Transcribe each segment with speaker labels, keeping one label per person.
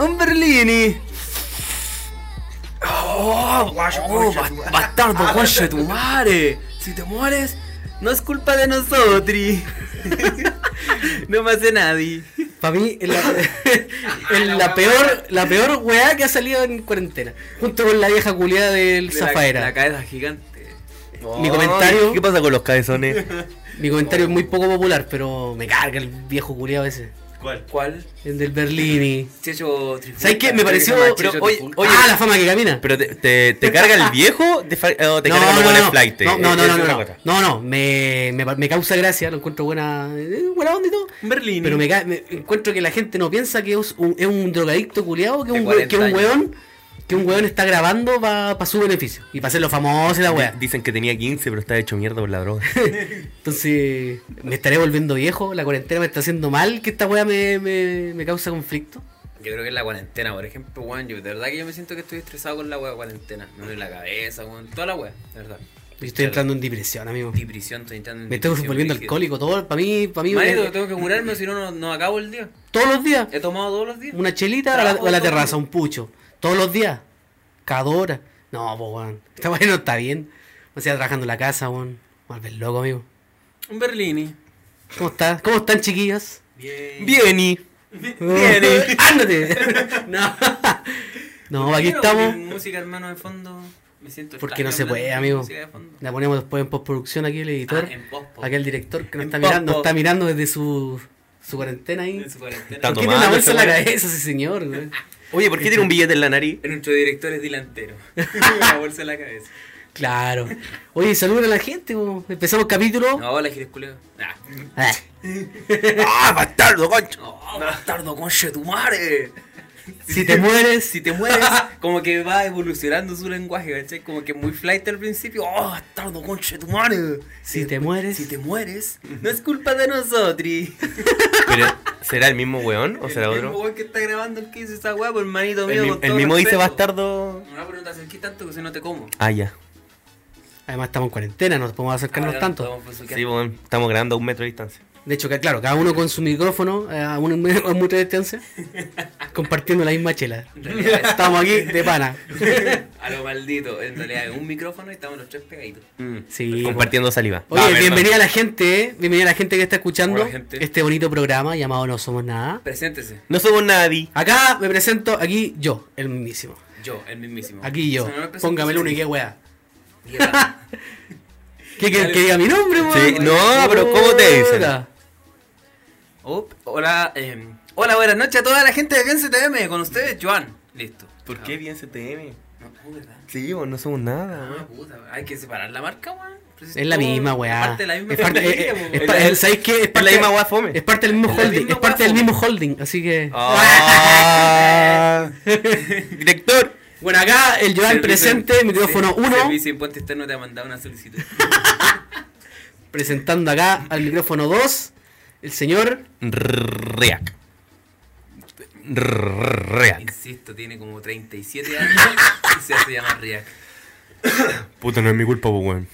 Speaker 1: un Berlini Oh, guayo, oh, ba- bastardo, guayo tu madre. Si te mueres, no es culpa de nosotros. no me hace nadie.
Speaker 2: Para mí es la, es la peor, la peor weá que ha salido en cuarentena. Junto con la vieja culiada del
Speaker 1: Mira,
Speaker 2: Zafaera.
Speaker 1: La, cabeza gigante.
Speaker 2: Mi comentario-
Speaker 3: ¿Qué pasa con los cabezones?
Speaker 2: Mi comentario es muy poco popular, pero me carga el viejo culiado ese.
Speaker 3: ¿Cuál?
Speaker 1: ¿Cuál?
Speaker 2: El del Berlini.
Speaker 1: Checho Trifulca.
Speaker 2: ¿Sabes qué? Me
Speaker 1: Creo
Speaker 2: pareció.
Speaker 1: que se llama
Speaker 2: pero
Speaker 1: Checho
Speaker 2: oye,
Speaker 1: Trifulca.
Speaker 2: oye, ah, la fama que camina.
Speaker 3: ¿Pero te, te, te carga el viejo te fa- o te carga los buenos
Speaker 2: no,
Speaker 3: flightes?
Speaker 2: no, no,
Speaker 3: Eh,
Speaker 2: no,
Speaker 3: es
Speaker 2: no,
Speaker 3: una
Speaker 2: no,
Speaker 3: cosa.
Speaker 2: no, no, me, me, me causa gracia, lo encuentro buena, eh, buena onda y todo,
Speaker 1: Un Berlini.
Speaker 2: pero me, ca- me- encuentro que la gente no piensa que es un, es un drogadicto culiado, que
Speaker 1: De
Speaker 2: un, we- que
Speaker 1: 40
Speaker 2: un
Speaker 1: años.
Speaker 2: weón, que un weón está grabando para su beneficio y para hacerlo famoso y la weá.
Speaker 3: Di- Dicen que tenía 15, pero está hecho mierda por la droga.
Speaker 2: Entonces, me estaré volviendo viejo, la cuarentena me está haciendo mal, que esta weá me, me, me causa conflicto.
Speaker 1: Yo creo que es la cuarentena, por ejemplo, weón. Yo de verdad que yo me siento que estoy estresado con la wea cuarentena. Me duele la cabeza, weón. Toda la wea, de verdad.
Speaker 2: Yo estoy entrando en depresión, amigo.
Speaker 1: Depresión, estoy entrando en
Speaker 2: Me estoy
Speaker 1: depresión
Speaker 2: volviendo
Speaker 1: brígida.
Speaker 2: alcohólico, todo, para mí, para mí,
Speaker 1: Marido,
Speaker 2: eh,
Speaker 1: tengo que curarme, si no, no, no acabo el día.
Speaker 2: todos los días.
Speaker 1: He tomado todos los días.
Speaker 2: Una chelita a la,
Speaker 1: Trabajo
Speaker 2: a la
Speaker 1: todo el
Speaker 2: terraza,
Speaker 1: día.
Speaker 2: un pucho. Todos los días. Cada hora. No, pues, weón. Esta weá no está bien. Me sea, trabajando en la casa, weón. Vuelve loco, amigo.
Speaker 1: Un Berlini.
Speaker 2: ¿Cómo estás? ¿Cómo están, chiquillos?
Speaker 3: Bien, y.
Speaker 2: Bien, ándate. no. No, Pues aquí
Speaker 1: Quiero
Speaker 2: estamos.
Speaker 1: mi Música, hermano, de fondo. Me siento
Speaker 2: Porque
Speaker 1: extraño
Speaker 2: no se
Speaker 1: hablando
Speaker 2: puede,
Speaker 1: con
Speaker 2: amigo.
Speaker 1: música de fondo.
Speaker 2: La ponemos después en postproducción aquí el editor.
Speaker 1: Ah, en pospo.
Speaker 2: Aquí el director que nos
Speaker 1: En
Speaker 2: está mirando,
Speaker 1: pospo.
Speaker 2: está mirando desde su, su cuarentena ahí.
Speaker 1: En su cuarentena.
Speaker 3: Está
Speaker 2: ¿Por qué tiene una
Speaker 3: tomando
Speaker 2: bolsa en la
Speaker 3: ese weón?
Speaker 2: cabeza, sí señor? weón?
Speaker 3: Oye, ¿por qué tiene un billete en la nariz?
Speaker 1: Nuestro director es delantero. Una bolsa en la cabeza.
Speaker 2: Claro. Oye, saluden a la gente, weón. Empezamos capítulo.
Speaker 1: No, hola, Giles Culeo. Ah.
Speaker 2: Ah.
Speaker 3: ¡Ah, bastardo, concho!
Speaker 1: No, bastardo, conche tu madre.
Speaker 2: Si te mueres, si
Speaker 1: Si te mueres, como que va evolucionando su lenguaje, ¿cachai? Como que muy flight al principio. ¡Oh, bastardo, conche tu madre!
Speaker 2: Si te mueres.
Speaker 1: Si te mueres, no es culpa de nosotros.
Speaker 3: Pero, ¿será el mismo weón o será
Speaker 1: el mismo
Speaker 3: otro?
Speaker 1: weón que está grabando el que hizo esa weá, por hermanito mío.
Speaker 3: El, mi-
Speaker 1: con
Speaker 3: el
Speaker 1: todo
Speaker 3: mismo dice
Speaker 1: respeto.
Speaker 3: bastardo.
Speaker 1: No, pero no te acerquís tanto que si no te como.
Speaker 3: Ah, ya.
Speaker 2: Además estamos en cuarentena, no podemos acercarnos
Speaker 1: Ahora
Speaker 2: tanto.
Speaker 1: podemos fusuquear.
Speaker 3: Sí, weón, estamos grabando a un metro de distancia.
Speaker 2: De hecho, que, claro, cada uno con su micrófono eh, a una a mucha distancia, compartiendo la misma chela.
Speaker 1: En realidad es-
Speaker 2: Estamos aquí de pana.
Speaker 1: A lo maldito, en realidad es un micrófono y estamos los tres pegaditos.
Speaker 2: Sí.
Speaker 3: Compartiendo saliva.
Speaker 2: Oye,
Speaker 3: Ah, perdón.
Speaker 2: bienvenida a la gente, eh. bienvenida a la gente que está escuchando
Speaker 1: Hola, gente.
Speaker 2: este bonito programa llamado No Somos Nada.
Speaker 1: Preséntese,
Speaker 3: No somos nadie.
Speaker 2: Acá me presento, aquí yo, el mismísimo.
Speaker 1: yo, el mismísimo.
Speaker 2: Aquí yo.
Speaker 1: Si no me presento,
Speaker 2: Póngame el uno y
Speaker 1: sí.
Speaker 2: qué weá.
Speaker 1: Dieta.
Speaker 2: ¿Qué, que,
Speaker 1: Dale.
Speaker 2: que diga mi nombre, weón?
Speaker 3: Sí, no, pero ¿cómo te dicen?
Speaker 2: Hola.
Speaker 1: Op, hola,
Speaker 2: em,
Speaker 1: eh, hola, buenas noches a toda la gente de Bien CTM, con ustedes, Joan. Listo. Ah,
Speaker 3: bien CTM?
Speaker 1: No, no, ¿verdad?
Speaker 3: Sí, weón, no somos nada,
Speaker 1: Ah,
Speaker 3: weón.
Speaker 1: puta, hay que separar la marca, weón. Pues
Speaker 2: Es la
Speaker 1: todo-
Speaker 2: misma weá.
Speaker 1: Es parte de la misma
Speaker 2: Es parte-
Speaker 1: familia,
Speaker 2: es-
Speaker 1: weón.
Speaker 2: es pa- es- ¿sabes qué? Es
Speaker 3: Es la
Speaker 2: parte-
Speaker 3: misma weá fome.
Speaker 2: Es parte del mismo
Speaker 1: Es la
Speaker 2: holding,
Speaker 1: misma
Speaker 2: es parte del
Speaker 1: weá, po.
Speaker 2: mismo holding, así que.
Speaker 3: Ah. Director.
Speaker 2: Bueno, acá el Joan
Speaker 1: Servicio-
Speaker 2: presente, micrófono
Speaker 1: Ser-
Speaker 2: 1,
Speaker 1: Servicio de Impuesto Externo te ha mandado una solicitud.
Speaker 2: presentando acá al micrófono 2, el señor.
Speaker 3: Reac. Reac.
Speaker 1: Insisto, tiene como 37 años y se hace llamar React.
Speaker 3: Puta, no es mi culpa, po, weón.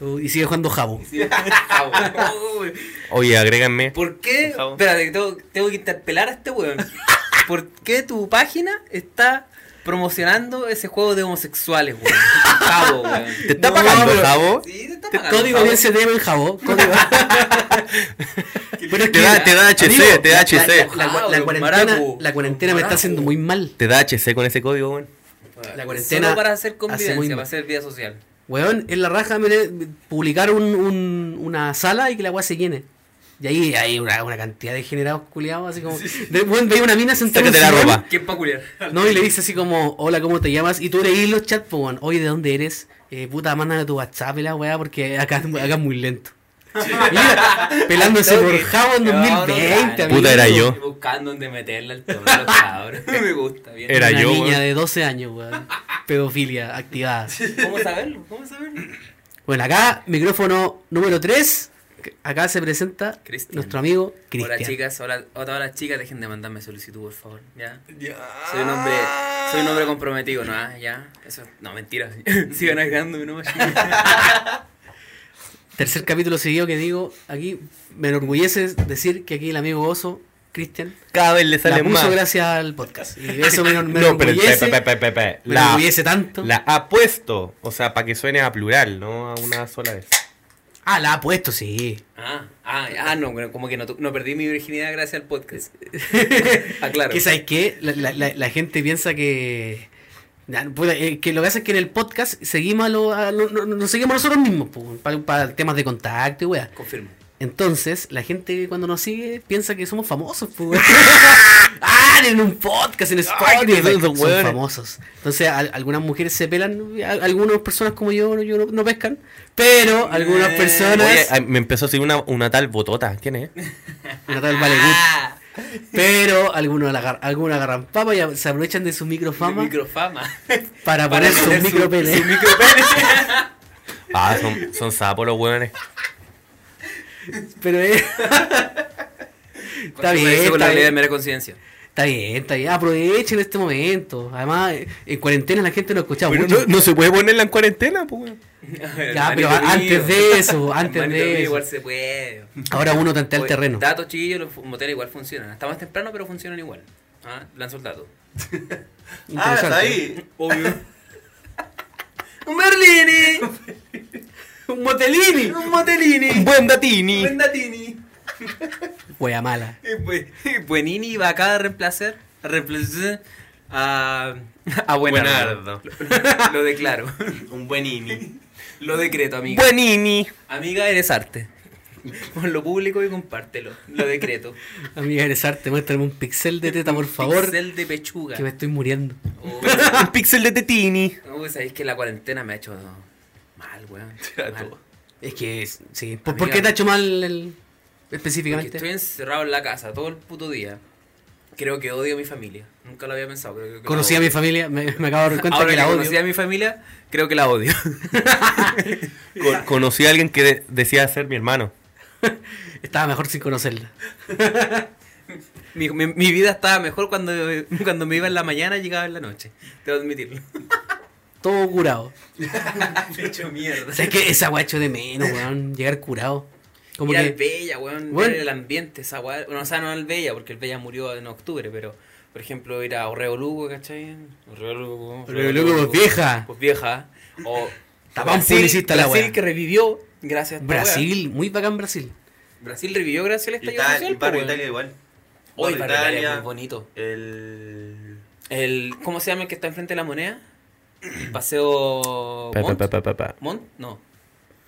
Speaker 2: uh, Y sigue jugando Jabu.
Speaker 1: Sí. Oh, weón.
Speaker 3: Oye, agréganme.
Speaker 1: ¿Por qué?
Speaker 3: Por favor.
Speaker 1: Espérate, que tengo, tengo que interpelar a este weón. ¿Por qué tu página está promocionando ese juego de homosexuales, weón? Cabo, weón.
Speaker 3: ¿Te está
Speaker 2: No,
Speaker 3: pagando,
Speaker 2: pero-
Speaker 3: Javo?
Speaker 1: Sí, te está pagando,
Speaker 2: Código
Speaker 1: Javo.
Speaker 2: bien se debe en Jabu. Código. Pero es
Speaker 3: Te da- te da HC, te da
Speaker 2: la-
Speaker 3: HC.
Speaker 2: La, la- la
Speaker 1: Jabo,
Speaker 2: cuarentena,
Speaker 1: maraco.
Speaker 2: la cuarentena me está haciendo muy mal.
Speaker 3: Te da HC con ese código, weón.
Speaker 2: La cuarentena
Speaker 1: Solo para
Speaker 2: hace
Speaker 1: hacer
Speaker 2: muy
Speaker 1: convivencia,
Speaker 2: mal.
Speaker 1: para hacer vida social.
Speaker 2: Weón, en la raja me- publicaron un- un- una sala y que la weá se llene. Y ahí hay una, una cantidad de generados culiados, así como. De, weón, veía una mina sentada. en un
Speaker 3: Sácate la
Speaker 2: sillón,
Speaker 3: ropa.
Speaker 1: ¿Quién pa' culiar?
Speaker 2: No, y le dice así como, hola, ¿cómo te llamas? Y tú leí los chats, pues, weón, oye, ¿de dónde eres? Eh, puta, mándame tu WhatsApp, y la weá, porque acá, acá es muy lento. Mira, pelándose por Jabo en 2020, amigo.
Speaker 3: Puta, era yo.
Speaker 1: Estoy buscando dónde meterla al tono, los cabros. Me gusta, bien.
Speaker 3: Era
Speaker 2: una
Speaker 3: yo,
Speaker 2: niña
Speaker 3: weón.
Speaker 2: de 12 años, weón. Pedofilia activada.
Speaker 1: ¿Cómo saberlo? ¿Cómo saberlo?
Speaker 2: Bueno, acá, micrófono número 3. Acá se presenta
Speaker 1: Cristian.
Speaker 2: nuestro amigo
Speaker 1: Hola
Speaker 2: Cristian.
Speaker 1: chicas, hola, hola, todas las chicas, dejen de mandarme solicitud, por favor. ¿ya? Soy un hombre, soy un hombre comprometido, ¿no? Ah, ya. Eso, no, mentira. Sigan agregándome nomás. chicas.
Speaker 2: Tercer capítulo seguido que digo, aquí me enorgullece decir que aquí el amigo Oso Cristian.
Speaker 3: Cada vez le
Speaker 2: La
Speaker 3: salen
Speaker 2: puso
Speaker 3: más.
Speaker 2: gracias al podcast. Y eso me, me
Speaker 3: no, pero
Speaker 2: enorgullece,
Speaker 3: pe- pe- pe- pe- pe-
Speaker 2: me
Speaker 3: la,
Speaker 2: enorgullece tanto.
Speaker 3: la ha puesto, o sea, para que suene a plural, no a una sola vez.
Speaker 2: Ah, la ha puesto, sí.
Speaker 1: Ah, ah, ah, no, bueno, como que no, tu- no perdí mi virginidad gracias al podcast. Ah, Aclaro.
Speaker 2: Que sabes qué? La, la- la- la gente piensa que. Nah, puta, eh, que lo que hace es que en el podcast seguimos a lo- a lo- no- no- nos seguimos nosotros mismos para, temas de contacto y weá.
Speaker 1: Confirmo.
Speaker 2: Entonces, la gente cuando nos sigue piensa que somos famosos, po, weón. ¡Ah! En un podcast, en Spotify.
Speaker 3: qué lindo,
Speaker 2: son
Speaker 3: weón.
Speaker 2: famosos. Entonces, al- algunas mujeres se pelan, a- algunas personas como yo, yo no, no pescan, pero algunas
Speaker 1: Eh,
Speaker 2: personas.
Speaker 3: Oye, a- me empezó a seguir una, una tal botota. ¿Quién es?
Speaker 2: Una tal vale gut,
Speaker 1: Ah,
Speaker 2: pero algunos la agar- algunos agarran papa y a- se aprovechan de su microfama
Speaker 1: microfama.
Speaker 2: para, poner su
Speaker 1: poner su-
Speaker 2: micropene.
Speaker 1: su micropene.
Speaker 3: Ah, son, son sapos los hueones.
Speaker 2: Pero eh, Está bien,
Speaker 1: Controversia con
Speaker 2: está
Speaker 1: la ley
Speaker 2: bien.
Speaker 1: de mera conciencia.
Speaker 2: está bien, está bien. Aprovechen este momento. Además, eh, en cuarentena la gente no escuchaba
Speaker 3: Pero
Speaker 2: mucho.
Speaker 3: no, no se puede ponerla en cuarentena, pues, weón.
Speaker 2: Ya, pero
Speaker 1: Hermanito
Speaker 2: antes
Speaker 1: mío.
Speaker 2: de eso, antes
Speaker 1: Hermanito mío,
Speaker 2: de eso.
Speaker 1: Igual se puede.
Speaker 2: Ahora uno tantea el
Speaker 1: Oye,
Speaker 2: terreno.
Speaker 1: Datos chiquillos, los fu- moteles igual funcionan. Hasta más temprano, pero funcionan igual. Ah, lanzo el dato.
Speaker 4: Ah,
Speaker 2: Interesante.
Speaker 4: está ahí.
Speaker 1: Obvio. ¡Un Merlini!
Speaker 2: Un motelini.
Speaker 1: ¡Un Motelini!
Speaker 3: Buen datini.
Speaker 1: ¡Un Datini!
Speaker 2: Wea mala.
Speaker 1: Y bu- y Buenini va acá a reemplazar, a reemplazar a, a Buenardo. Lo, lo declaro.
Speaker 4: Un buen ini.
Speaker 1: Lo decreto, amiga.
Speaker 3: Buenini.
Speaker 1: Amiga, eres arte. Pon lo público y compártelo. Lo decreto.
Speaker 2: Amiga, eres arte. Muéstrame un pixel de teta, por favor.
Speaker 1: Pixel de pechuga.
Speaker 2: Que me estoy muriendo.
Speaker 1: Oh.
Speaker 3: Un pixel de tetini.
Speaker 1: Uy, sabéis que la cuarentena me ha hecho mal, weón.
Speaker 4: Ya,
Speaker 1: Mal.
Speaker 4: todo.
Speaker 2: Es que, es- sí. ¿Por,
Speaker 1: Amiga.
Speaker 2: por qué te ha hecho mal el-
Speaker 1: Porque
Speaker 2: específicamente?
Speaker 1: estoy encerrado en la casa todo el puto día. Creo que odio a mi familia. Nunca lo había pensado. Creo que
Speaker 2: Conocí a mi familia, me, me acabo de dar cuenta
Speaker 1: Ahora
Speaker 2: que la
Speaker 1: conocí a
Speaker 2: odio.
Speaker 1: mi familia, creo que la odio.
Speaker 3: Con- conocí a alguien que de- decía ser mi hermano.
Speaker 2: Estaba mejor sin conocerla.
Speaker 1: mi, mi- mi vida estaba mejor cuando, cuando me iba en la mañana y llegaba en la noche. Debo admitirlo.
Speaker 2: Todo curado.
Speaker 1: Me he hecho mierda.
Speaker 2: O sea, es que esa guacho de menos, weón. Llegar curado. Como
Speaker 1: ir al
Speaker 2: que.
Speaker 1: Bella, weón.
Speaker 2: Weón.
Speaker 1: ver el ambiente, esa weá. Bueno, o sea, no al Bella, porque el Bella murió en octubre, pero, por ejemplo, ir a Orreo Lugo, ¿cachai? Orreo Lugo.
Speaker 2: Orreo Lugo, pues, vieja.
Speaker 1: Pues vieja. O
Speaker 2: Tapón publicista la
Speaker 1: Brasil
Speaker 2: weá.
Speaker 1: que revivió gracias a esta weá.
Speaker 2: Brasil, muy bacán Brasil.
Speaker 1: Brasil revivió gracias al estallido
Speaker 4: Italia,
Speaker 1: social.
Speaker 4: el barrio
Speaker 1: pues,
Speaker 4: de Italia
Speaker 1: weón.
Speaker 4: igual.
Speaker 1: Hoy
Speaker 4: Barrio
Speaker 1: Barrio Italia es muy bonito.
Speaker 4: El.
Speaker 1: El, ¿Cómo se llama el que está enfrente de la moneda? El paseo.
Speaker 3: Pa, pa,
Speaker 1: Mont?
Speaker 3: pa, pa, pa, pa.
Speaker 1: Mont? No.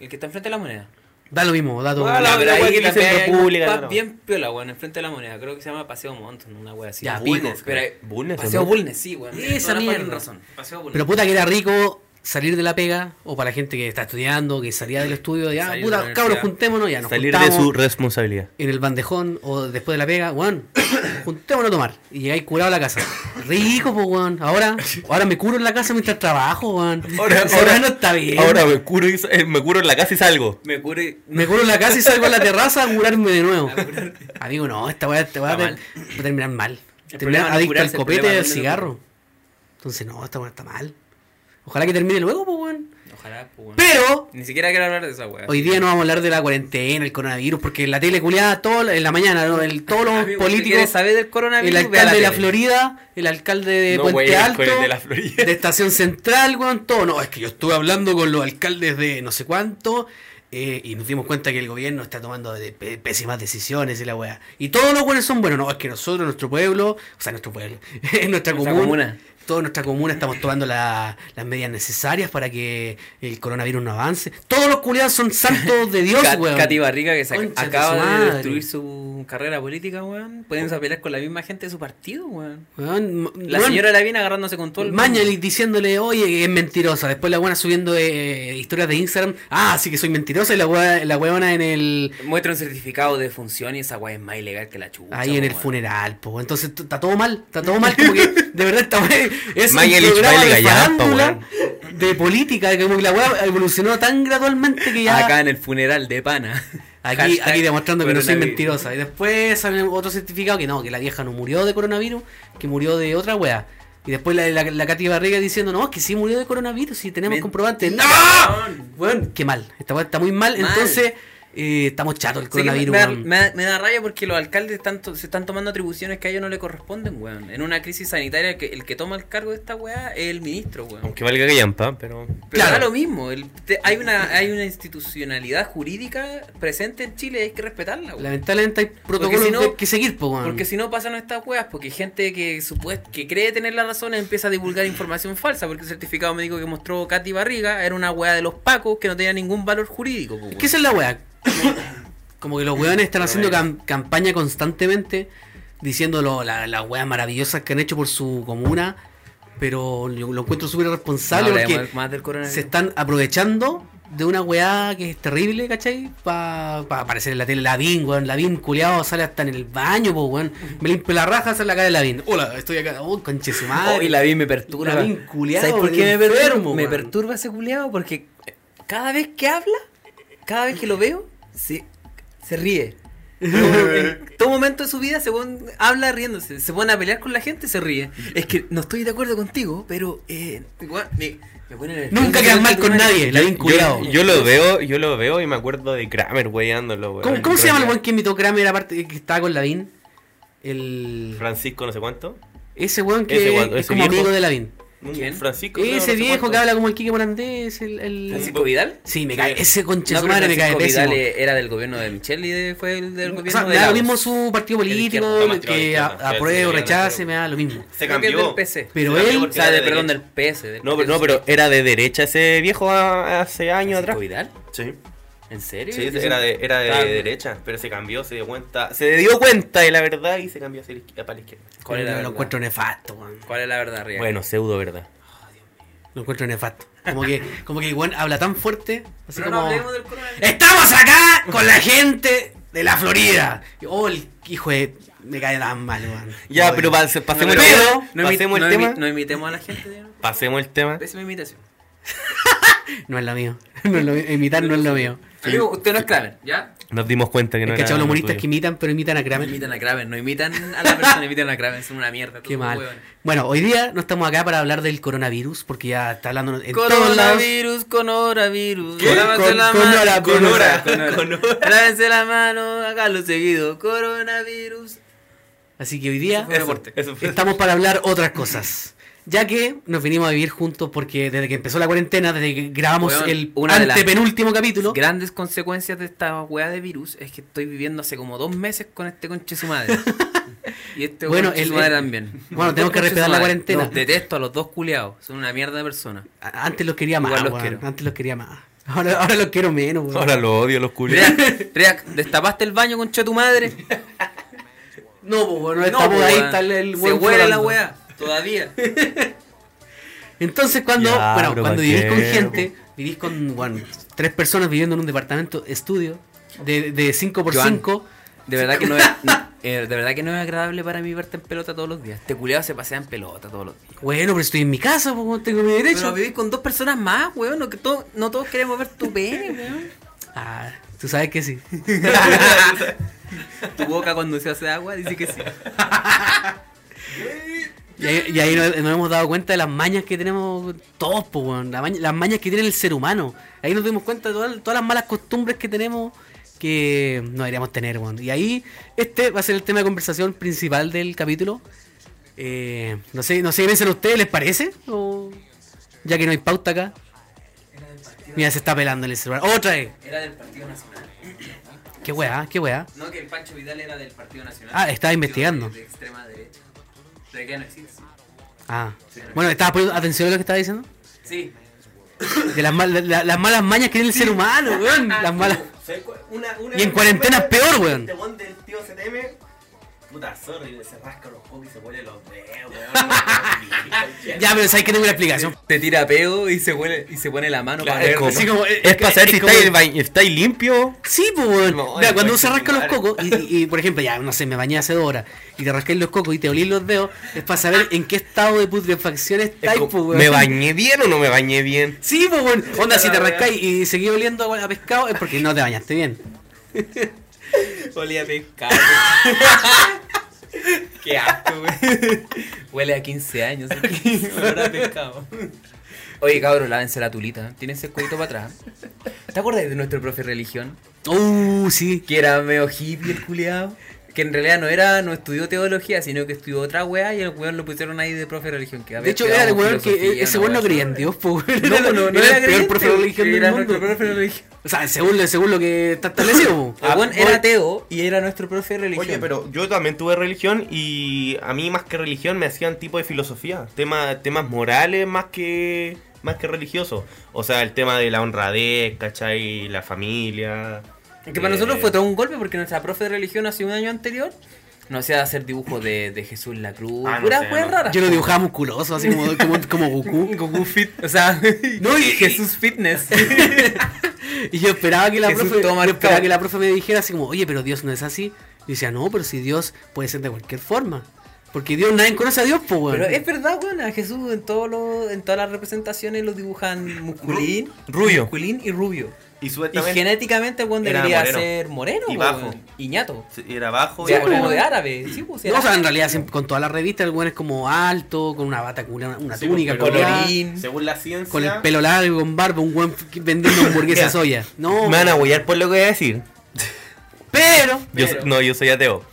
Speaker 1: El que está enfrente de la moneda.
Speaker 2: Da lo mismo, da todo.
Speaker 3: Ah, la-
Speaker 1: Ya, pero
Speaker 3: la
Speaker 1: ahí
Speaker 3: wea que le
Speaker 1: también
Speaker 3: dicen
Speaker 1: hay un
Speaker 3: República,
Speaker 1: pub
Speaker 3: no, no.
Speaker 1: bien piola, weón, enfrente de la moneda. Creo que se llama Paseo Mont, una wea así.
Speaker 2: Ya,
Speaker 1: Bulnes,
Speaker 2: pico,
Speaker 1: pero hay-
Speaker 3: Bulnes, ¿o
Speaker 1: Paseo
Speaker 3: no?
Speaker 1: Bulnes, sí, weón.
Speaker 2: Esa
Speaker 1: Toda la
Speaker 2: mierda.
Speaker 1: fucking razón. Paseo Bulnes.
Speaker 2: Pero puta que era rico salir de la pega, o para la gente que está estudiando, que salía del estudio, ya,
Speaker 1: Salir de la
Speaker 2: puta,
Speaker 1: universidad.
Speaker 2: cabros, juntémonos, ya nos
Speaker 3: Salir de
Speaker 2: juntamos
Speaker 3: su responsabilidad.
Speaker 2: en el bandejón o después de la pega, weón, juntémonos a tomar. Y llegáis curado a la casa. Rico, pues, weón. Ahora, ahora me curo en la casa mientras trabajo, weón.
Speaker 3: Ahora-
Speaker 2: Esa
Speaker 3: ahora-
Speaker 2: weá no está bien.
Speaker 3: Ahora me curo, y sa- eh, me curo en la casa y salgo.
Speaker 1: Me cure.
Speaker 2: Me curo en la casa y salgo a la terraza a curarme de nuevo. Amigo, no, esta weá te va a,
Speaker 1: Está
Speaker 2: ter- va a terminar mal.
Speaker 1: problema
Speaker 2: Terminar
Speaker 1: no es
Speaker 2: adicto
Speaker 1: curarse,
Speaker 2: al
Speaker 1: el
Speaker 2: copete
Speaker 1: problema
Speaker 2: y al
Speaker 1: es no
Speaker 2: cigarro. Entonces, no, esta weá está mal. Ojalá que termine luego, pues, weón.
Speaker 1: Ojalá, pues, weón.
Speaker 2: Pero,
Speaker 1: Ni siquiera quiero hablar de esa wea.
Speaker 2: Hoy día no vamos a hablar de la cuarentena, el coronavirus, porque la tele culiada todo, en la mañana, ¿no? el, todos los
Speaker 1: Amigo, si quieres
Speaker 2: políticos,
Speaker 1: saber del
Speaker 2: Ah, el
Speaker 1: coronavirus, ve a
Speaker 2: alcalde de la
Speaker 1: tele.
Speaker 2: Florida, el alcalde de Eh,
Speaker 3: No,
Speaker 2: Puente
Speaker 3: güey, el
Speaker 2: Alto,
Speaker 3: alcalde de la Florida.
Speaker 2: de Estación Central, weón, todo. No, es que yo estuve hablando con los alcaldes de no sé cuánto eh, y nos dimos cuenta que el gobierno está tomando de pe- pésimas decisiones y la weá. Y todos los buenos son buenos, no, es que nosotros, nuestro pueblo, o sea, nuestro pueblo, en nuestra,
Speaker 1: Nuestra
Speaker 2: comuna,
Speaker 1: comuna.
Speaker 2: toda nuestra comuna estamos tomando la- las medidas necesarias para que el coronavirus no avance. Todos los culiados son santos de Dios,
Speaker 1: Ca-
Speaker 2: weón.
Speaker 1: Katy Barriga que se ac-
Speaker 2: Concha de
Speaker 1: acaba
Speaker 2: su
Speaker 1: de
Speaker 2: madre.
Speaker 1: destruir su carrera política, weón. Pueden pelear con la misma gente de su partido, weón.
Speaker 2: Weón,
Speaker 1: La
Speaker 2: weón,
Speaker 1: señora la viene agarrándose con todo el mundo.
Speaker 2: Mañalich diciéndole, oye, que es mentirosa. Después la buena subiendo eh, historias de Instagram. Ah, sí que soy mentirosa. Y la, hue- la huevona en el.
Speaker 1: Muestra un certificado de función y esa weá es más ilegal que la chucha.
Speaker 2: Ahí en el
Speaker 1: weón.
Speaker 2: funeral, po. Entonces t- está todo mal, está todo mal. Como que de verdad está Es un
Speaker 3: Mañalich
Speaker 2: programa
Speaker 3: baila
Speaker 2: de
Speaker 3: gallampa,
Speaker 2: farándula, de política. que Como que la hueá evolucionó tan gradualmente que ya.
Speaker 1: Acá en el funeral de pana.
Speaker 2: Aquí,
Speaker 1: Hashtag
Speaker 2: aquí demostrando que no soy
Speaker 1: coronavirus.
Speaker 2: mentirosa. Y después sale otro certificado que no, que la vieja no murió de coronavirus, que murió de otra wea. Y después la, la, la Katy Barriga diciendo, no, es que sí murió de coronavirus y tenemos
Speaker 1: Mentira, ¡Ah!
Speaker 2: comprobantes. ¡No!
Speaker 1: weón.
Speaker 2: Bueno, qué mal. Esta wea está muy mal.
Speaker 1: Mal.
Speaker 2: Entonces, eh, estamos chatos del
Speaker 1: Sí, que me,
Speaker 2: coronavirus,
Speaker 1: me da-
Speaker 2: weón.
Speaker 1: me da- me da rabia porque los alcaldes están to- se están tomando atribuciones que a ellos no le corresponden, weón. En una crisis sanitaria, el que, el que toma el cargo de esta weá es el ministro, weón.
Speaker 3: Aunque valga que llampa, pero.
Speaker 1: Pero
Speaker 2: Claro.
Speaker 1: da lo mismo, el- te- hay, una, hay una institucionalidad jurídica presente en Chile y hay que respetarla, weón.
Speaker 2: Lamentablemente hay protocolos
Speaker 1: si no-
Speaker 2: que- que seguir, po, weón.
Speaker 1: Porque si no pasan estas weas, porque hay gente que supuest que cree tener la razón empieza a divulgar información falsa, porque el certificado médico que mostró Katy Barriga era una wea de los pacos que no tenía ningún valor jurídico. po, weón.
Speaker 2: ¿Qué es la weá? Como que los weones están haciendo cam- campaña constantemente diciendo lo- la- las weas maravillosas que han hecho por su comuna, pero yo lo encuentro súper irresponsable
Speaker 1: No hablemos
Speaker 2: porque
Speaker 1: más del coronavirus.
Speaker 2: se están aprovechando de una weá que es terrible, ¿cachai? Para aparecer en la tele Lavín, weón. Lavín, culiado, sale hasta en el baño, po, weón. Me limpio la raja, sale la cara de Lavín. Hola, estoy acá. Oh, conche su madre.
Speaker 1: Oh, y la vi me perturba.
Speaker 2: La vi culiao,
Speaker 1: ¿Sabes por qué me
Speaker 2: enfermo,
Speaker 1: perturba? Me
Speaker 2: weón.
Speaker 1: perturba ese culeado porque cada vez que habla, cada vez que lo veo, se, se ríe. En todo momento de su vida se pone- habla riéndose, se pone a pelear con la gente y se ríe. Es que no estoy de acuerdo contigo, pero eh, igual me, me pone nervioso.
Speaker 2: Nunca quedas mal con nadie, Lavín, culiado.
Speaker 3: Yo, yo lo veo, yo lo veo y me acuerdo de Kramer weyándolo, weón.
Speaker 2: ¿Cómo, cómo se
Speaker 3: Pero
Speaker 2: llama el
Speaker 3: ya-
Speaker 2: weón que invitó Kramer aparte que estaba con Lavín? El.
Speaker 3: Francisco no sé cuánto.
Speaker 2: Ese weón que
Speaker 3: Ese weón,
Speaker 2: es
Speaker 3: ese
Speaker 2: como
Speaker 3: viejo.
Speaker 2: amigo de Lavín.
Speaker 1: ¿Quién?
Speaker 3: Francisco. creo, no
Speaker 2: Ese
Speaker 3: sé
Speaker 2: viejo
Speaker 3: cuánto.
Speaker 2: que habla como el Quique Morandés, el... el-
Speaker 1: Francisco Vidal.
Speaker 2: Sí, me cae.
Speaker 3: Sí.
Speaker 2: Ese conche
Speaker 1: No,
Speaker 2: su
Speaker 1: pero
Speaker 2: madre me cae
Speaker 1: Francisco
Speaker 2: pésimo.
Speaker 1: Vidal eh, era del gobierno de Michelle y de- fue el del
Speaker 2: O
Speaker 1: gobierno
Speaker 2: sea,
Speaker 1: de
Speaker 2: me da lo
Speaker 1: Lagos.
Speaker 2: mismo su partido
Speaker 1: El izquierdo,
Speaker 2: político,
Speaker 3: toma, tira,
Speaker 2: que a-
Speaker 3: izquierda,
Speaker 2: apruebe o
Speaker 3: sí,
Speaker 2: rechace,
Speaker 3: pero-
Speaker 2: me da lo mismo.
Speaker 3: Se
Speaker 1: Creo que el
Speaker 3: cambió.
Speaker 1: del PC.
Speaker 2: Pero
Speaker 3: cambió
Speaker 2: él-
Speaker 1: O
Speaker 3: porque
Speaker 1: sea,
Speaker 3: era
Speaker 1: de,
Speaker 3: de
Speaker 1: perdón, del
Speaker 3: derecha.
Speaker 1: PS. del
Speaker 3: No, pero, no,
Speaker 1: PS.
Speaker 3: pero era de derecha ese viejo a- hace años
Speaker 1: ¿Francisco
Speaker 3: atrás.
Speaker 1: Vidal?
Speaker 3: Sí.
Speaker 1: ¿En serio?
Speaker 3: Sí, era de, era de
Speaker 1: Ah,
Speaker 3: derecha, pero se cambió, se dio cuenta, se dio cuenta de la verdad y se cambió hacia la izquierda, para la izquierda.
Speaker 1: ¿Cuál es la
Speaker 2: Pero Lo
Speaker 1: verdad?
Speaker 2: encuentro nefasto, weón.
Speaker 1: ¿Cuál es la verdad, Rian?
Speaker 3: Bueno, pseudo verdad.
Speaker 2: Lo encuentro nefasto. Como que, como que el weón habla tan fuerte, así
Speaker 1: Pero no
Speaker 2: como...
Speaker 1: hablemos del
Speaker 3: Eh,
Speaker 1: coronavirus.
Speaker 2: ¡Estamos acá con la gente de la Florida! Y, Oh, el hijo de... Me cae tan mal, weón.
Speaker 3: Ya,
Speaker 2: Joder.
Speaker 3: pero pas- pasemos el
Speaker 2: pero-
Speaker 3: tema.
Speaker 1: No, imi-
Speaker 3: pasemos
Speaker 1: no
Speaker 3: el
Speaker 1: imi-
Speaker 3: tema.
Speaker 1: no imitemos a la gente. ¿no?
Speaker 3: Pasemos el tema.
Speaker 1: Pésima imitación.
Speaker 2: No es lo mío. No es lo mío. Imitar no es lo mío.
Speaker 1: Amigo, usted no es Kramer, ¿ya?
Speaker 3: Nos dimos cuenta que no
Speaker 2: Es que
Speaker 3: era.
Speaker 2: chavos los
Speaker 3: lo
Speaker 2: humoristas
Speaker 3: tuyo.
Speaker 2: que imitan, pero imitan a Kramer.
Speaker 1: Imitan a Kramer, no imitan a la persona, imitan a Kramer, son una mierda.
Speaker 2: Qué
Speaker 1: todos
Speaker 2: mal.
Speaker 1: huevones.
Speaker 2: Bueno, hoy día no estamos acá para hablar del coronavirus, porque ya está hablando en todos lados.
Speaker 1: Coronavirus, coronavirus.
Speaker 3: ¿Qué?
Speaker 1: lávense
Speaker 3: Con- pues,
Speaker 1: la
Speaker 2: con
Speaker 1: mano,
Speaker 2: hora,
Speaker 1: con
Speaker 2: con
Speaker 1: hora,
Speaker 3: hora,
Speaker 1: con hora. Lávense la mano, hágalo seguido. Coronavirus.
Speaker 2: Así que hoy día
Speaker 1: Eso.
Speaker 3: Eso, eso fue.
Speaker 2: estamos para hablar otras cosas. Ya que nos vinimos a vivir juntos porque desde que empezó la cuarentena, desde que grabamos
Speaker 1: Weón,
Speaker 2: el
Speaker 1: una de las
Speaker 2: antepenúltimo capítulo,
Speaker 1: Grandes consecuencias de esta weá de virus es que estoy viviendo hace como dos meses con este conche su madre. y este
Speaker 2: Bueno,
Speaker 1: conche
Speaker 2: el-
Speaker 1: su madre
Speaker 2: el-
Speaker 1: también.
Speaker 2: bueno, tenemos que
Speaker 1: Conche
Speaker 2: respetar
Speaker 1: su
Speaker 2: la
Speaker 1: madre.
Speaker 2: cuarentena.
Speaker 1: Los detesto a los dos culiados. Son una mierda de personas.
Speaker 2: a- antes los quería más,
Speaker 1: Igual los
Speaker 2: weón,
Speaker 1: quiero.
Speaker 2: antes los quería más. Ahora, ahora los quiero menos, weón.
Speaker 3: Ahora lo odio los culiados.
Speaker 1: Reac, Reac, ¿destapaste el baño, concha de tu madre?
Speaker 2: No, pues, weón, no estamos
Speaker 1: po,
Speaker 2: ahí,
Speaker 1: weón.
Speaker 2: está el, el
Speaker 1: Se
Speaker 2: weón
Speaker 1: huele la
Speaker 2: flotando.
Speaker 1: weá, todavía.
Speaker 2: Entonces cuando,
Speaker 3: Ya,
Speaker 2: bueno,
Speaker 3: pero
Speaker 2: cuando vivís con
Speaker 3: cualquiera,
Speaker 2: gente, vivís con bueno, tres personas viviendo en un departamento estudio de, de 5 por
Speaker 1: Joan.
Speaker 2: 5
Speaker 1: De verdad que no es, no, eh, de verdad que no es agradable para mí verte en pelota todos los días. Este culiado se pasea en pelota todos los días.
Speaker 2: bueno, pero estoy en mi casa, pues, tengo mi derecho.
Speaker 1: Pero vivís con dos personas más, weón. No, que to- no todos queremos ver tu pene, weón.
Speaker 2: Ah, tú sabes que sí.
Speaker 1: Tu boca cuando se hace agua dice que sí.
Speaker 2: Y ahí, y ahí nos, nos hemos dado cuenta de las mañas que tenemos todos, pues, weón, la maña- las mañas que tiene el ser humano. Ahí nos dimos cuenta de todas, todas las malas costumbres que tenemos que no deberíamos tener, weón. Y ahí este va a ser el tema de conversación principal del capítulo. Eh, no sé, no sé qué piensan ustedes, ¿les parece? O- ya que no hay pauta acá. Mira, se está pelando en el celular. ¡Otra vez!
Speaker 1: Era del Partido Nacional.
Speaker 2: ¡Qué weá, qué weá!
Speaker 1: No, que el Pancho Vidal era del Partido Nacional.
Speaker 2: Ah, estaba investigando.
Speaker 1: De extrema derecha. De que no existe.
Speaker 2: Ah. Bueno, ¿estabas poniendo atención a lo que estaba diciendo?
Speaker 1: Sí.
Speaker 2: De las, mal- la- las malas mañas que tiene el ser humano, weón. Las malas.
Speaker 3: Una- una-
Speaker 2: Y en cuarentena es peor, weón.
Speaker 3: Este weón del tío CTM. Puta, sorry, se rasca los cocos y se huele los dedos, weón.
Speaker 2: Ya, pero sabes que tengo una explicación.
Speaker 1: Te tira peo y se, huele, y se pone la mano
Speaker 3: Claro,
Speaker 1: para ver.
Speaker 3: es como-
Speaker 2: Así como- eh, es-
Speaker 3: Es para saber
Speaker 2: es
Speaker 3: si
Speaker 2: como-
Speaker 3: estáis baño- estáis limpio.
Speaker 2: Sí, pues, weón.
Speaker 3: No,
Speaker 2: Mira,
Speaker 3: el
Speaker 2: cuando
Speaker 3: weón
Speaker 2: uno se
Speaker 3: se
Speaker 2: rasca los
Speaker 3: madre.
Speaker 2: cocos, y, y- y, por ejemplo, ya, no sé, me bañé hace dos horas, y te rascáis los cocos y te olís los dedos, es para saber en qué estado de putrefacción
Speaker 3: Es
Speaker 2: estáis,
Speaker 3: como,
Speaker 2: pues, weón.
Speaker 3: ¿Me bañé bien o no me bañé bien?
Speaker 2: Sí, pues, weón. Onda, si te rascáis y seguís oliendo a pescado, es porque no te bañaste bien.
Speaker 1: Huele a pescado. Qué asco, güey. Huele a 15 años. ¿eh? Huele a pescado. Oye, cabrón, lávense la tulita. Tienes el cuello para atrás. ¿Te acuerdas de nuestro profe de religión?
Speaker 2: Uh, sí.
Speaker 1: Que era medio hippie el culiado. Que en realidad no era, no estudió teología, sino que estudió otra weá y el weón lo pusieron ahí de profe de religión. Que a
Speaker 2: De
Speaker 1: ver,
Speaker 2: hecho,
Speaker 1: te
Speaker 2: era el
Speaker 1: damos
Speaker 2: weón que eh,
Speaker 1: filosofía,
Speaker 2: ese
Speaker 1: una
Speaker 2: weón no
Speaker 1: weá
Speaker 2: creía en
Speaker 1: así.
Speaker 2: Dios, po, weón.
Speaker 1: No, no, no, no
Speaker 2: era
Speaker 1: era
Speaker 2: el peor
Speaker 1: creyente,
Speaker 2: profe de religión
Speaker 1: Era
Speaker 2: del
Speaker 1: nuestro
Speaker 2: mundo.
Speaker 1: profe de religión.
Speaker 2: O sea, según, según lo que está establecido, po.
Speaker 1: El weón
Speaker 2: Ah,
Speaker 1: era
Speaker 2: oye,
Speaker 1: ateo y era nuestro profe de religión.
Speaker 3: Oye, pero yo también tuve religión y a mí más que religión me hacían tipo de filosofía, tema, temas morales más que más que religiosos. O sea, el tema de la honradez, ¿cachai? La familia.
Speaker 1: Que para
Speaker 3: eh,
Speaker 1: nosotros fue todo un golpe porque nuestra profe de religión hace un año anterior nos hacía hacer dibujos de, de Jesús en la cruz.
Speaker 3: Ah, no
Speaker 1: puras
Speaker 3: sé,
Speaker 1: weas
Speaker 3: no.
Speaker 1: raras.
Speaker 2: Yo lo dibujaba musculoso, así como, como, como Goku.
Speaker 1: Goku Fit. O sea,
Speaker 2: No, y-
Speaker 1: Jesús Fitness.
Speaker 2: Y yo esperaba que la
Speaker 1: Jesús
Speaker 2: profe,
Speaker 1: todo
Speaker 2: yo esperaba
Speaker 1: marcado.
Speaker 2: que la profe me dijera así como, oye, pero Dios no es así. Y decía, no, pero si Dios puede ser de cualquier forma. Porque Dios, nadie conoce a Dios, pues, weón.
Speaker 1: Pero es verdad, weón, a Jesús en, todos los- en todas las representaciones lo dibujan musculín,
Speaker 3: rubio.
Speaker 1: musculín y rubio.
Speaker 3: Y
Speaker 1: Y
Speaker 3: supuestamente
Speaker 1: genéticamente el weón
Speaker 3: Era
Speaker 1: debería
Speaker 3: moreno.
Speaker 1: ser moreno,
Speaker 3: Y
Speaker 1: weón,
Speaker 3: bajo.
Speaker 1: y ñato.
Speaker 3: era bajo
Speaker 1: O sea,
Speaker 3: y moreno.
Speaker 1: como de árabe, sí, pues,
Speaker 2: No,
Speaker 1: era
Speaker 2: o sea, en realidad siempre- con toda la revista el weón es como alto, con una bata, con una, una
Speaker 3: Sí,
Speaker 2: túnica,
Speaker 3: pero
Speaker 2: colorada,
Speaker 1: colorín.
Speaker 3: Según la ciencia.
Speaker 2: con el pelo largo, con barba, un weón que- vendiendo hamburguesas
Speaker 3: Mira,
Speaker 2: soya. No,
Speaker 3: Me van a huear por lo que voy a decir.
Speaker 2: pero
Speaker 3: Yo,
Speaker 1: Pero-
Speaker 3: no, yo soy ateo.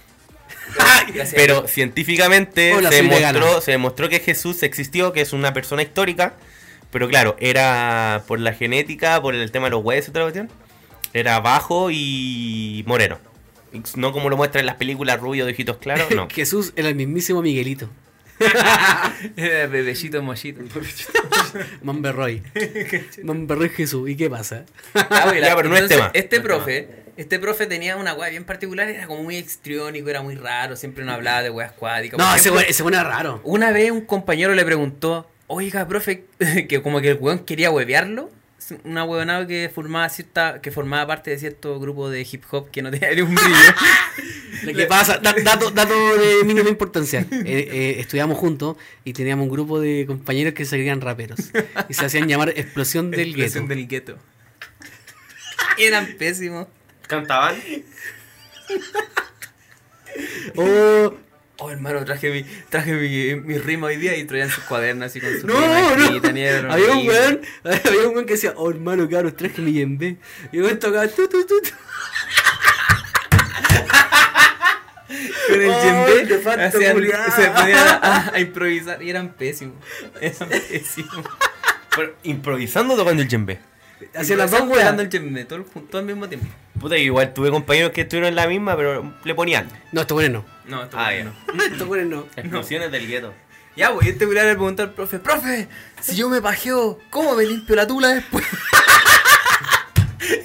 Speaker 1: Gracias.
Speaker 3: Pero científicamente
Speaker 2: Hola,
Speaker 3: se,
Speaker 2: soy vegano.
Speaker 3: demostró, se demostró que Jesús existió, que es una persona histórica. Pero claro, era por la genética, por el tema de los huesos y otra cuestión. Era bajo y moreno. Y No como lo muestran en las películas, rubio, de ojitos claros, no.
Speaker 2: Jesús era el mismísimo Miguelito,
Speaker 1: Eh, Bebellito mollito.
Speaker 2: Mamberroy. Mamberroy Jesús, ¿y qué pasa?
Speaker 1: Ya, güey, la-
Speaker 3: Ya, pero no es
Speaker 1: entonces,
Speaker 3: tema.
Speaker 1: Este
Speaker 3: No es
Speaker 1: profe, este profe tenía una weá bien particular, era como muy extriónico, era muy raro, siempre no hablaba de weas cuádicas.
Speaker 2: No,
Speaker 1: Por
Speaker 2: ese
Speaker 1: ejemplo,
Speaker 2: weón, ese weón era
Speaker 3: Uh,
Speaker 2: raro.
Speaker 1: Una vez un compañero le preguntó, oiga, profe, que como que el weón quería huevearlo. es Una huevonada que formaba cierta, que formaba parte de cierto grupo de hip hop que no tenía ni un brillo.
Speaker 2: Lo que pasa, da- dato, dato de mínima importancia. Eh, eh, estudiamos juntos y teníamos un grupo de compañeros que se creían raperos. Y se hacían llamar Explosión del
Speaker 1: Expresión
Speaker 2: Gueto.
Speaker 1: del gueto. Eran pésimos.
Speaker 3: ¿Cantaban?
Speaker 2: Oh,
Speaker 1: Oh, hermano, traje mi, traje mi, mi rima hoy día y traían sus cuadernos así con su
Speaker 2: no,
Speaker 1: rima
Speaker 2: no.
Speaker 1: escrita, ni era
Speaker 2: Había un
Speaker 1: horrible.
Speaker 2: weón, había un weón que decía, oh hermano, cabrón, traje mi yembe. Y el weón tocaba tu, tu, tu, tu.
Speaker 1: con el
Speaker 2: ¡Ay,
Speaker 1: djembe,
Speaker 2: te falta
Speaker 1: hacían-
Speaker 2: culiao!
Speaker 1: se ponían a, a improvisar y eran pésimos. Eran pésimos.
Speaker 3: Pero improvisando tocando el djembe.
Speaker 2: Hacía las dos
Speaker 1: Estaban
Speaker 2: weas.
Speaker 1: tocando el djembe, todo, el jun- todo al mismo tiempo.
Speaker 3: Puta, igual tuve compañeros que estuvieron en la misma, pero le ponían.
Speaker 2: No, estos weones no.
Speaker 1: No, esto
Speaker 3: Ah,
Speaker 1: bueno,
Speaker 3: ya.
Speaker 1: no.
Speaker 2: Estos weones no.
Speaker 3: Explosiones del gueto.
Speaker 1: Ya, güey, este culiao le preguntó al profe, profe, si yo me bajeo, ¿cómo me limpio la tula después?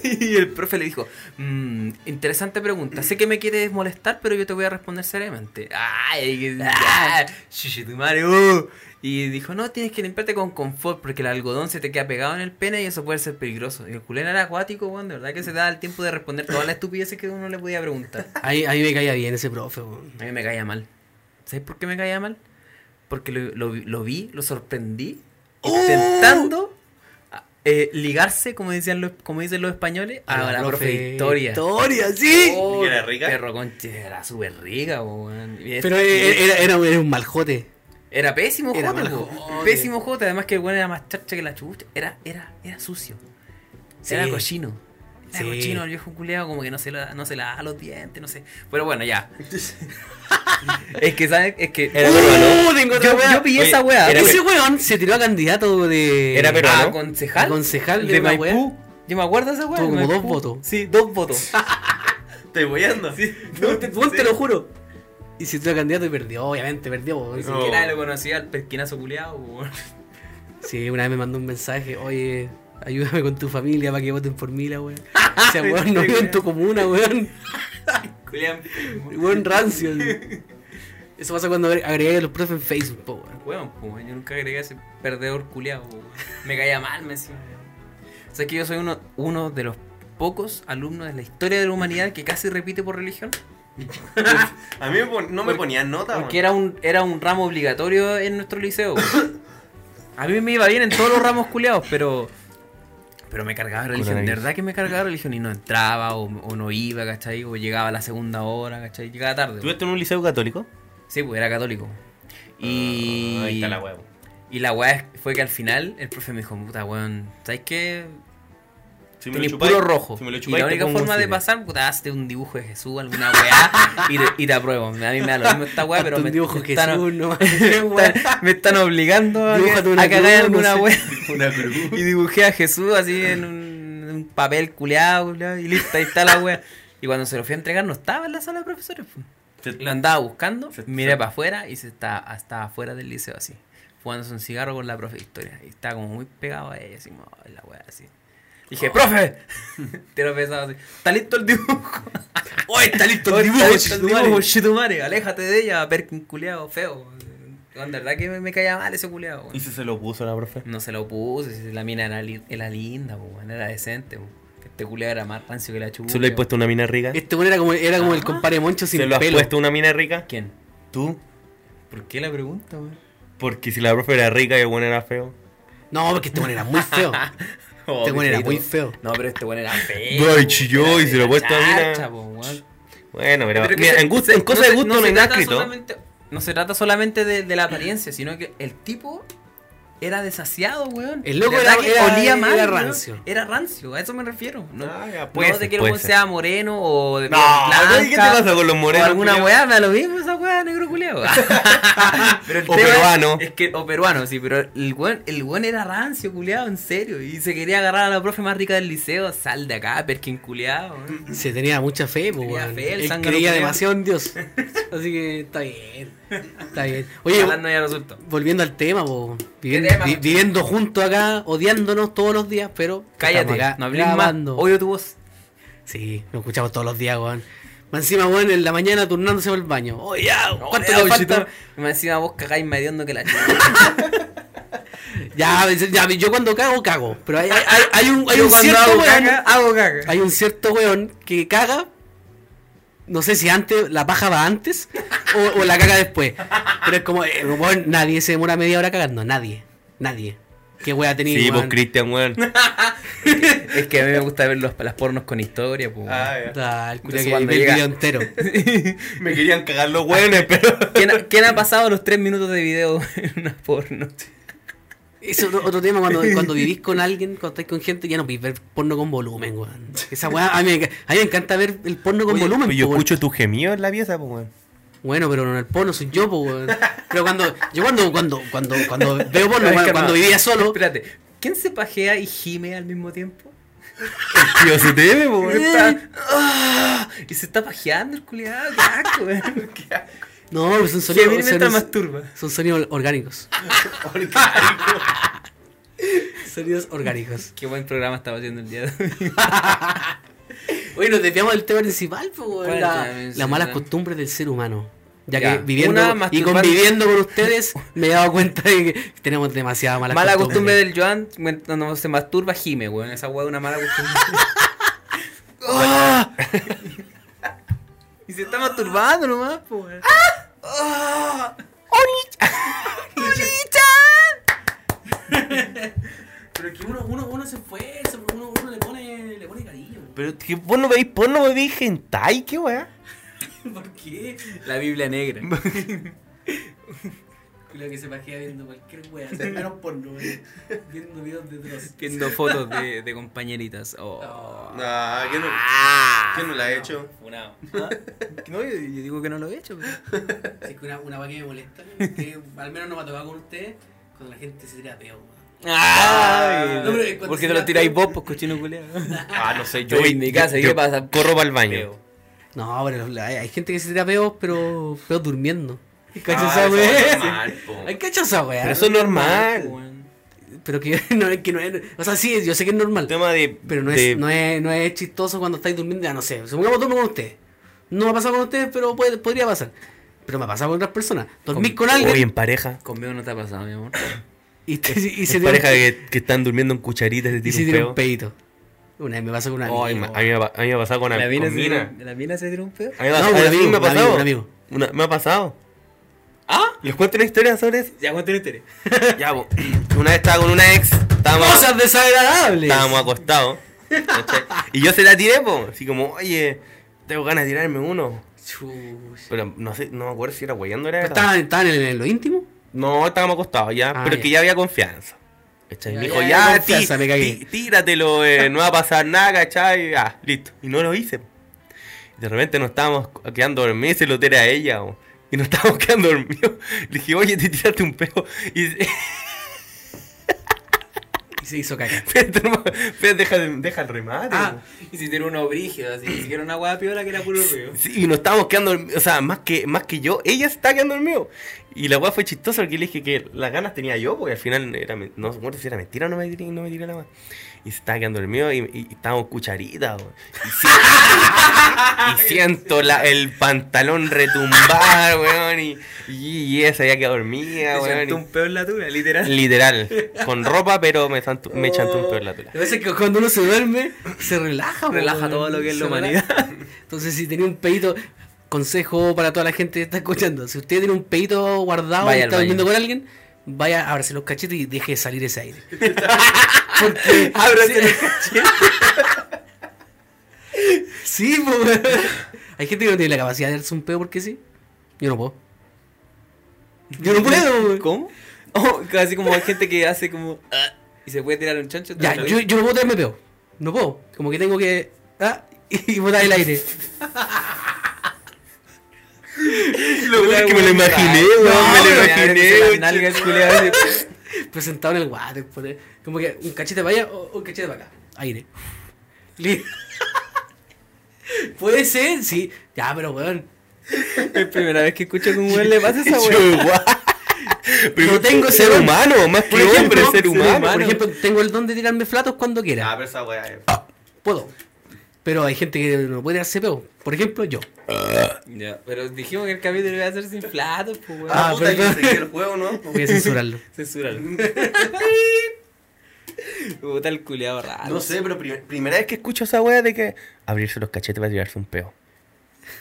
Speaker 1: y el profe le dijo, "Mm, interesante pregunta, sé que me quieres molestar, pero yo te voy a responder seriamente. Ay, que- ah, chuche tu madre, uh. Y dijo, no, tienes que limpiarte con confort, porque el algodón se te queda pegado en el pene y eso puede ser peligroso. Y el culén era acuático, weón, de verdad que se da el tiempo de responder todas las estupideces que uno le podía preguntar.
Speaker 2: Ahí, ahí me caía bien ese profe, weón.
Speaker 1: A mí me caía mal. ¿Sabes por qué me caía mal? Porque lo, lo vi- lo vi, lo sorprendí,
Speaker 2: ¡Oh!
Speaker 1: intentando a- eh, ligarse, como, decían los, como dicen los españoles, a, Ah, la profe, Victoria.
Speaker 2: Victoria, sí.
Speaker 1: Oh,
Speaker 3: ¿Y era rica?
Speaker 1: Perro conche, era súper rica, po, weón. Y
Speaker 2: Pero
Speaker 1: este-
Speaker 2: eh, era, era, era un maljote.
Speaker 1: era pésimo
Speaker 2: era
Speaker 1: jote,
Speaker 2: mal
Speaker 1: po.
Speaker 2: jote.
Speaker 1: Pésimo jote, además que el weón era más charcha que la chucha. Era, era, era sucio.
Speaker 2: Sí.
Speaker 1: Era cochino. Era
Speaker 2: Sí.
Speaker 1: cochino, el viejo culeado como que no se, la, no se lava los dientes, no sé. Pero bueno, ya. es que, ¿sabes? Es que...
Speaker 3: Era peruano.
Speaker 2: Uh, tengo
Speaker 1: Yo, yo pillé
Speaker 3: Oye,
Speaker 1: esa weá.
Speaker 3: era-
Speaker 2: Ese weón se tiró a candidato de.
Speaker 3: Era peruano.
Speaker 1: Ah, concejal.
Speaker 2: A concejal
Speaker 1: de,
Speaker 2: de una
Speaker 1: Maipú. Yo me acuerdo de esa weá.
Speaker 2: Tuvo
Speaker 1: de
Speaker 2: como
Speaker 1: Maipú.
Speaker 2: dos votos.
Speaker 1: Sí, dos votos.
Speaker 3: Estoy hueando.
Speaker 2: No, te, vos te lo juro. Y se tiró a candidato y perdió, obviamente, perdió. weón.
Speaker 1: Ni
Speaker 3: No.
Speaker 1: siquiera lo conocía al pesquinazo culeado. weón.
Speaker 2: Sí, una vez me mandó un mensaje, oye, ayúdame con tu familia para que voten por mí, la weón. O sea, weón, no vivo en tu comuna, weón.
Speaker 1: Culeado.
Speaker 2: Weón rancio. así. Eso pasa cuando agregáis a los profes en Facebook, po, weón.
Speaker 1: Weón, po, weón, yo nunca agregué a ese perdedor culeado. Me caía mal, me decía. O sea, que yo soy uno, uno de los pocos alumnos de la historia de la humanidad que casi repite por religión.
Speaker 3: A mí me pon- no me ponían nota,
Speaker 1: Porque era un, era un ramo obligatorio en nuestro liceo. weón. A mí me iba bien en todos los ramos culeados, pero. Pero me cargaba religión. De
Speaker 3: Coronavirus.
Speaker 1: verdad que me cargaba religión y no entraba o, o no iba, ¿cachai? O llegaba a la segunda hora, ¿cachai? Llegaba tarde.
Speaker 3: ¿Tú
Speaker 1: weón.
Speaker 3: estás en un liceo católico?
Speaker 1: Sí, pues era católico. Y.
Speaker 3: Ah, Ahí está la huevo.
Speaker 1: Y la weá es- fue que al final el profe me dijo, puta weón, ¿sabes qué?
Speaker 3: Si me lo
Speaker 1: Tenés
Speaker 3: chupáis-
Speaker 1: puro rojo.
Speaker 3: si me lo
Speaker 1: y
Speaker 3: chupáis,
Speaker 1: la
Speaker 3: te
Speaker 1: única
Speaker 3: pongo un
Speaker 1: forma de
Speaker 3: filete.
Speaker 1: pasar, puta, hazte un dibujo de Jesús, alguna weá, y te, y te apruebo. A mí me da lo mismo esta weá, pero
Speaker 2: Hazte un
Speaker 1: me,
Speaker 2: dibujo
Speaker 1: me
Speaker 2: que
Speaker 1: están,
Speaker 2: Jesús, no.
Speaker 1: me están- me están obligando a, que-
Speaker 2: Dibújate una
Speaker 1: a cagar
Speaker 2: cruz,
Speaker 1: alguna
Speaker 2: no sé.
Speaker 1: weá.
Speaker 4: Una cruz.
Speaker 1: Y dibujé a Jesús así en un, un papel culeado, y listo, ahí está la wea. Y cuando se lo fui a entregar no estaba en la sala de profesores. pues. po.
Speaker 3: Se-
Speaker 1: Lo andaba buscando,
Speaker 3: Se-
Speaker 1: miré
Speaker 3: se-
Speaker 1: para afuera y se está, estaba afuera del liceo así, fumándose un cigarro con la profe Victoria. Y estaba como muy pegado a ella, así, como, "Ay, la wea así. Dije, profe, te lo pensaba así, está listo el dibujo.
Speaker 2: ¡Oh, está listo
Speaker 1: Está
Speaker 2: el dibujo!
Speaker 1: listo el
Speaker 2: chetumare!
Speaker 1: dibujo, chetumare, aléjate de ella, perkin culeado, feo. Con verdad que me, me caía mal ese culeado.
Speaker 3: ¿Y si se lo puso la profe?
Speaker 1: No se lo puse, si la mina era, li- era linda, po, weón, era decente. po. Este culiao era más rancio que la chupa.
Speaker 3: ¿Se lo has puesto a una mina rica?
Speaker 2: Este weón era como, era como el
Speaker 1: Ah.
Speaker 2: compadre Moncho sin
Speaker 3: ¿Se lo has
Speaker 2: pelo.
Speaker 3: puesto a una mina rica?
Speaker 1: ¿Quién?
Speaker 3: ¿Tú?
Speaker 1: ¿Por qué la pregunta, weón?
Speaker 3: Porque si la profe era rica y el bueno era feo.
Speaker 2: No, porque este weón era muy feo. Este weón era muy feo.
Speaker 1: Oh, No, pero este weón era feo.
Speaker 3: Ay,
Speaker 1: po,
Speaker 3: chilló
Speaker 1: era
Speaker 3: y se
Speaker 1: de
Speaker 3: lo puesto a mina.
Speaker 1: charcha, po, weón.
Speaker 3: Bueno, pero,
Speaker 1: Pero que
Speaker 3: mira,
Speaker 1: se-
Speaker 3: en, gusto-
Speaker 1: se-
Speaker 3: en cosa
Speaker 1: no
Speaker 3: de
Speaker 1: se-
Speaker 3: gusto
Speaker 1: no
Speaker 3: no
Speaker 1: se
Speaker 3: hay nada
Speaker 1: trata
Speaker 3: escrito.
Speaker 1: solamente- No se trata solamente de, de la apariencia, sino que el tipo era desasiado, weón.
Speaker 2: El loco
Speaker 1: De verdad
Speaker 2: era-
Speaker 1: que
Speaker 2: era-
Speaker 1: olía mal.
Speaker 2: era
Speaker 1: weón.
Speaker 2: rancio.
Speaker 1: Era rancio, a eso me refiero. No,
Speaker 3: Ah, ya, puede
Speaker 1: no
Speaker 3: ser,
Speaker 1: de que el
Speaker 3: puede
Speaker 1: weón
Speaker 3: ser.
Speaker 1: sea moreno o de
Speaker 3: No,
Speaker 1: piel blanca.
Speaker 3: ¿qué te pasa con los morenos,
Speaker 1: O alguna
Speaker 3: culiao?
Speaker 1: weá, me da lo mismo esa weá, negro culiao. pero el
Speaker 3: O
Speaker 1: tema
Speaker 3: peruano.
Speaker 1: Es que, o peruano, sí, pero el weón, el weón era rancio, culiao, en serio. Y se quería agarrar a la profe más rica del liceo. Sal de acá, Perkin culiao. weón.
Speaker 2: Se tenía mucha fe, po,
Speaker 1: Tenía
Speaker 2: weón.
Speaker 1: fe, el
Speaker 2: Él
Speaker 1: zángano
Speaker 2: creía
Speaker 1: culiao.
Speaker 2: demasiado en Dios. Así que está bien. Está bien. Oye,
Speaker 1: Ojalá no haya resultado.
Speaker 2: volviendo al tema, po. Viviendo,
Speaker 1: tema?
Speaker 2: vi- viviendo juntos acá, odiándonos todos los días, pero.
Speaker 1: Cállate,
Speaker 2: estamos acá
Speaker 1: no hables más.
Speaker 2: grabando.
Speaker 1: Odio tu voz.
Speaker 2: Sí, lo escuchamos todos los días, weón. Más Encima, weón, en la mañana turnándose por el baño. ¡Oh, ya! ¿Cuánto
Speaker 1: Odio,
Speaker 2: te falta?
Speaker 1: falta- Me encima vos cagáis mediando que la chica.
Speaker 2: Ya, ya, yo cuando cago, cago. Pero hay, hay, hay- hay un, hay un cierto weón.
Speaker 1: hago caca.
Speaker 2: Hay un cierto weón que caga. No sé si antes la paja va antes o, o la caga después. Pero es como, eh, weón, nadie se demora media hora cagando. Nadie. Nadie. ¿Qué wea ha tenido?
Speaker 3: Sí, vos, Cristian, weón. Ah,
Speaker 1: Es que a mí me gusta ver los, las pornos con historia, pues.
Speaker 2: el culiao
Speaker 1: Entonces,
Speaker 2: que
Speaker 1: cuando
Speaker 2: ve el
Speaker 1: llega-
Speaker 2: video entero.
Speaker 3: Ah, Me querían cagar los weones, pero.
Speaker 1: ¿Quién ha, quién ha pasado los tres minutos de video en una porno?
Speaker 2: Es otro, otro tema cuando, cuando vivís con alguien, cuando estáis con gente, ya no podéis ver porno con volumen, weón. Esa weá, a mí, me enca- a mí me encanta ver el porno con
Speaker 3: Oye,
Speaker 2: volumen,
Speaker 3: pues yo
Speaker 2: po, weón.
Speaker 3: escucho tu gemido en la pieza, pues, weón.
Speaker 2: Bueno, pero no el porno soy yo, po, weón. Pero cuando, yo cuando, cuando, cuando, cuando veo porno,
Speaker 1: Es
Speaker 2: cuando,
Speaker 1: que
Speaker 2: cuando
Speaker 1: no.
Speaker 2: vivía solo,
Speaker 1: Espérate, ¿quién se pajea y gime al mismo tiempo?
Speaker 3: Tío, se te ve, po, weón.
Speaker 1: Está- ¡Ah! y se está pajeando el culiado, qué asco, weón.
Speaker 2: no, pero son
Speaker 1: Gemir
Speaker 2: sonidos,
Speaker 1: mientras
Speaker 2: son,
Speaker 1: masturba.
Speaker 2: son sonidos orgánicos. sonidos orgánicos.
Speaker 1: Qué buen programa estaba haciendo el día de hoy.
Speaker 2: Oye, nos desviamos del tema principal, po, weón,
Speaker 1: ¿Cuál
Speaker 2: la-
Speaker 1: tema
Speaker 2: Las
Speaker 1: principal?
Speaker 2: malas costumbres del ser humano. Ya,
Speaker 1: Ya,
Speaker 2: que viviendo
Speaker 1: una
Speaker 2: y
Speaker 1: masturbante.
Speaker 2: conviviendo con ustedes, me he dado cuenta de que tenemos demasiada mala
Speaker 1: mala costumbre del Joan, bueno, cuando se masturba, gime, weón. Esa weá es una mala costumbre.
Speaker 2: ¡Ah!
Speaker 1: y se está masturbando nomás, po, weón.
Speaker 2: Pero que uno, uno, uno se esfuerza, uno, uno le pone, le pone cariño.
Speaker 3: Pero que vos no veis porno, vos veis hentai, qué weón.
Speaker 2: ¿Por qué?
Speaker 1: La Biblia negra.
Speaker 2: Lo que se pajea viendo cualquier wea, se menos porno, wey. Viendo videos de Dross.
Speaker 1: Viendo fotos de, de compañeritas. Oh.
Speaker 4: Nah, ¿quién no,
Speaker 2: Ah.
Speaker 4: ¿quién no la ha hecho?
Speaker 1: Funado. No, yo, yo digo que no lo he hecho. pero-
Speaker 2: Si es que una, una wea que me molesta, que al menos no me ha tocado con ustedes, cuando la gente se tira peo, weón.
Speaker 1: Ay,
Speaker 2: No, pero es cuando
Speaker 1: ¿Por qué
Speaker 2: se
Speaker 1: te lo
Speaker 2: la-
Speaker 1: tiráis vos, pues cochino culeado?
Speaker 3: Ah, no sé,
Speaker 1: Estoy en mi casa, ¿y qué pasa?
Speaker 3: Corro para el baño.
Speaker 2: No, pero la- hay, hay gente que se tira peos, pero peos durmiendo. ¿Cachas
Speaker 4: Ah,
Speaker 2: esa
Speaker 4: eso es
Speaker 2: wea?
Speaker 4: normal, po.
Speaker 2: Hay cachas esa wea.
Speaker 3: Pero eso es normal.
Speaker 2: Pero que no es que no es. O sea, sí, yo sé que es normal.
Speaker 3: El tema de.
Speaker 2: Pero no es,
Speaker 3: de-
Speaker 2: no, es, no es chistoso cuando estáis durmiendo, ya no sé. Supongamos duermo con ustedes. No me ha pasado con ustedes, pero puede- podría pasar. Pero me ha pasado con otras personas. Dormís con, alguien
Speaker 3: Oye, en pareja.
Speaker 1: Conmigo no te ha pasado, mi amor.
Speaker 2: y, te- y se tira
Speaker 3: En
Speaker 2: un-
Speaker 3: pareja que, que están durmiendo en cucharitas de
Speaker 2: y
Speaker 3: tiro
Speaker 2: se tira un
Speaker 3: un peo.
Speaker 2: pedito. Una vez me pasó con una
Speaker 3: Ay, ma- a mí me ha pa- a mí me ha pasado con
Speaker 1: ¿La mina,
Speaker 3: con
Speaker 1: se
Speaker 3: mina.
Speaker 1: tiró, ¿La mina se tiró un pedo?
Speaker 3: A mí
Speaker 2: No,
Speaker 3: me ha-
Speaker 2: un
Speaker 3: a mí
Speaker 2: amigo,
Speaker 3: me ha
Speaker 2: un amigo,
Speaker 3: pasado.
Speaker 2: un amigo.
Speaker 3: Una- me ha pasado.
Speaker 1: ¿Ah?
Speaker 3: ¿Les cuento una historia sobre eso?
Speaker 1: Ya, cuéntale, Tere.
Speaker 3: ya, po. una vez estaba con una ex. Estábamos,
Speaker 2: ¡Cosas desagradables!
Speaker 3: estábamos acostados. ¿cachai? y yo se la tiré, po. Así como, oye, tengo ganas de tirarme uno.
Speaker 2: Chus.
Speaker 3: Pero no sé, no me acuerdo si era guayando era.
Speaker 2: ¿Pero ¿Estaban, estaban en, en lo íntimo?
Speaker 3: No, estábamos acostados ya.
Speaker 2: Ah,
Speaker 3: pero
Speaker 2: ya.
Speaker 3: que ya había confianza. ¿Cachai?
Speaker 1: Ya,
Speaker 3: Me
Speaker 1: ya,
Speaker 3: dijo,
Speaker 1: ya,
Speaker 3: ya,
Speaker 2: confianza,
Speaker 3: tí-
Speaker 2: me cagué".
Speaker 3: tí- tíratelo, eh, no va a pasar nada, ¿cachai? Ya, listo. Y no lo hice. De repente nos estábamos quedando dormidos, se lo tiré a ella, bo. y nos estábamos quedando dormidos. Le dije, oye, te tiraste un peo. Y
Speaker 2: Y se hizo caca.
Speaker 3: espérate, hermano, espérate, deja, el- deja el remate.
Speaker 1: Ah,
Speaker 3: bo.
Speaker 1: y si tiene uno brígido, así, ni siquiera una hueá piola que era puro feo.
Speaker 3: Sí, y nos estábamos quedando dormidos, o sea, más que, más que yo, ella se estaba quedando dormido. Y la weá fue chistosa porque le dije que las ganas tenía yo, porque al final era, men- no me acuerdo si era mentira o no me tiré, no me tiré la weá. Y se estaba quedando dormido y, y- y estábamos cucharitas, weón. Y, si- y siento la- el pantalón retumbar, weón. Y, y, y esa ya quedó dormida,
Speaker 1: Te
Speaker 3: weón.
Speaker 1: chantó un peor la tuya, literal.
Speaker 3: y- literal, con ropa, pero me, chantó- me chantó un peor la tula.
Speaker 2: Lo que pasa es que cuando uno se duerme, se relaja. po,
Speaker 1: Relaja
Speaker 2: weón.
Speaker 1: todo lo que es la
Speaker 2: Se relaja. Entonces, si tenía un pedito, consejo para toda la gente que está escuchando. Si usted tiene un pedito guardado
Speaker 1: Vaya
Speaker 2: y
Speaker 1: al
Speaker 2: está
Speaker 1: baño.
Speaker 2: durmiendo con alguien, vaya, ábrase los cachetes y deje de salir ese aire. Porque...
Speaker 1: Ábrase
Speaker 2: sí, sí, po, weón. Hay gente que no tiene la capacidad de darse un pedo porque sí. Yo no puedo. Yo no puedo, weón.
Speaker 1: ¿Cómo? Oh, casi como hay gente que hace como. ah, Y se puede tirar un chancho.
Speaker 2: Ya,
Speaker 1: ¿no?
Speaker 2: yo, yo no puedo tirarme peo. No puedo. Como que tengo que. Ah, y botar el aire.
Speaker 3: Lo
Speaker 1: Puta,
Speaker 3: es que me lo
Speaker 1: weón,
Speaker 3: imaginé,
Speaker 1: ay,
Speaker 3: weón. Me
Speaker 1: no, weón,
Speaker 3: lo imaginé,
Speaker 1: se las
Speaker 3: weón.
Speaker 1: nalgas, culiao, así.
Speaker 2: Presentado en el water. por ahí. Como que un cachete para allá o un cachete para acá. Aire. Li- Puede ser, sí. Ya, pero weón.
Speaker 1: Es primera vez que escucho que un weón le pasa esa weón.
Speaker 3: Chihuahua. Pero
Speaker 2: No tengo
Speaker 3: tengo ser
Speaker 2: weón.
Speaker 3: humano, más que
Speaker 2: Por ejemplo,
Speaker 3: hombre, ser
Speaker 2: ser
Speaker 3: humano.
Speaker 2: Por ejemplo, tengo el don de tirarme flatos cuando
Speaker 4: Ah,
Speaker 2: quiera.
Speaker 4: pero esa weá es.
Speaker 2: Puedo. Pero hay gente que no puede darse peo. Por ejemplo, yo.
Speaker 1: Ya, pero dijimos que el capítulo iba a ser sin platos, pues weón.
Speaker 4: Ah,
Speaker 2: Ah,
Speaker 4: puta, yo
Speaker 2: perdón.
Speaker 4: seguí el juego, ¿no?
Speaker 2: Voy a censurarlo.
Speaker 1: Censúralo. Puta el culiado raro.
Speaker 4: No sé, pero prim- primera
Speaker 3: Primera
Speaker 4: vez
Speaker 3: vez que escucho esa wea de que abrirse los cachetes para tirarse un peo.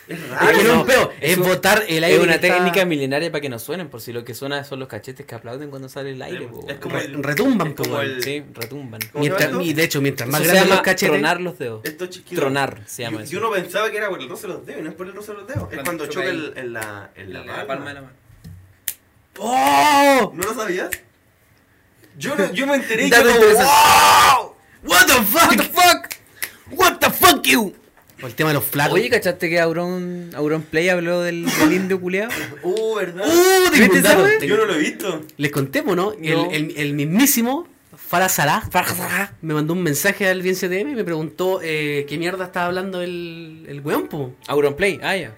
Speaker 4: que es
Speaker 2: es
Speaker 4: raro.
Speaker 2: que no es
Speaker 1: no,
Speaker 2: un peo. Es
Speaker 1: eso-
Speaker 2: botar el aire.
Speaker 1: es una
Speaker 2: que está-
Speaker 1: técnica milenaria para que no suenen, por si lo que suena son los cachetes que aplauden cuando sale el aire. po,
Speaker 4: Es
Speaker 1: weón.
Speaker 4: como el-
Speaker 2: Retumban,
Speaker 4: es como
Speaker 2: po,
Speaker 4: el-
Speaker 1: Sí, retumban.
Speaker 4: ¿Cómo se
Speaker 2: Mientras,
Speaker 4: llama esto?
Speaker 2: y de hecho, mientras más
Speaker 1: Eso se
Speaker 2: grandes
Speaker 1: llama
Speaker 2: los cachetes.
Speaker 1: tronar los dedos.
Speaker 4: Esto chiquito.
Speaker 1: Tronar se llama
Speaker 4: yo,
Speaker 1: eso.
Speaker 4: yo no pensaba que era por el roce de los dedos, y no es por el roce de los dedos. Es
Speaker 1: Cuando
Speaker 4: cuando choca
Speaker 1: choca ahí.
Speaker 4: el, en la, en la, palma.
Speaker 1: mano.
Speaker 2: ¡Oh!
Speaker 4: ¿No lo sabías? Yo, no, yo me enteré y yo
Speaker 1: Dato
Speaker 4: como,
Speaker 1: interesante.
Speaker 4: "Wow".
Speaker 2: What the fuck? What the fuck?
Speaker 3: What the fuck you?
Speaker 2: O el tema de los flacos.
Speaker 1: Ah, Oye, ¿cachaste que Auron, Auron Play habló del, del indio culeado?
Speaker 4: Uh, ¿verdad?
Speaker 2: ¡Uh! Tengo
Speaker 1: ¿Viste
Speaker 2: un
Speaker 1: esa
Speaker 2: dato.
Speaker 1: wea?
Speaker 2: Tengo-
Speaker 4: Yo no lo he visto.
Speaker 2: Les contemos, ¿no?
Speaker 1: No.
Speaker 2: El, el, el mismísimo Farah Salah Farah Salah, me mandó un mensaje al bien CDM y me preguntó eh, qué mierda estaba hablando el, el weón, po.
Speaker 1: Auron Play, ah, ya.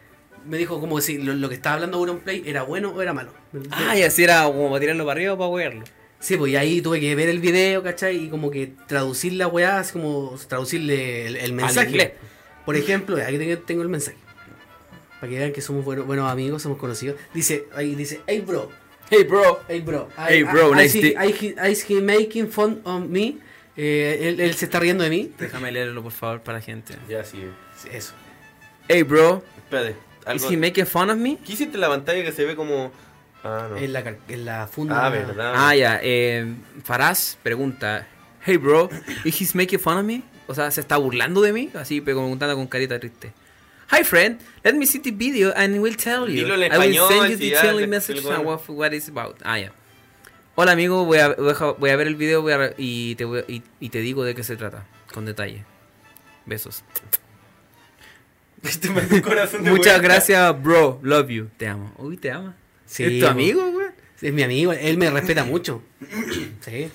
Speaker 2: Me dijo como que si lo, lo que estaba hablando Auronplay era bueno o era malo.
Speaker 1: Ah, ya, si era como para tirarlo para arriba o para huearlo.
Speaker 2: Sí, pues y ahí tuve que ver el video, ¿cachai? Y como que traducir la weá, así como traducirle el, el mensaje.
Speaker 1: inglés.
Speaker 2: Por ejemplo, aquí tengo, tengo el mensaje. Para que vean que somos buenos, buenos amigos, somos conocidos. Dice, ahí dice, hey bro,
Speaker 1: Hey, bro.
Speaker 2: hey bro. I-
Speaker 1: Hey, bro,
Speaker 2: I- I
Speaker 1: nice
Speaker 2: see-
Speaker 1: day.
Speaker 2: I, he- I see he making fun of me. Eh, él, él se está riendo de mí.
Speaker 1: Déjame leerlo, por favor, para la gente.
Speaker 4: Ya, sí.
Speaker 2: Sí, Eso.
Speaker 1: Hey, bro.
Speaker 4: Espérate.
Speaker 1: ¿Is
Speaker 4: Algo...
Speaker 1: he making fun of me?
Speaker 4: ¿Qué hiciste en la pantalla que se ve como... Ah, no.
Speaker 2: En la, car- en la funda.
Speaker 4: Ah, verdad.
Speaker 1: Ah, ya. Eh, Faraz pregunta, hey bro, is he making fun of me? O sea, ¿se está burlando de mí? Así pero preguntando con carita triste. Hi friend, let me see the video and I will tell you.
Speaker 4: Dilo en
Speaker 1: I will
Speaker 4: español,
Speaker 1: send
Speaker 4: si
Speaker 1: you the
Speaker 4: ya,
Speaker 1: telling
Speaker 4: el-
Speaker 1: message
Speaker 4: el bueno.
Speaker 1: and what, what it's about. Ah, ya. Hola amigo, voy a, voy a- voy a ver el video voy a- y, te voy a- y- y te digo de qué se trata, con detalle. Besos.
Speaker 4: Te mandé un este corazón de
Speaker 1: Muchas
Speaker 4: vuelta.
Speaker 1: gracias, bro. Love you. Te amo. Uy, te ama.
Speaker 2: Sí,
Speaker 1: ¿Es tu
Speaker 2: bo.
Speaker 1: amigo, güey?
Speaker 2: Es mi amigo, él me respeta mucho. Sí.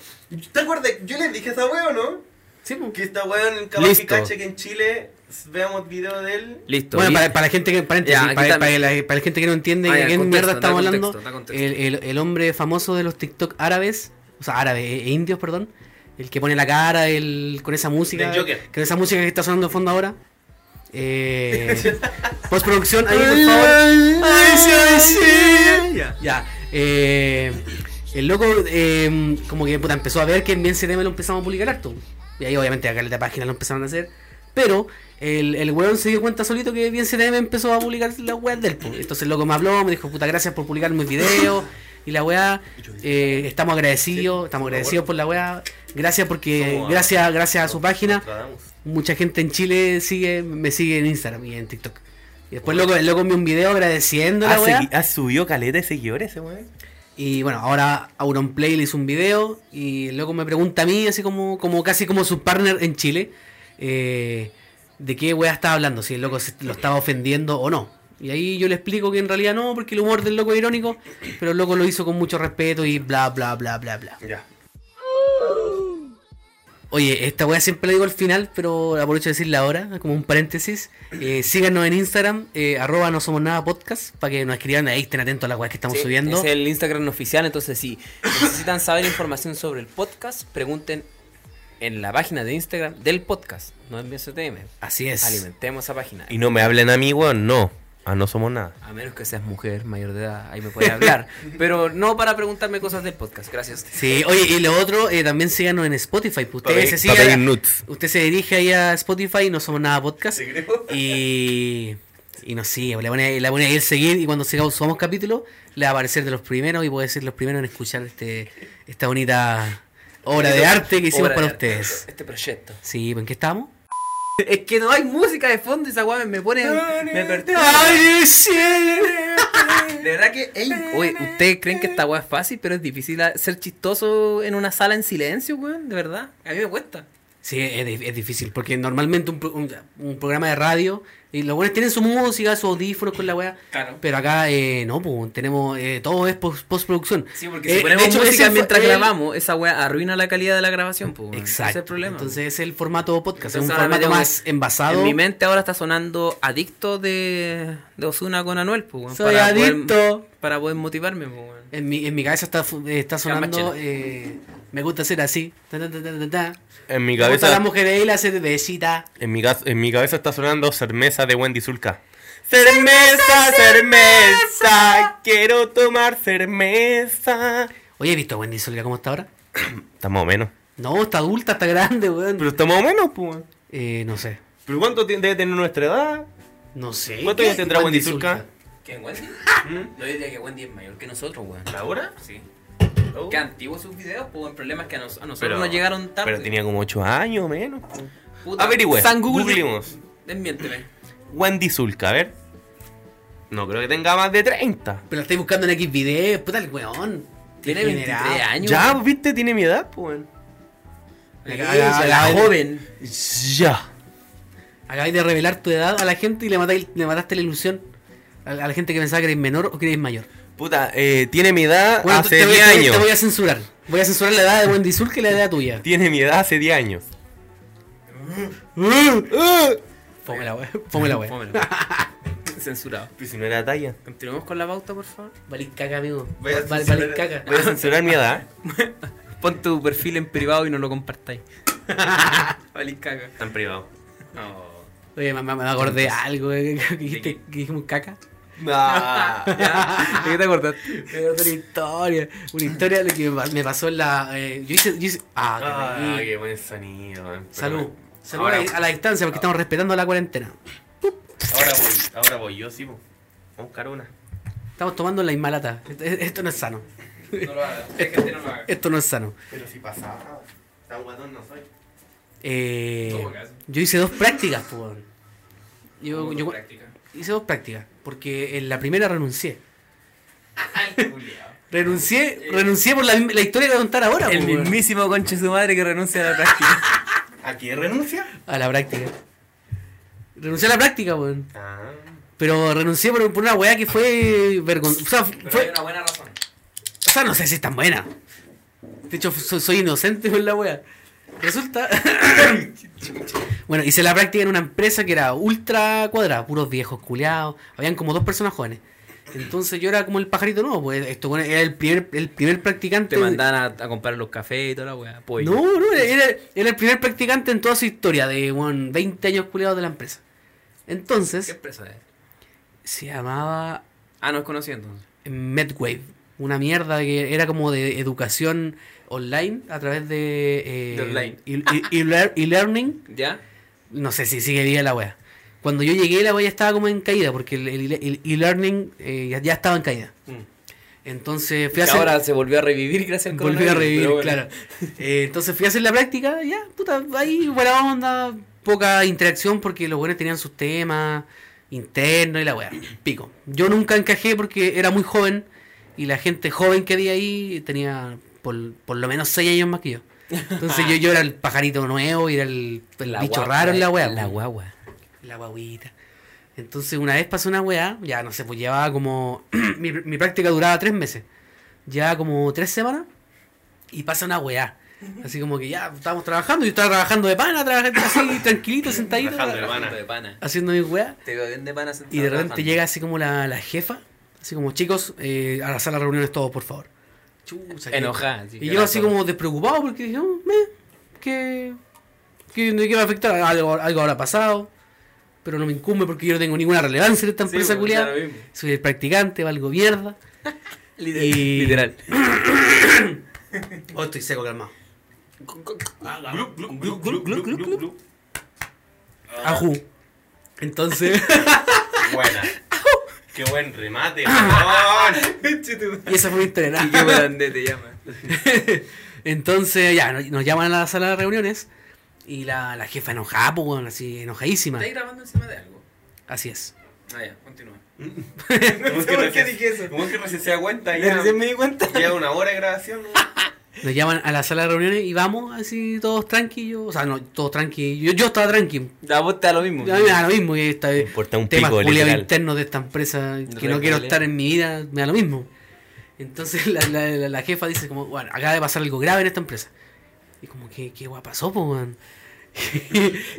Speaker 4: ¿Te acuerdas? Yo les dije a esa weón, ¿no?
Speaker 2: Sí, pues.
Speaker 4: Que esta weón en capaz
Speaker 1: Listo.
Speaker 4: que cache que en Chile veamos video de él.
Speaker 1: Listo.
Speaker 2: Bueno,
Speaker 1: li-
Speaker 2: para, para la gente que paréntesis,
Speaker 1: Ya, aquí
Speaker 2: para,
Speaker 1: está-
Speaker 2: para la, para la gente que no entiende
Speaker 1: Ah,
Speaker 2: de
Speaker 1: ya,
Speaker 2: qué
Speaker 1: contexto,
Speaker 2: mierda
Speaker 1: da
Speaker 2: estamos
Speaker 1: contexto,
Speaker 2: hablando,
Speaker 1: da contexto.
Speaker 2: el, el- el hombre famoso de los TikTok árabes, o sea, árabes e, e indios, perdón, el que pone la cara el, con esa música,
Speaker 4: Del Joker.
Speaker 2: con esa música que está sonando de fondo ahora. Eh, postproducción, ahí por favor. Ay, sí, ay, sí.
Speaker 4: Ya.
Speaker 2: Ya, eh, el loco, eh, como que puta, empezó a ver que en Bien CDM lo empezamos a publicar harto. Y ahí, obviamente, acá en la página lo empezaron a hacer. Pero el, el weón se dio cuenta solito que Bien CDM empezó a publicar la web del po. Entonces el loco me habló, me dijo, puta, gracias por publicar mis videos. Y la weá, eh, estamos agradecidos, estamos agradecidos por la weá. Gracias porque,
Speaker 4: Somos a-
Speaker 2: gracias, gracias a su página,
Speaker 4: Nostradamus.
Speaker 2: mucha gente en Chile sigue, me sigue en Instagram y en TikTok. Y después loco, el loco envió un video agradeciendo
Speaker 3: ¿Has
Speaker 2: la weá.
Speaker 3: segui- has subido caleta de seguidores ese weón?
Speaker 2: Y bueno, ahora Auronplay le hizo un video y luego me pregunta a mí, así como, como casi como su partner en Chile, eh, de qué wea estaba hablando, si el loco se- lo estaba ofendiendo o no. Y ahí yo le explico que en realidad no, porque el humor del loco es irónico, pero el loco lo hizo con mucho respeto y bla, bla, bla, bla, bla.
Speaker 3: Ya.
Speaker 2: Oye, esta weá siempre la digo al final, pero aprovecho de decirla ahora, como un paréntesis. Eh, síganos en Instagram, eh, arroba no somos nada podcast, para que nos escriban ahí, estén atentos a las weas que estamos
Speaker 1: Sí,
Speaker 2: subiendo.
Speaker 1: Es el Instagram oficial, entonces si necesitan saber información sobre el podcast, pregunten en la página de Instagram del podcast, no en BSTM.
Speaker 2: Así es.
Speaker 1: Alimentemos esa página.
Speaker 3: Y no me hablen a mí, weón, no. Ah, no somos nada.
Speaker 1: A menos que seas mujer mayor de edad, ahí me puedes hablar. Pero no para preguntarme cosas del podcast, gracias.
Speaker 2: Sí, oye, y lo otro, eh, también síganos en Spotify. pues,
Speaker 3: Pa'
Speaker 2: Ustedes se
Speaker 3: pedir- pa' pedir
Speaker 2: sigan-
Speaker 3: nuts.
Speaker 2: Usted se dirige ahí a Spotify, no somos nada podcast.
Speaker 4: Sí, creo.
Speaker 2: Y, y no sigue, le pone, ahí- le pone ahí el seguir y cuando siga- subamos capítulo, le va a aparecer de los primeros y puede ser los primeros en escuchar este esta bonita obra de arte que hicimos
Speaker 1: Obra
Speaker 2: para
Speaker 1: de arte.
Speaker 2: ustedes.
Speaker 1: Este proyecto.
Speaker 2: Sí, ¿en qué estamos?
Speaker 1: Es que no hay música de fondo, esa weá me- me pone. Me perturba.
Speaker 2: ¡Ay, cielo!
Speaker 1: De verdad que, ey, oye, ¿ustedes creen que esta weá es fácil, pero es difícil a- ser chistoso en una sala en silencio, weón? De verdad, a mí me cuesta.
Speaker 2: Sí, es, di- es difícil, porque normalmente un, pro- un- un programa de radio, y los buenos tienen su música, sus audífonos con la weá,
Speaker 1: Claro.
Speaker 2: pero acá eh, no, pues tenemos, eh, todo es pos- postproducción.
Speaker 1: Sí, porque
Speaker 2: Eh,
Speaker 1: si ponemos
Speaker 2: de hecho, ese
Speaker 1: música
Speaker 2: fue
Speaker 1: mientras
Speaker 2: el-
Speaker 1: grabamos, esa weá arruina la calidad de la grabación, pues. weón. Ese
Speaker 2: Exacto.
Speaker 1: es el problema.
Speaker 2: Entonces es el formato podcast, es
Speaker 1: Entonces
Speaker 2: un
Speaker 1: ahora me
Speaker 2: formato
Speaker 1: tengo
Speaker 2: más
Speaker 1: que-
Speaker 2: envasado.
Speaker 1: En mi mente ahora está sonando adicto de, de Osuna con Anuel, pues, weón,
Speaker 2: Soy
Speaker 1: para poder-
Speaker 2: adicto.
Speaker 1: para poder motivarme, pues, weón.
Speaker 2: En mi, en mi cabeza está, fu- eh, está
Speaker 1: Chamba
Speaker 2: sonando.
Speaker 1: chela.
Speaker 2: eh, me gusta ser así. Ta, ta, ta, ta, ta, ta.
Speaker 3: En mi
Speaker 2: Me gusta la
Speaker 3: cabeza.
Speaker 2: mujer y la cervecita.
Speaker 3: En mi, gas- en mi cabeza está sonando cermesa de Wendy Zulka. Cermesa, cermesa, quiero tomar cermeza.
Speaker 2: Oye, ¿he visto a Wendy Solga cómo está ahora?
Speaker 3: Está más o menos.
Speaker 2: No, está adulta, está grande, weón.
Speaker 3: Pero está más o menos, pues. weón.
Speaker 2: Eh, no sé.
Speaker 3: ¿Pero cuánto ti- debe tener nuestra edad?
Speaker 2: No sé.
Speaker 3: ¿Cuántos años tendrá Wendy Zulka?
Speaker 1: ¿Quién, Wendy?
Speaker 2: ¿Mm?
Speaker 1: No, yo diría que Wendy es mayor que nosotros, weón.
Speaker 3: ¿Ahora?
Speaker 1: Sí.
Speaker 3: Oh.
Speaker 1: Qué antiguos sus videos, pues el problema es que a, nos- a nosotros
Speaker 3: Pero-
Speaker 1: nos llegaron tarde.
Speaker 3: Pero tenía como 8 años menos. po.
Speaker 1: Puta,
Speaker 3: Averigüe.
Speaker 1: San Google.
Speaker 3: Googleemos.
Speaker 1: Desmiénteme.
Speaker 3: Wendy Zulka, a ver. No creo que tenga más de 30.
Speaker 2: Pero la estoy buscando en X video. Puta el weón.
Speaker 1: Tiene
Speaker 2: Degenerado.
Speaker 1: 23 años.
Speaker 3: Ya, viste, tiene mi edad, pues. weón.
Speaker 1: Eh,
Speaker 2: La- la- la-
Speaker 1: joven.
Speaker 3: Ya.
Speaker 2: Acabáis de revelar tu edad a la gente y le matáis- le mataste, la ilusión. A, a la gente que pensaba que eres menor o que eres mayor.
Speaker 3: Puta, eh, tiene mi edad
Speaker 2: Bueno,
Speaker 3: hace
Speaker 2: te, voy,
Speaker 3: 10
Speaker 2: a- te voy- te voy
Speaker 3: años.
Speaker 2: a censurar. Voy a censurar la edad de Wendy Zulka y la edad tuya.
Speaker 3: Tiene mi edad hace 10 años.
Speaker 2: Fome la weón. Fome la weón.
Speaker 1: Fómelo. Censurado.
Speaker 3: Pues si no era talla.
Speaker 1: Continuemos con la pauta, por favor.
Speaker 2: Valís caca, amigo.
Speaker 4: Voy a
Speaker 2: Val- valís
Speaker 4: censurar-
Speaker 2: caca.
Speaker 3: Voy a censurar mi edad.
Speaker 1: Pon tu perfil en privado y no lo compartáis. Valís caca.
Speaker 3: Está en privado.
Speaker 1: No.
Speaker 2: Oye, me, me- me acordé de algo eh, que, dijiste, que dijimos caca.
Speaker 1: ¿De qué te acordaste?
Speaker 2: Me acordé de una historia. Una historia de lo que me pa- me pasó en la. eh, yo hice. yo hice- ah, qué rico.
Speaker 3: buen sonido. weón. Pero
Speaker 2: Salud.
Speaker 3: bueno.
Speaker 2: Salud a la, a la distancia porque estamos respetando la cuarentena.
Speaker 3: Ahora voy, ahora voy, yo sí. po. Vamos a buscar una.
Speaker 2: Estamos tomando la misma lata. Esto, esto no es sano.
Speaker 1: No lo hagas. Es que no lo hagas.
Speaker 2: Esto no es sano.
Speaker 3: Pero si pasaba, tan guatón no soy.
Speaker 2: Eh,
Speaker 1: Toma, caso.
Speaker 2: yo hice dos prácticas, po, weón. Yo, yo hice dos prácticas porque en la primera renuncié.
Speaker 1: Ah,
Speaker 2: Renuncié, renuncié por la, misma- la historia que voy a contar ahora.
Speaker 1: El
Speaker 2: po, weón.
Speaker 1: mismísimo conche su madre que renuncia a la práctica.
Speaker 3: ¿A qué renuncia?
Speaker 2: A la práctica. Renuncié a la práctica, weón.
Speaker 3: Ah.
Speaker 2: Pero renuncié por, por una weá que fue vergonzosa. O, sea, fue-
Speaker 1: una buena razón.
Speaker 2: o sea, no sé si es tan buena. De hecho, so- soy inocente con la weá. Resulta. bueno, hice la práctica en una empresa que era ultra cuadrada, puros viejos culeados. Habían como dos personas jóvenes. Entonces yo era como el pajarito nuevo, pues esto bueno, era el primer, el primer practicante.
Speaker 1: Te mandan a, a comprar los cafés y toda la weá. Pues, Pollo.
Speaker 2: No, no, era, era el primer practicante en toda su historia de weón, 20 años culiados de la empresa.
Speaker 1: ¿Qué
Speaker 2: Entonces,
Speaker 1: empresa es?
Speaker 2: se llamaba
Speaker 1: Ah, no es conocido entonces.
Speaker 2: Medwave, una mierda que era como de educación online a través de... eh,
Speaker 1: De online.
Speaker 2: Y, y- y lear- y learning,
Speaker 1: ¿Ya?
Speaker 2: no sé si sigue viva la wea. Cuando yo llegué la wea estaba como en caída, porque el el- el e-learning eh, ya, ya estaba en caída. Entonces fui a
Speaker 1: Que
Speaker 2: hacer...
Speaker 1: Mm. Ahora se volvió a revivir gracias al
Speaker 2: Volví a
Speaker 1: coronavirus,
Speaker 2: revivir,
Speaker 1: pero bueno.
Speaker 2: claro. Eh, entonces fui a hacer la práctica, ya, puta, ahí buena onda, poca interacción porque los buenos tenían sus temas internos y la weá, pico. Yo nunca encajé porque era muy joven Y la gente joven que había ahí tenía por, por lo menos 6 años más que yo. Entonces yo, yo era el pajarito nuevo y era el, el bicho
Speaker 1: guagua,
Speaker 2: raro en la wea.
Speaker 1: La
Speaker 2: po.
Speaker 1: guagua.
Speaker 2: La guaguita. Entonces una vez pasó una weá, ya no sé, pues llevaba como... mi, mi práctica duraba tres meses. Llevaba como tres semanas y pasa una weá. Así como que ya estábamos trabajando, yo estaba trabajando de pana, trabajando así tranquilito, sentadito,
Speaker 3: Trabajando de
Speaker 2: tra-
Speaker 3: pana.
Speaker 1: De pana.
Speaker 2: haciendo mi weá.
Speaker 1: Te veo bien de pana
Speaker 2: Y de repente llega así como la, la jefa, así como chicos, eh, a la sala de reuniones todos, por favor. Chucha, que-
Speaker 1: Enojada.
Speaker 2: y yo así como despreocupado porque dije, "Oh, me, que, que no quiero afectar, algo, algo habrá pasado, pero no me incumbe porque yo no tengo ninguna relevancia en esta
Speaker 4: Sí,
Speaker 2: empresa
Speaker 4: pues,
Speaker 2: culiada.
Speaker 4: da lo mismo.
Speaker 2: Soy el practicante, valgo mierda. Y-
Speaker 1: Literal.
Speaker 2: Oh, estoy seco, calmado.
Speaker 4: Glup, glup, glup, glup, glup, glup, glup.
Speaker 2: Ajú. Entonces,
Speaker 3: Buena. Qué buen remate, weón.
Speaker 2: y esa fue mi historia.
Speaker 1: Y qué grande te llama.
Speaker 2: Entonces, ya, nos, nos llaman a la sala de reuniones y la, la jefa enojada, pues, weón, así, enojadísima.
Speaker 1: ¿Estáis grabando encima de algo?
Speaker 2: Así es.
Speaker 1: Ah, ya, continúa.
Speaker 4: No sé por qué dije eso.
Speaker 3: Como que recién se da cuenta
Speaker 4: Ya
Speaker 3: ya.
Speaker 4: recién me di cuenta.
Speaker 3: Lleva una hora de grabación.
Speaker 2: Nos llaman a la sala de reuniones y vamos así todos tranquilos. O sea, no, todos tranquilos. Yo, yo estaba tranqui.
Speaker 1: Da vos te da lo mismo.
Speaker 2: A mí me da lo mismo que esta
Speaker 3: Me importa un
Speaker 2: temas
Speaker 3: pico,
Speaker 2: culiados
Speaker 3: literal.
Speaker 2: internos de esta empresa que no
Speaker 1: Real,
Speaker 2: quiero
Speaker 1: real.
Speaker 2: estar en mi vida, me da lo mismo. Entonces la, la- la- la jefa dice como, bueno, acaba de pasar algo grave en esta empresa. Y como, ¿qué, qué guay pasó, po, weón?"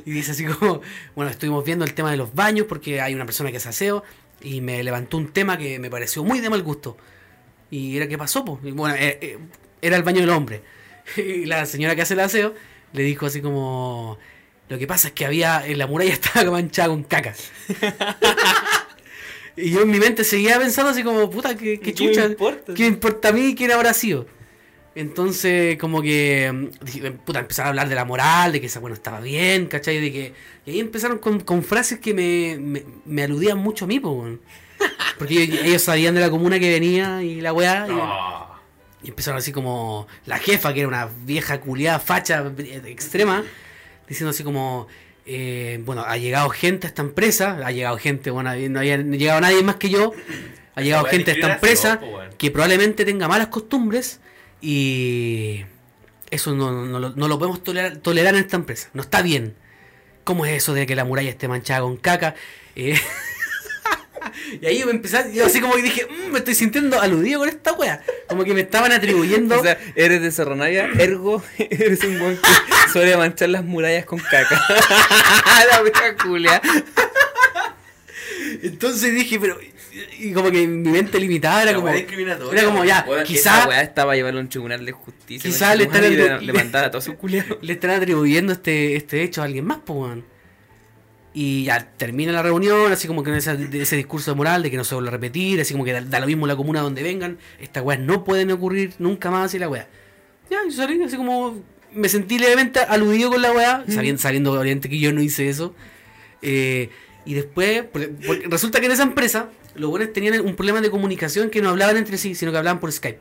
Speaker 2: y dice así como, bueno, estuvimos viendo el tema de los baños porque hay una persona que hace aseo y me levantó un tema que me pareció muy de mal gusto. Y era que pasó, po. Y bueno, eh, eh, era el baño del hombre. Y la señora que hace el aseo le dijo así como, lo que pasa es que había, en la muralla estaba manchada con caca. y yo en mi mente seguía pensando así como, puta, qué, qué chucha.
Speaker 4: me importa?
Speaker 2: ¿Qué importa a mí quién habrá sido? Entonces, como que mm, dije, puta, empezaron a hablar de la moral, de que esa bueno estaba bien, ¿cachai? De que, y ahí empezaron con, con frases que me, me, me aludían mucho a mí, po, weón. Porque ellos, ellos sabían de la comuna que venía y la weá. y-
Speaker 3: No.
Speaker 2: y empezaron así como la jefa, que era una vieja culiada, facha eh, extrema, diciendo así como, eh, bueno, ha llegado gente a esta empresa, ha llegado gente, bueno, no había llegado nadie más que yo, ha llegado
Speaker 3: weá
Speaker 2: gente a esta
Speaker 3: discriminación,
Speaker 2: empresa
Speaker 3: po, weón.
Speaker 2: que probablemente tenga malas costumbres y eso no, no, no lo- no lo podemos tolerar, tolerar en esta empresa, no está bien. ¿Cómo es eso de que la muralla esté manchada con caca? Eh, y ahí yo me empecé, a- yo así como que dije, "Mm, me estoy sintiendo aludido con esta wea. Como que me estaban atribuyendo.
Speaker 1: O sea, eres de Serranaya, ergo, eres un buen que suele manchar las murallas con caca. la wea culia.
Speaker 2: entonces dije, pero. Y como que mi mente limitada era
Speaker 4: La
Speaker 2: como.
Speaker 4: wea discriminatoria.
Speaker 2: Era como, ya,
Speaker 1: Bueno,
Speaker 2: quizá
Speaker 1: Esa weá estaba a llevarlo a un tribunal de justicia.
Speaker 2: Quizá
Speaker 1: concha
Speaker 2: le
Speaker 1: tu madre,
Speaker 2: están
Speaker 1: y
Speaker 2: dando-
Speaker 1: le, le mandara a todos sus culiados.
Speaker 2: le están atribuyendo este, este hecho a alguien más, pues, Y ya termina la reunión, así como que con esa- de ese discurso de moral de que no se vuelve a repetir, así como que da, da lo mismo la comuna donde vengan, estas weas no pueden ocurrir nunca más y la wea. Ya, yo salí así como me sentí levemente aludido con la wea, sabiendo, sabiendo obviamente que yo no hice eso. Eh, y después, porque- porque resulta que en esa empresa los buenos tenían un problema de comunicación que no hablaban entre sí, sino que hablaban por Skype.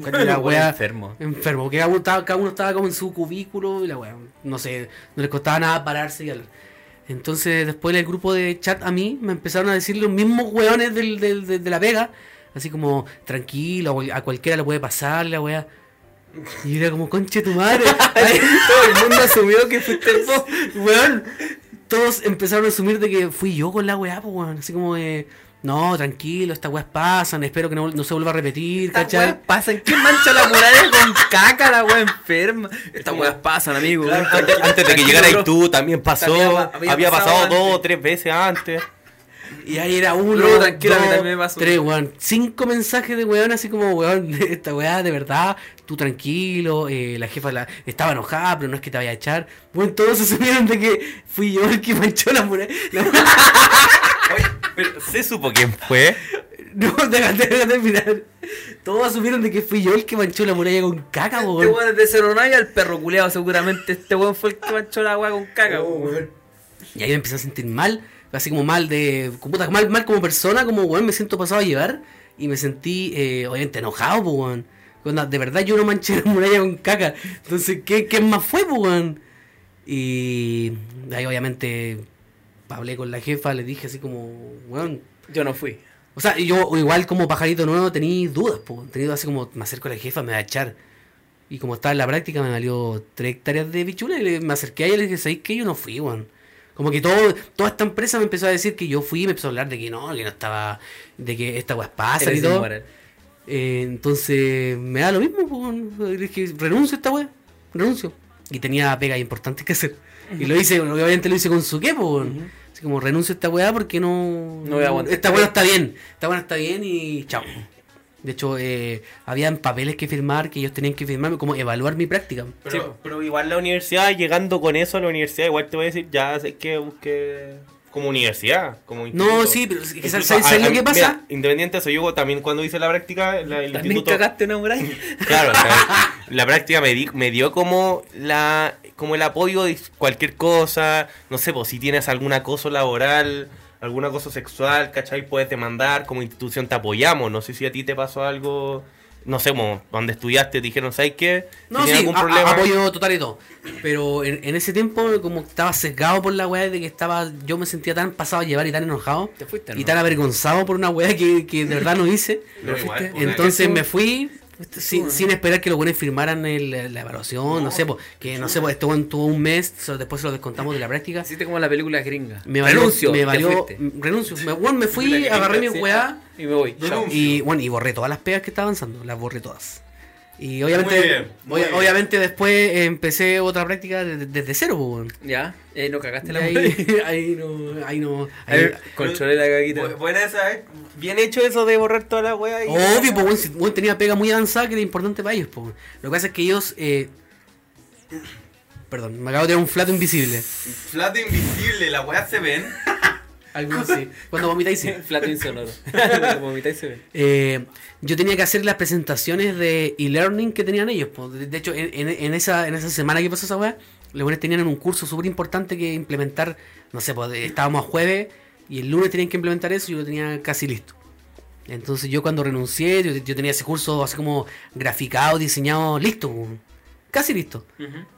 Speaker 2: Cuando la
Speaker 1: Bueno,
Speaker 2: wea,
Speaker 1: enfermo.
Speaker 2: enfermo, que cada uno, estaba, cada uno estaba como en su cubículo y la weá, no sé, no les costaba nada pararse y hablar. Entonces después en el grupo de chat a mí me empezaron a decir los mismos weones del, del- del- de la vega, así como tranquilo, a cualquiera le puede pasar la weá. Y era como, conche tu madre. Ay,
Speaker 1: Todo el mundo asumió que fuiste vos.
Speaker 2: weón, todos empezaron a asumir de que fui yo con la weá, pues weón. Así como de, no, tranquilo, estas weas pasan, espero que no, no se vuelva a repetir,
Speaker 1: Estas
Speaker 2: ¿cachai?
Speaker 1: weas pasan. ¿Quién mancha la muralla con caca, la wea enferma? Estas weas pasan, amigo. Este
Speaker 3: Antes, antes de que llegaras tú también pasó.
Speaker 1: También
Speaker 3: Había,
Speaker 1: había- había pasado
Speaker 3: pasado, dos
Speaker 1: antes.
Speaker 3: o tres veces antes.
Speaker 2: Y ahí era uno,
Speaker 1: Luego, tranquilo, a mí
Speaker 2: dos,
Speaker 1: también me pasó.
Speaker 2: tres, weón. Cinco mensajes de weón, así como, weón, esta weá, de verdad, tú tranquilo, eh, la jefa la- estaba enojada, pero no es que te vaya a echar. Bueno, todos asumieron de que fui yo el que manchó la muralla. La muralla-
Speaker 3: Pero se supo quién fue.
Speaker 2: No, déjate, déjate terminar. Todos asumieron de que fui yo el que manchó la muralla con caca,
Speaker 1: Este
Speaker 2: weón.
Speaker 1: weón es de Seronaya, el perro culeado seguramente. Este weón fue el que manchó la wea con caca.
Speaker 4: Oh,
Speaker 1: weón.
Speaker 4: weón.
Speaker 2: Y ahí me empecé a sentir mal, así como mal de. como puta, mal, mal como persona, como weón, me siento pasado a llevar. Y me sentí, eh, obviamente, enojado, po, weón. Onda, de verdad yo no manché la muralla con caca. Entonces, ¿qué, qué más fue, po, weón? Y ahí obviamente hablé con la jefa, le dije así como, weón,
Speaker 1: Yo no fui.
Speaker 2: O sea, yo o igual como pajarito nuevo tenía dudas, po. Tenía dudas así como, me acerco a la jefa, me va a echar. Y como estaba en la práctica, me valió 3 hectáreas de bichula y le- me acerqué a ella y le dije, ¿sabéis que Yo no fui, weón. Como que todo, toda esta empresa me empezó a decir que yo fui y me empezó a hablar de que no, que no estaba, de que esta weá es pasa y
Speaker 1: Eres
Speaker 2: todo.
Speaker 1: inmoral.
Speaker 2: Eh, entonces me da lo mismo, po, weón. Le dije, renuncio a esta weá, renuncio. Y tenía pegas importantes que hacer. Y lo hice, obviamente lo hice con su qué, po, weón. Así como renuncio a esta weá porque no.
Speaker 1: No voy a aguantar.
Speaker 2: Esta weá no está bien. Esta weá no está bien y chao. De hecho, eh, habían papeles que firmar que ellos tenían que firmar, como evaluar mi práctica.
Speaker 3: Pero, pero igual la universidad, llegando con eso a la universidad, igual te voy a decir, ya sé que busqué como universidad, como ah,
Speaker 2: No, sí, pero es que ¿sabes- ¿sabes lo que pasa?
Speaker 3: independiente de eso, yo también cuando hice la práctica, la- el
Speaker 1: También
Speaker 3: instituto...
Speaker 1: cagaste una muralla.
Speaker 3: Claro, o sea, la práctica me, di- me dio como la como el apoyo de cualquier cosa, no sé, pues si tienes algún acoso laboral, algún acoso sexual, ¿cachai? Puedes demandar, como institución te apoyamos, no sé si a ti te pasó algo, no sé, como donde estudiaste, te dijeron, ¿sabes qué? Si
Speaker 2: No, sí,
Speaker 3: tienes algún
Speaker 2: a- a-
Speaker 3: problema,
Speaker 2: apoyo total y todo. Pero en, en ese tiempo, como estaba sesgado por la weá de que estaba, yo me sentía tan pasado a llevar y tan enojado
Speaker 1: Te fuiste,
Speaker 2: y
Speaker 1: ¿no?
Speaker 2: tan avergonzado por una weá que, que de verdad no hice.
Speaker 3: Pero igual, pues,
Speaker 2: Entonces
Speaker 1: Eso-
Speaker 2: me fui este,
Speaker 1: Fuiste tú,
Speaker 2: sin,
Speaker 1: ¿no?
Speaker 2: sin esperar que los buenos firmaran el- la evaluación, no, sé, po, que no sé, po, esto tuvo un mes, so- después se lo descontamos de la práctica.
Speaker 1: Hiciste como la película gringa.
Speaker 2: Me valió,
Speaker 1: Renuncio,
Speaker 2: me
Speaker 1: te
Speaker 2: valió,
Speaker 1: fuiste. ah,
Speaker 2: m- renuncio. Me, bueno, me fui, agarré mi weá.
Speaker 1: Y me voy. Chao.
Speaker 4: Renuncio.
Speaker 2: Y bueno, y borré todas las pegas que estaba avanzando, las borré todas. Y
Speaker 4: Muy
Speaker 2: obviamente,
Speaker 4: bien, muy
Speaker 2: obvia-
Speaker 4: bien.
Speaker 2: obviamente después eh, empecé otra práctica de- de- desde cero, po, weón.
Speaker 1: Ya, eh, no cagaste
Speaker 2: Y
Speaker 1: la Eh,
Speaker 2: Ahí,
Speaker 1: muralla.
Speaker 2: ahí no, ahí no.
Speaker 1: A
Speaker 2: ahí-
Speaker 1: ver, Controlé la caguita.
Speaker 4: Bu- Buena esa, ¿eh?
Speaker 3: Bien hecho eso de borrar toda la wea. y-
Speaker 2: Obvio, pues, weón, si, weón, tenía pega muy avanzada que era importante para ellos, pues. weón. Lo que pasa es que ellos. eh, Perdón, me acabo de tirar un flato invisible.
Speaker 4: Flat invisible, la weá se ven.
Speaker 2: Algunos sí. Cuando vomitáis, sí.
Speaker 1: Flato insonoro. vomitáis se ve.
Speaker 2: Eh, yo tenía que hacer las presentaciones de e-learning que tenían ellos. po. De de hecho, en, en- en esa, en esa semana que pasó esa weá, los buenos tenían un curso súper importante que implementar. No sé, po, de- estábamos a jueves y el lunes tenían que implementar eso y yo lo tenía casi listo. Entonces yo cuando renuncié, yo, yo tenía ese curso así como graficado, diseñado, listo. po. Casi listo.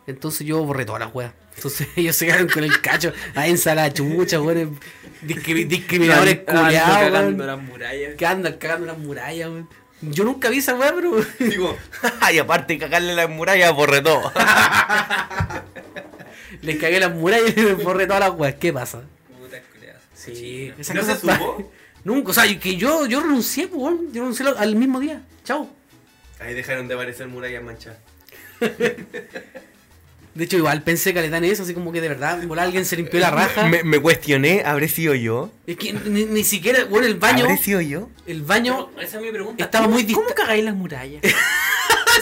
Speaker 2: Entonces yo borré todas las weas. Entonces ellos se quedaron con el cacho. Ahí ensalada chucha, weón. discri- Discriminadores
Speaker 1: Ando
Speaker 2: culiados. weón.
Speaker 1: cagando las murallas.
Speaker 2: Que andan cagando las murallas, weón. Yo nunca vi esa weá, pero.
Speaker 4: Digo,
Speaker 3: y aparte de cagarle la muralla, borré todo.
Speaker 2: Les cagué las murallas y les borré todas las weas. ¿Qué pasa?
Speaker 1: Puta culiadas.
Speaker 2: Sí, esas
Speaker 4: ¿no se
Speaker 2: cosas pa-
Speaker 4: supo?
Speaker 2: Nunca, o sea, que yo, yo renuncié, pues, weón. Yo renuncié lo- al mismo día. Chao.
Speaker 4: Ahí dejaron de aparecer murallas manchadas.
Speaker 2: De hecho, igual pensé que le dan eso, así como que de verdad, por alguien se limpió la raja.
Speaker 3: Me, me cuestioné, ¿habré sido yo?
Speaker 2: Es que ni, ni siquiera, bueno, el baño.
Speaker 3: ¿Habré sido yo?
Speaker 2: El baño.
Speaker 1: Pero esa es mi pregunta.
Speaker 2: Estaba muy
Speaker 1: ¿Cómo
Speaker 2: dista-
Speaker 1: cagáis las murallas?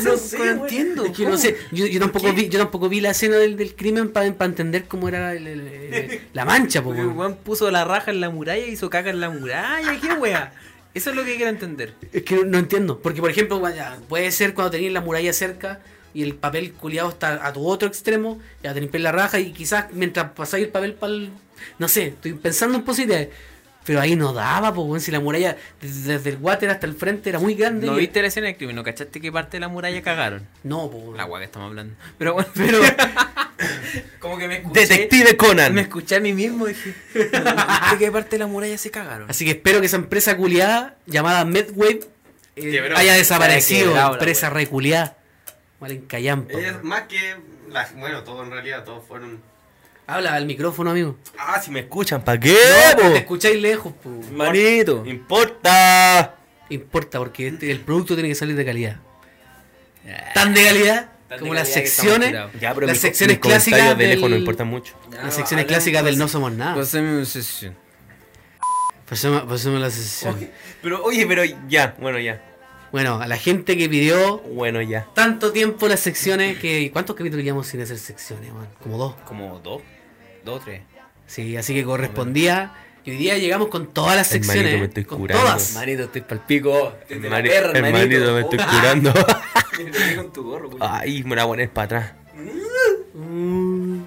Speaker 2: No,
Speaker 1: sé,
Speaker 2: no
Speaker 1: weón.
Speaker 2: entiendo.
Speaker 1: Es que
Speaker 2: no
Speaker 1: no
Speaker 2: sé. Yo, yo tampoco vi, yo tampoco vi la escena del, del crimen para entender cómo era el- el- el- la mancha, pues.
Speaker 1: Porque
Speaker 2: weón.
Speaker 1: Juan puso la raja en la muralla hizo caca en la muralla. ¿Qué wea? Eso es lo que quiero entender.
Speaker 2: Es que no entiendo. Porque, por ejemplo, vaya, puede ser cuando tenéis la muralla cerca y el papel culiado está a tu otro extremo, ya te limpias la raja y quizás mientras pasáis el papel para No sé, estoy pensando en posibilidades. Pero ahí no daba, pues, si la muralla desde, desde el water hasta el frente era muy grande.
Speaker 1: ¿No
Speaker 2: y-
Speaker 1: viste la escena del crimen? ¿No cachaste qué parte de la muralla cagaron?
Speaker 2: No, po,
Speaker 1: La wea que estamos hablando. Pero bueno, pero. Como que me escuché.
Speaker 3: Detective Conan.
Speaker 1: Me escuché a mí mismo y dije. ¿De qué parte de la muralla se cagaron?
Speaker 2: Así que espero que esa empresa culiada llamada MedWave eh,
Speaker 4: Quebró.
Speaker 2: haya desaparecido.
Speaker 1: Quebrado la
Speaker 2: empresa
Speaker 1: wea.
Speaker 2: reculiada. Vale, en callampa.
Speaker 4: Ella es más que. las- bueno, todo en realidad, todos fueron.
Speaker 2: Habla al micrófono, amigo.
Speaker 3: Ah, si me escuchan, ¿para qué?
Speaker 1: ¡Eh,
Speaker 2: No, pues,
Speaker 3: po?
Speaker 2: te escucháis lejos, po.
Speaker 1: Manito.
Speaker 3: Importa.
Speaker 2: Importa porque este- el producto tiene que salir de calidad.
Speaker 1: Ah,
Speaker 2: Tan de calidad
Speaker 1: Tan de
Speaker 2: como
Speaker 1: calidad
Speaker 2: las
Speaker 1: que estamos
Speaker 2: secciones.
Speaker 1: curados.
Speaker 3: Ya,
Speaker 2: Las
Speaker 3: mi-
Speaker 2: secciones
Speaker 3: mis comentarios
Speaker 2: clásicas
Speaker 3: de lejos
Speaker 2: del-
Speaker 3: no importan mucho.
Speaker 2: Las secciones clásicas del no somos nada.
Speaker 1: Pasemos una sesión.
Speaker 2: Pasemos, pasemos a la sección.
Speaker 3: Pero oye, pero ya, bueno ya,
Speaker 2: Bueno, a la gente que pidió
Speaker 3: bueno ya.
Speaker 2: tanto tiempo las secciones que. ¿Cuántos capítulos llevamos sin hacer secciones, man? Como dos.
Speaker 3: Como dos, dos tres.
Speaker 2: Sí, así que correspondía. Y hoy día llegamos con todas las
Speaker 3: Hermanito,
Speaker 2: secciones.
Speaker 3: me estoy
Speaker 2: con
Speaker 3: curando.
Speaker 2: todas.
Speaker 1: Manito, estoy palpico. Desde la
Speaker 3: Hermani-
Speaker 1: perra, Oh,
Speaker 3: hermanito, me estoy curando.
Speaker 4: con tu gorro, güey.
Speaker 3: Ay, me la voy a poner para atrás.
Speaker 2: Mm.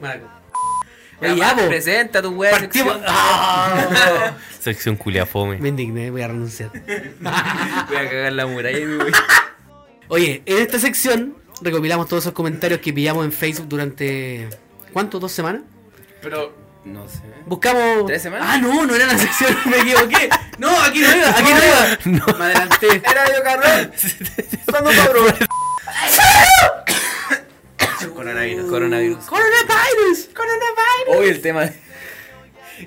Speaker 2: Maraco.
Speaker 1: Ya,
Speaker 2: Oye, ya, po.
Speaker 1: Ah. presenta tu wea.
Speaker 2: Partimos.
Speaker 1: sección.
Speaker 2: Ah.
Speaker 3: Sección
Speaker 2: Me
Speaker 3: culiafome.
Speaker 2: indigné, voy a renunciar.
Speaker 1: Voy a cagar la muralla y me voy.
Speaker 2: Oye, en esta sección recopilamos todos esos comentarios que pillamos en Facebook durante. ¿Cuánto? ¿Dos semanas?
Speaker 4: Pero
Speaker 1: No sé.
Speaker 2: Buscamos.
Speaker 1: ¿Tres semanas?
Speaker 2: Ah, no, no era la sección, me equivoqué. No, aquí no iba, aquí no iba. Me adelanté.
Speaker 4: Era yo, Carrón. Estando cabrón.
Speaker 1: Coronavirus. Coronavirus.
Speaker 2: Coronavirus.
Speaker 1: Hoy el tema de-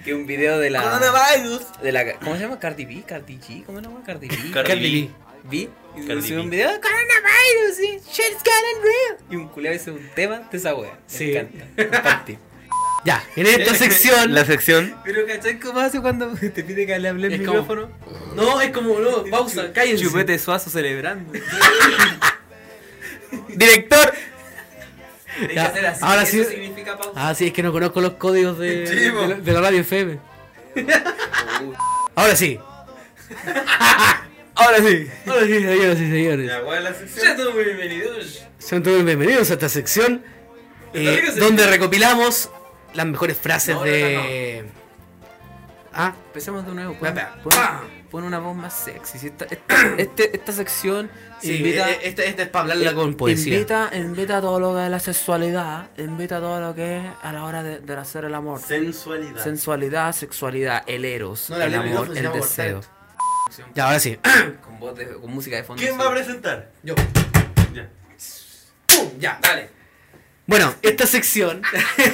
Speaker 1: que un video de
Speaker 2: Ah.
Speaker 1: la
Speaker 4: Coronavirus.
Speaker 1: de la ¿Cómo se llama? Cardi B, Cardi G, ¿cómo se llama? Cardi B.
Speaker 3: Cardi B.
Speaker 1: B. Y
Speaker 3: Cardi
Speaker 1: subió
Speaker 3: B.
Speaker 1: un video de coronavirus, sí. Shit's getting real. Y un culiao hizo un tema de esa wea.
Speaker 2: Sí.
Speaker 1: Me encanta. Compartí.
Speaker 2: Ya, en esta sección.
Speaker 3: La sección.
Speaker 1: Pero ¿cachai cómo hace cuando te pide que le hable el
Speaker 2: Es como-
Speaker 1: micrófono?
Speaker 2: No, es como, no, pausa, cállense.
Speaker 1: Chupete suazo celebrando.
Speaker 3: Director.
Speaker 1: Hay que
Speaker 2: Ya,
Speaker 1: hacer así,
Speaker 2: ahora
Speaker 1: eso
Speaker 2: sí-
Speaker 1: significa pausa.
Speaker 2: Ah, sí, es que no conozco los códigos de,
Speaker 4: Sí,
Speaker 2: de
Speaker 4: po.
Speaker 2: la, de la radio FM. Ahora sí. Ahora sí. Ahora sí, señoras y señores.
Speaker 4: Ya, ¿cuál es la sección?
Speaker 1: todos bienvenidos.
Speaker 2: Sean todos bienvenidos a esta sección eh,
Speaker 4: Está rico ese-
Speaker 2: donde recopilamos las mejores frases
Speaker 1: No, no,
Speaker 2: de. Ah,
Speaker 1: Empecemos de nuevo. Pon,
Speaker 2: pam, pam,
Speaker 1: pon-
Speaker 2: pam.
Speaker 1: pon una voz más sexy. Si esta, esta- este- esta sección se
Speaker 2: Sí,
Speaker 1: invita,
Speaker 2: eh, esta, esta es para hablarla con poesía.
Speaker 1: invita, invita a todo lo que es la sexualidad, invita a todo lo que es a la hora de, de hacer el amor.
Speaker 4: Sensualidad.
Speaker 1: Sensualidad, sexualidad, el eros,
Speaker 2: No le
Speaker 1: el
Speaker 2: hablé al
Speaker 1: amor,
Speaker 2: micrófono, si
Speaker 1: el
Speaker 2: no vamos a
Speaker 1: deseo.
Speaker 2: Ya, ahora sí.
Speaker 1: Con, voz de- con música de fondo.
Speaker 4: ¿Quién va a presentar?
Speaker 2: Yo.
Speaker 4: Ya.
Speaker 2: ¡Pum! Ya.
Speaker 1: Dale.
Speaker 2: Bueno, esta sección,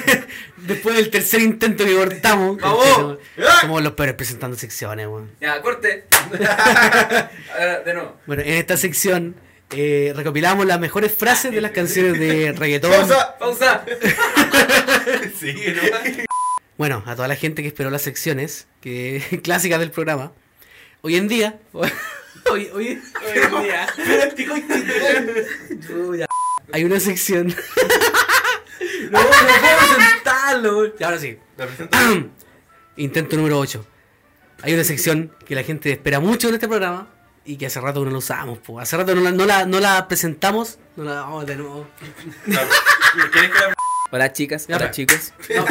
Speaker 2: después del tercer intento que cortamos,
Speaker 4: ¡Vamos!
Speaker 2: conchetumare,
Speaker 4: ¡Ah!
Speaker 2: somos los peores presentando secciones, weón.
Speaker 1: Ya, corte. Ahora, de nuevo.
Speaker 2: Bueno, en esta sección eh, recopilamos las mejores frases de las canciones de reggaetón.
Speaker 4: Pausa.
Speaker 1: Pausa.
Speaker 4: Sigue, Oh, ¿no?
Speaker 2: Bueno, a toda la gente que esperó las secciones que, clásicas del programa. Hoy en día. Hoy, hoy,
Speaker 1: Hoy día.
Speaker 2: hay una sección. no, no puedo sentarlo. Y ahora sí.
Speaker 4: La presento.
Speaker 2: Intento número 8. Hay una sección que la gente espera mucho en este programa y que hace rato que no la usamos. po. Hace rato no la, no la, no la presentamos. No la vamos de nuevo.
Speaker 4: La- ¿Quieres que la
Speaker 1: Hola chicas,
Speaker 2: Ya,
Speaker 1: hola
Speaker 2: pa.
Speaker 1: chicos.
Speaker 2: No.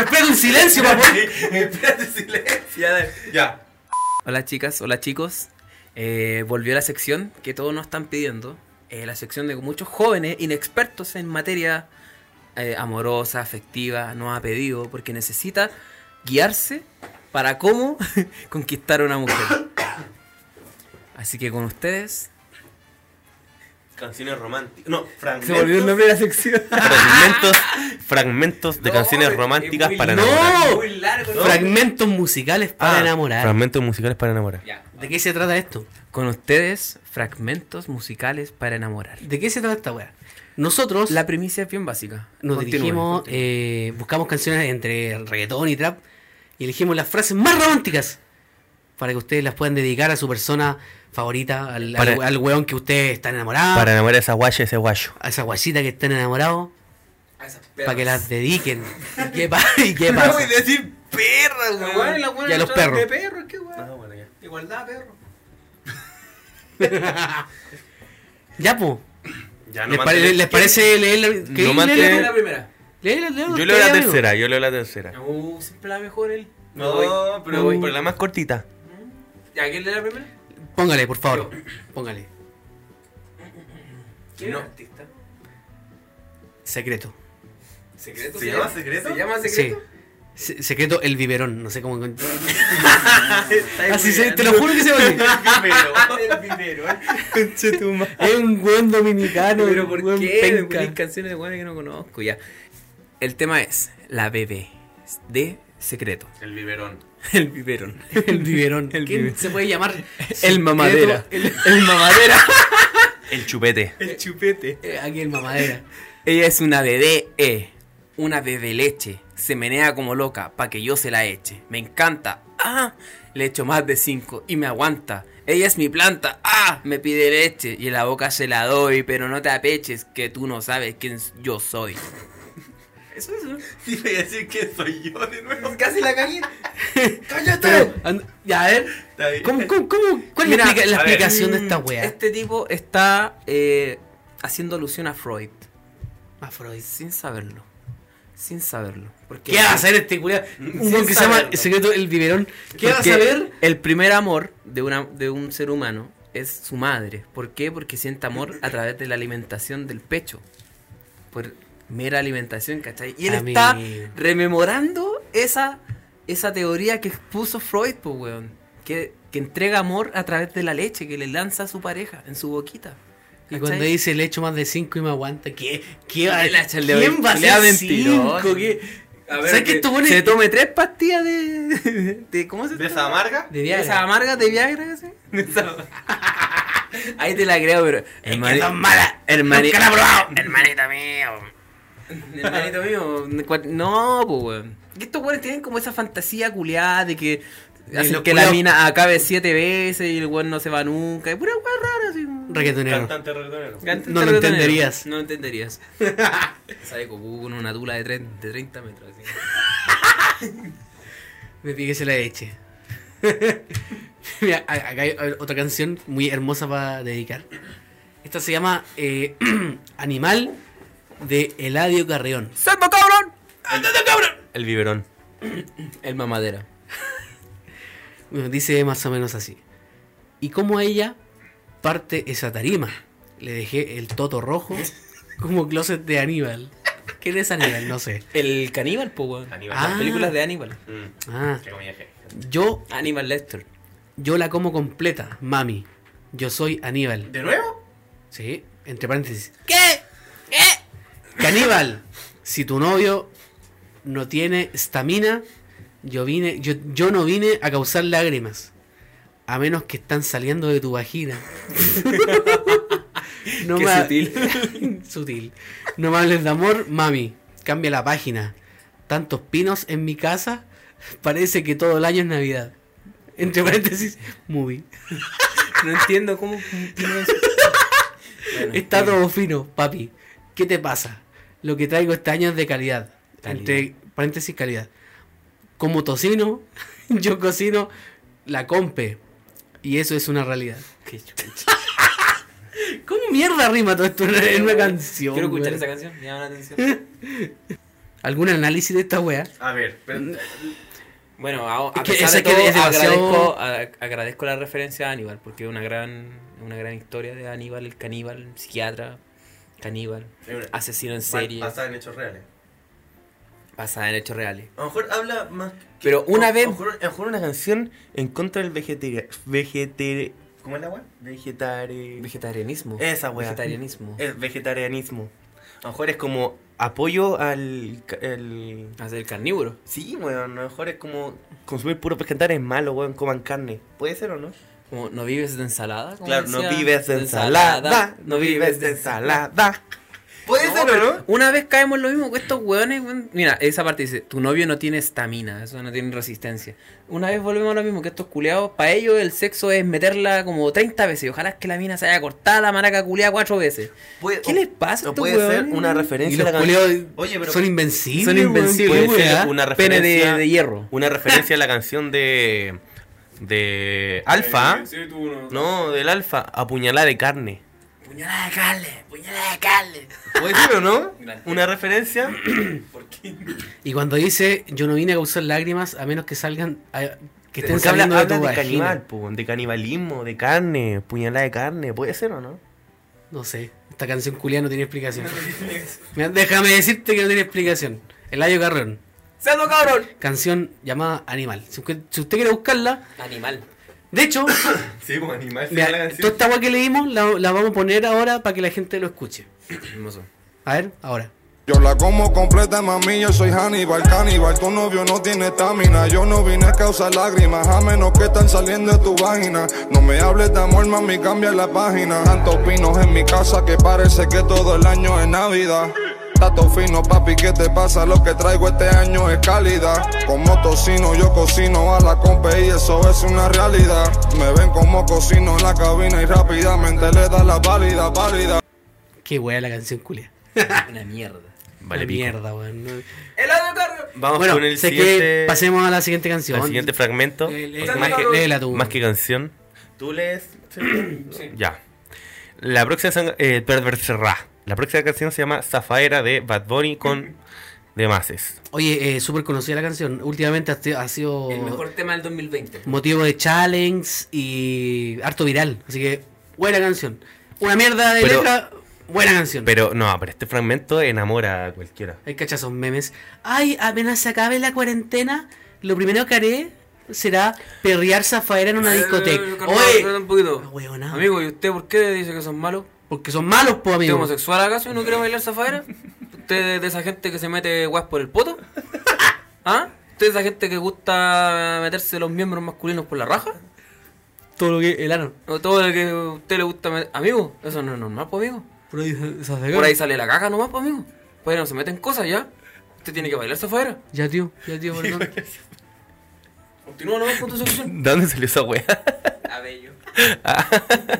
Speaker 2: Pero espera un silencio, papá.
Speaker 4: Espérate, silencio. Ya, dale. Ya.
Speaker 1: Hola chicas, hola chicos. Eh, volvió la sección que todos nos están pidiendo. eh, la sección de muchos jóvenes inexpertos en materia eh, amorosa, afectiva, nos ha pedido porque necesita guiarse para cómo conquistar a una mujer. Así que con ustedes.
Speaker 4: Canciones románticas. No,
Speaker 1: Se volvió el
Speaker 4: fragmentos.
Speaker 1: nombre de la sección.
Speaker 3: Fragmentos. Fragmentos de canciones románticas para
Speaker 2: no.
Speaker 3: enamorar.
Speaker 2: muy Fragmentos musicales para
Speaker 4: Ah,
Speaker 2: enamorar.
Speaker 3: Fragmentos musicales para enamorar.
Speaker 2: ¿De qué se trata esto?
Speaker 1: Con ustedes, fragmentos musicales para enamorar.
Speaker 2: ¿De qué se trata esta wea? Nosotros
Speaker 1: La primicia es bien básica.
Speaker 2: nos
Speaker 1: Continúen,
Speaker 2: dirigimos,
Speaker 1: continúen.
Speaker 2: eh, buscamos canciones entre reggaetón y trap y elegimos las frases más románticas para que ustedes las puedan dedicar a su persona favorita, al, al-
Speaker 3: Para-
Speaker 2: al weón que ustedes están enamorados,
Speaker 3: Para enamorar a esa guaya, ese guayo.
Speaker 2: a esa guachita que están enamorados,
Speaker 1: A esas perras.
Speaker 2: para eh, que las dediquen. ¿Y qué, pa- y qué
Speaker 3: No
Speaker 2: pasa?
Speaker 3: voy a decir perra,
Speaker 1: La weá, la weá,
Speaker 2: Y a los
Speaker 1: la weá
Speaker 2: perros.
Speaker 1: de perros, qué weá.
Speaker 4: Ah, bueno, ya.
Speaker 1: Igualdad, perro.
Speaker 2: Ya, po.
Speaker 4: Ya,
Speaker 2: ¿Les,
Speaker 4: no
Speaker 2: pare- les parece leer la, que-
Speaker 3: No mate-
Speaker 2: leer
Speaker 1: la
Speaker 2: la-
Speaker 1: primera.
Speaker 2: leer la- leer
Speaker 3: Yo
Speaker 2: usted,
Speaker 3: leo la
Speaker 2: amigo?
Speaker 3: tercera, yo leo la tercera.
Speaker 1: No, siempre la mejor él.
Speaker 4: No, pero
Speaker 2: Me voy.
Speaker 3: Por la más cortita.
Speaker 1: ¿Ya quién lee la primera?
Speaker 2: Póngale, por favor. Póngale.
Speaker 1: ¿Quién
Speaker 4: No.
Speaker 1: es el artista?
Speaker 2: Secreto.
Speaker 1: ¿Secreto?
Speaker 4: ¿Se llama secreto?
Speaker 1: ¿Se llama
Speaker 2: Sí.
Speaker 1: secreto?
Speaker 2: Se- secreto el biberón, no sé cómo.
Speaker 1: Está
Speaker 2: Así se,
Speaker 1: weando.
Speaker 2: Ah, te lo juro que se va a
Speaker 1: El video.
Speaker 2: Es un buen dominicano.
Speaker 1: Pero
Speaker 2: un
Speaker 1: ¿por
Speaker 2: buen
Speaker 1: qué? Me
Speaker 2: Ah, penca.
Speaker 1: ponéis canciones de weones que no conozco ya. El tema es La bebé de secreto.
Speaker 4: El biberón.
Speaker 1: El biberón.
Speaker 2: El biberón.
Speaker 1: El
Speaker 2: ¿Quién
Speaker 1: biberón.
Speaker 2: se puede llamar?
Speaker 1: El mamadera.
Speaker 2: El,
Speaker 1: El mamadera.
Speaker 3: El chupete.
Speaker 1: El chupete.
Speaker 2: eh, aquí el mamadera.
Speaker 1: Ella es una bebé, eh. Una bebé leche. Se menea como loca pa' que yo se la eche. Me encanta. Ah, le echo más de cinco y me aguanta. Ella es mi planta. Ah, me pide leche y en la boca se la doy. Pero no te apeches que tú no sabes quién s- yo soy. Eso es.
Speaker 4: Sí, voy a decir que soy yo de nuevo.
Speaker 1: Casi la cagué.
Speaker 2: Pero, and- ya, a ver.
Speaker 4: Está bien.
Speaker 2: ¿Cómo, cómo, cómo, ¿Cuál
Speaker 1: Mira,
Speaker 2: es la explica- la
Speaker 4: a ver.
Speaker 2: explicación de esta wea?
Speaker 1: Este tipo está eh, haciendo alusión a Freud.
Speaker 2: Ah, Freud.
Speaker 1: Sin saberlo. Sin saberlo. Porque
Speaker 2: ¿Qué va a hacer este culiao? Un buen que se llama
Speaker 1: saberlo.
Speaker 2: Secreto el biberón. ¿Qué va a
Speaker 1: Porque
Speaker 2: saber?
Speaker 1: El primer amor de, una, de un ser humano es su madre. ¿Por qué? Porque siente amor a través de la alimentación del pecho. Por mera alimentación, ¿cachai? Y él
Speaker 2: Amigo.
Speaker 1: está rememorando esa, esa teoría que expuso Freud, pues, weón. Que, que entrega amor a través de la leche que le lanza a su pareja en su boquita.
Speaker 2: Y cuando
Speaker 1: ¿Cachai?
Speaker 2: dice le echo más de 5 y me aguanta, ¿qué? ¿Qué va,
Speaker 1: La chalea-
Speaker 2: ¿Quién va a
Speaker 1: chalea
Speaker 2: ser
Speaker 1: mentirosa.
Speaker 2: 5?
Speaker 4: A
Speaker 2: ¿Sabes qué esto pone?
Speaker 1: se tome tres pastillas de. de- ¿Cómo se
Speaker 3: ¿De
Speaker 1: llama?
Speaker 3: esa marca?
Speaker 1: De
Speaker 2: Viagra.
Speaker 1: Esa amarga de Viagra, ¿sí? De esa- Ahí te la creo, pero. hermani-
Speaker 2: Eh, mala.
Speaker 1: hermani-
Speaker 2: Nunca la he probado. Hermanita mío.
Speaker 1: Hermanito mío, cua- no, pues weón. Que Estos weones tienen como esa fantasía culiada de que
Speaker 2: De
Speaker 1: hacen
Speaker 2: los
Speaker 1: que la
Speaker 2: culiados.
Speaker 1: mina acabe siete veces y el weón no se va nunca. Es pura weón rara, así.
Speaker 2: Reggaetonero.
Speaker 3: Cantante reggaetonero.
Speaker 1: Cantante
Speaker 2: No lo
Speaker 1: reggaetonero.
Speaker 2: entenderías.
Speaker 1: No lo entenderías. Sale como con una tula de, tre- de 30 metros. así.
Speaker 2: Me piqué se la leche. Mira, a- acá hay otra canción muy hermosa para dedicar. Esta se llama eh, Animal de Eladio Carreón.
Speaker 1: ¡Salva cabrón!
Speaker 3: El biberón.
Speaker 1: El mamadera.
Speaker 2: Bueno, dice más o menos así. Y como ella parte esa tarima, le dejé el toto rojo como closet de Aníbal. ¿Quién es Aníbal? No sé.
Speaker 1: El caníbal, pues weón.
Speaker 3: Caníbal.
Speaker 1: Las
Speaker 2: Ah.
Speaker 1: películas de Aníbal.
Speaker 3: Mm.
Speaker 2: Ah,
Speaker 3: Qué comida que-
Speaker 2: yo,
Speaker 1: Aníbal Lester.
Speaker 2: yo la como completa, mami. Yo soy Aníbal.
Speaker 3: ¿De nuevo?
Speaker 2: Sí, entre paréntesis.
Speaker 1: ¿Qué? ¿Qué?
Speaker 2: Caníbal, si tu novio no tiene estamina, yo vine, yo, yo no vine a causar lágrimas. A menos que están saliendo de tu vagina. no
Speaker 1: Qué
Speaker 2: me ha-
Speaker 1: sutil.
Speaker 2: sutil. No me hables de amor, mami. Cambia la página. Tantos pinos en mi casa. Parece que todo el año es Navidad. Entre paréntesis, movie.
Speaker 1: No entiendo cómo. Bueno,
Speaker 2: Está
Speaker 3: Este-
Speaker 2: todo fino, papi. ¿Qué te pasa? Lo que traigo este año es de calidad.
Speaker 1: Calidad.
Speaker 2: Entre paréntesis, calidad. Como tocino, yo cocino la compe. Y eso es una realidad.
Speaker 1: Qué chucha.
Speaker 2: ¿Cómo mierda rima todo esto en- en una canción?
Speaker 1: Quiero escuchar
Speaker 2: weón?
Speaker 1: esa canción, me llama la atención.
Speaker 2: ¿Algún análisis de esta wea?
Speaker 3: A ver, pero-
Speaker 1: Bueno, a,
Speaker 2: Es
Speaker 1: a
Speaker 2: que
Speaker 1: pesar
Speaker 2: esa
Speaker 1: de
Speaker 2: que
Speaker 1: todo,
Speaker 2: es demasiado-
Speaker 1: agradezco, a- agradezco la referencia a Aníbal, porque es una gran, una gran historia de Aníbal, el caníbal, psiquiatra, caníbal, asesino en serie,
Speaker 3: Basada en hechos reales.
Speaker 1: basada en hechos reales.
Speaker 3: A lo mejor habla más.
Speaker 1: Pero una
Speaker 3: a-
Speaker 1: vez-
Speaker 3: A lo mejor, a lo mejor una canción en contra del vegetariano. Vegetar... ¿Cómo es la weá? Vegetari...
Speaker 1: Vegetarianismo.
Speaker 3: Esa weá.
Speaker 1: Vegetarianismo.
Speaker 3: El vegetarianismo. A lo mejor es como apoyo al. ca- El...
Speaker 1: Hacer el carnívoro.
Speaker 3: Sí, weón. A lo mejor es como. Consumir puro vegetal es malo, weón. Coman carne. ¿Puede ser o no?
Speaker 1: Como, ¿No vives de ensalada? Como
Speaker 3: Claro, no
Speaker 1: decía,
Speaker 3: vives de ensalada. No vives de ensalada. ¿Puede ser o no?
Speaker 1: Una vez caemos en lo mismo que estos hueones. weón. Mira, esa parte dice: Tu novio no tiene estamina, eso no tiene resistencia. Una vez volvemos a lo mismo que estos culeados. Para ellos el sexo es meterla como 30 veces. Ojalá que la mina se haya cortado la maraca culeada cuatro veces.
Speaker 3: Puede-
Speaker 1: ¿Qué
Speaker 3: o-
Speaker 1: les pasa a
Speaker 3: o
Speaker 1: estos
Speaker 3: puede ser
Speaker 1: hueones,
Speaker 3: una
Speaker 1: weón?
Speaker 3: referencia
Speaker 2: Y los
Speaker 3: a la can-
Speaker 2: culiados
Speaker 3: Oye, pero-
Speaker 2: son invencibles.
Speaker 1: Son
Speaker 2: weón.
Speaker 1: invencibles.
Speaker 2: Qué
Speaker 3: Puede ser
Speaker 2: wea.
Speaker 3: una
Speaker 1: Pene de,
Speaker 3: referencia-
Speaker 1: de hierro.
Speaker 3: Una referencia a la canción de. de. Alfa.
Speaker 4: Eh, Sí, tú no.
Speaker 3: No, del Alfa. Apuñalada de carne.
Speaker 1: Puñalada de carne, puñalada de carne.
Speaker 3: ¿Puede ser o no?
Speaker 4: Gracias.
Speaker 3: Una referencia.
Speaker 4: ¿Por qué?
Speaker 2: Y cuando dice, yo no vine a causar lágrimas a menos que salgan, a- que estén
Speaker 3: Porque habla,
Speaker 2: saliendo de
Speaker 3: habla
Speaker 2: tu
Speaker 3: de
Speaker 2: vagina.
Speaker 3: canibal, po, de canibalismo, de carne, puñalada de carne, ¿puede ser o no?
Speaker 2: No sé, esta canción culia no tiene explicación. Mira, déjame decirte que no tiene explicación. Eladio Carrón,
Speaker 1: ¡Sando cabrón!
Speaker 2: canción llamada Animal. Si usted, si usted quiere buscarla,
Speaker 1: Animal.
Speaker 2: de hecho,
Speaker 3: Sí, como animal,
Speaker 2: mira, toda esta agua que leímos la, la vamos a poner ahora para que la gente lo escuche.
Speaker 1: Hermoso.
Speaker 2: A ver, ahora.
Speaker 5: Yo la como completa, mami, yo soy Hannibal, caníbal. Tu novio no tiene estamina, yo no vine a causar lágrimas, a menos que están saliendo de tu vagina. No me hables de amor, mami, cambia la página. Tantos pinos en mi casa que parece que todo el año es Navidad. Tato fino, papi, ¿qué te pasa? Lo que traigo este año es calidad. Como tocino, yo cocino a la compa y eso es una realidad. Me ven como cocino en la cabina y rápidamente le da la válida, válida.
Speaker 2: Qué wea la canción culia.
Speaker 1: Una mierda.
Speaker 3: Vale,
Speaker 2: Una
Speaker 3: pico.
Speaker 2: mierda, weón. No-
Speaker 1: ¡Helado carne!
Speaker 3: Vamos
Speaker 2: Bueno,
Speaker 3: con el
Speaker 2: sé
Speaker 3: siguiente,
Speaker 2: que pasemos a la siguiente canción.
Speaker 3: al siguiente fragmento.
Speaker 2: Eh,
Speaker 3: porque
Speaker 2: léela-
Speaker 3: más, que,
Speaker 2: léela tú.
Speaker 3: más que canción. Tú lees.
Speaker 4: Sí.
Speaker 3: ya. La próxima, sang- eh, per- per- será. la próxima canción se llama Zafaera de Bad Bunny con Demases.
Speaker 2: Oye, eh, súper conocida la canción. Últimamente ha, sido- ha sido
Speaker 1: El mejor tema del 2020.
Speaker 2: motivo de challenge y harto viral. Así que, buena canción. Una mierda de
Speaker 3: Pero-
Speaker 2: letra, Buena canción.
Speaker 3: Pero no, pero este fragmento enamora a cualquiera.
Speaker 2: Hay cachazos memes. Ay, apenas se acabe la cuarentena, lo primero que haré será perrear zafaera en una
Speaker 1: Eh,
Speaker 2: discoteca.
Speaker 1: Oye,
Speaker 2: Oye,
Speaker 1: un poquito.
Speaker 3: Ah,
Speaker 2: No, huevonao.
Speaker 1: Amigo, ¿y usted por qué dice que son malos?
Speaker 2: porque son malos, po,
Speaker 1: ¿Usted es
Speaker 2: amigo.
Speaker 1: homosexual acaso y no quiere bailar zafaera? ¿Usted es de esa gente que se mete guas por el poto? ¿Ah? ¿Usted es de esa gente que gusta meterse los miembros masculinos por la raja?
Speaker 2: Todo lo que el ano.
Speaker 1: ¿O todo lo que a usted le gusta met- Amigo, eso no es normal, pues amigo.
Speaker 2: Por ahí, se- se hace
Speaker 1: Por ahí
Speaker 2: caca.
Speaker 1: sale la caca nomás, pues amigo. Pues ahí no se meten cosas ya. Usted tiene que bailar zafaera.
Speaker 2: Ya, tío, ya, tío, perdón.
Speaker 1: Continúa nomás con tu solución.
Speaker 3: ¿De dónde salió esa wea?
Speaker 1: A bello.
Speaker 3: Ah,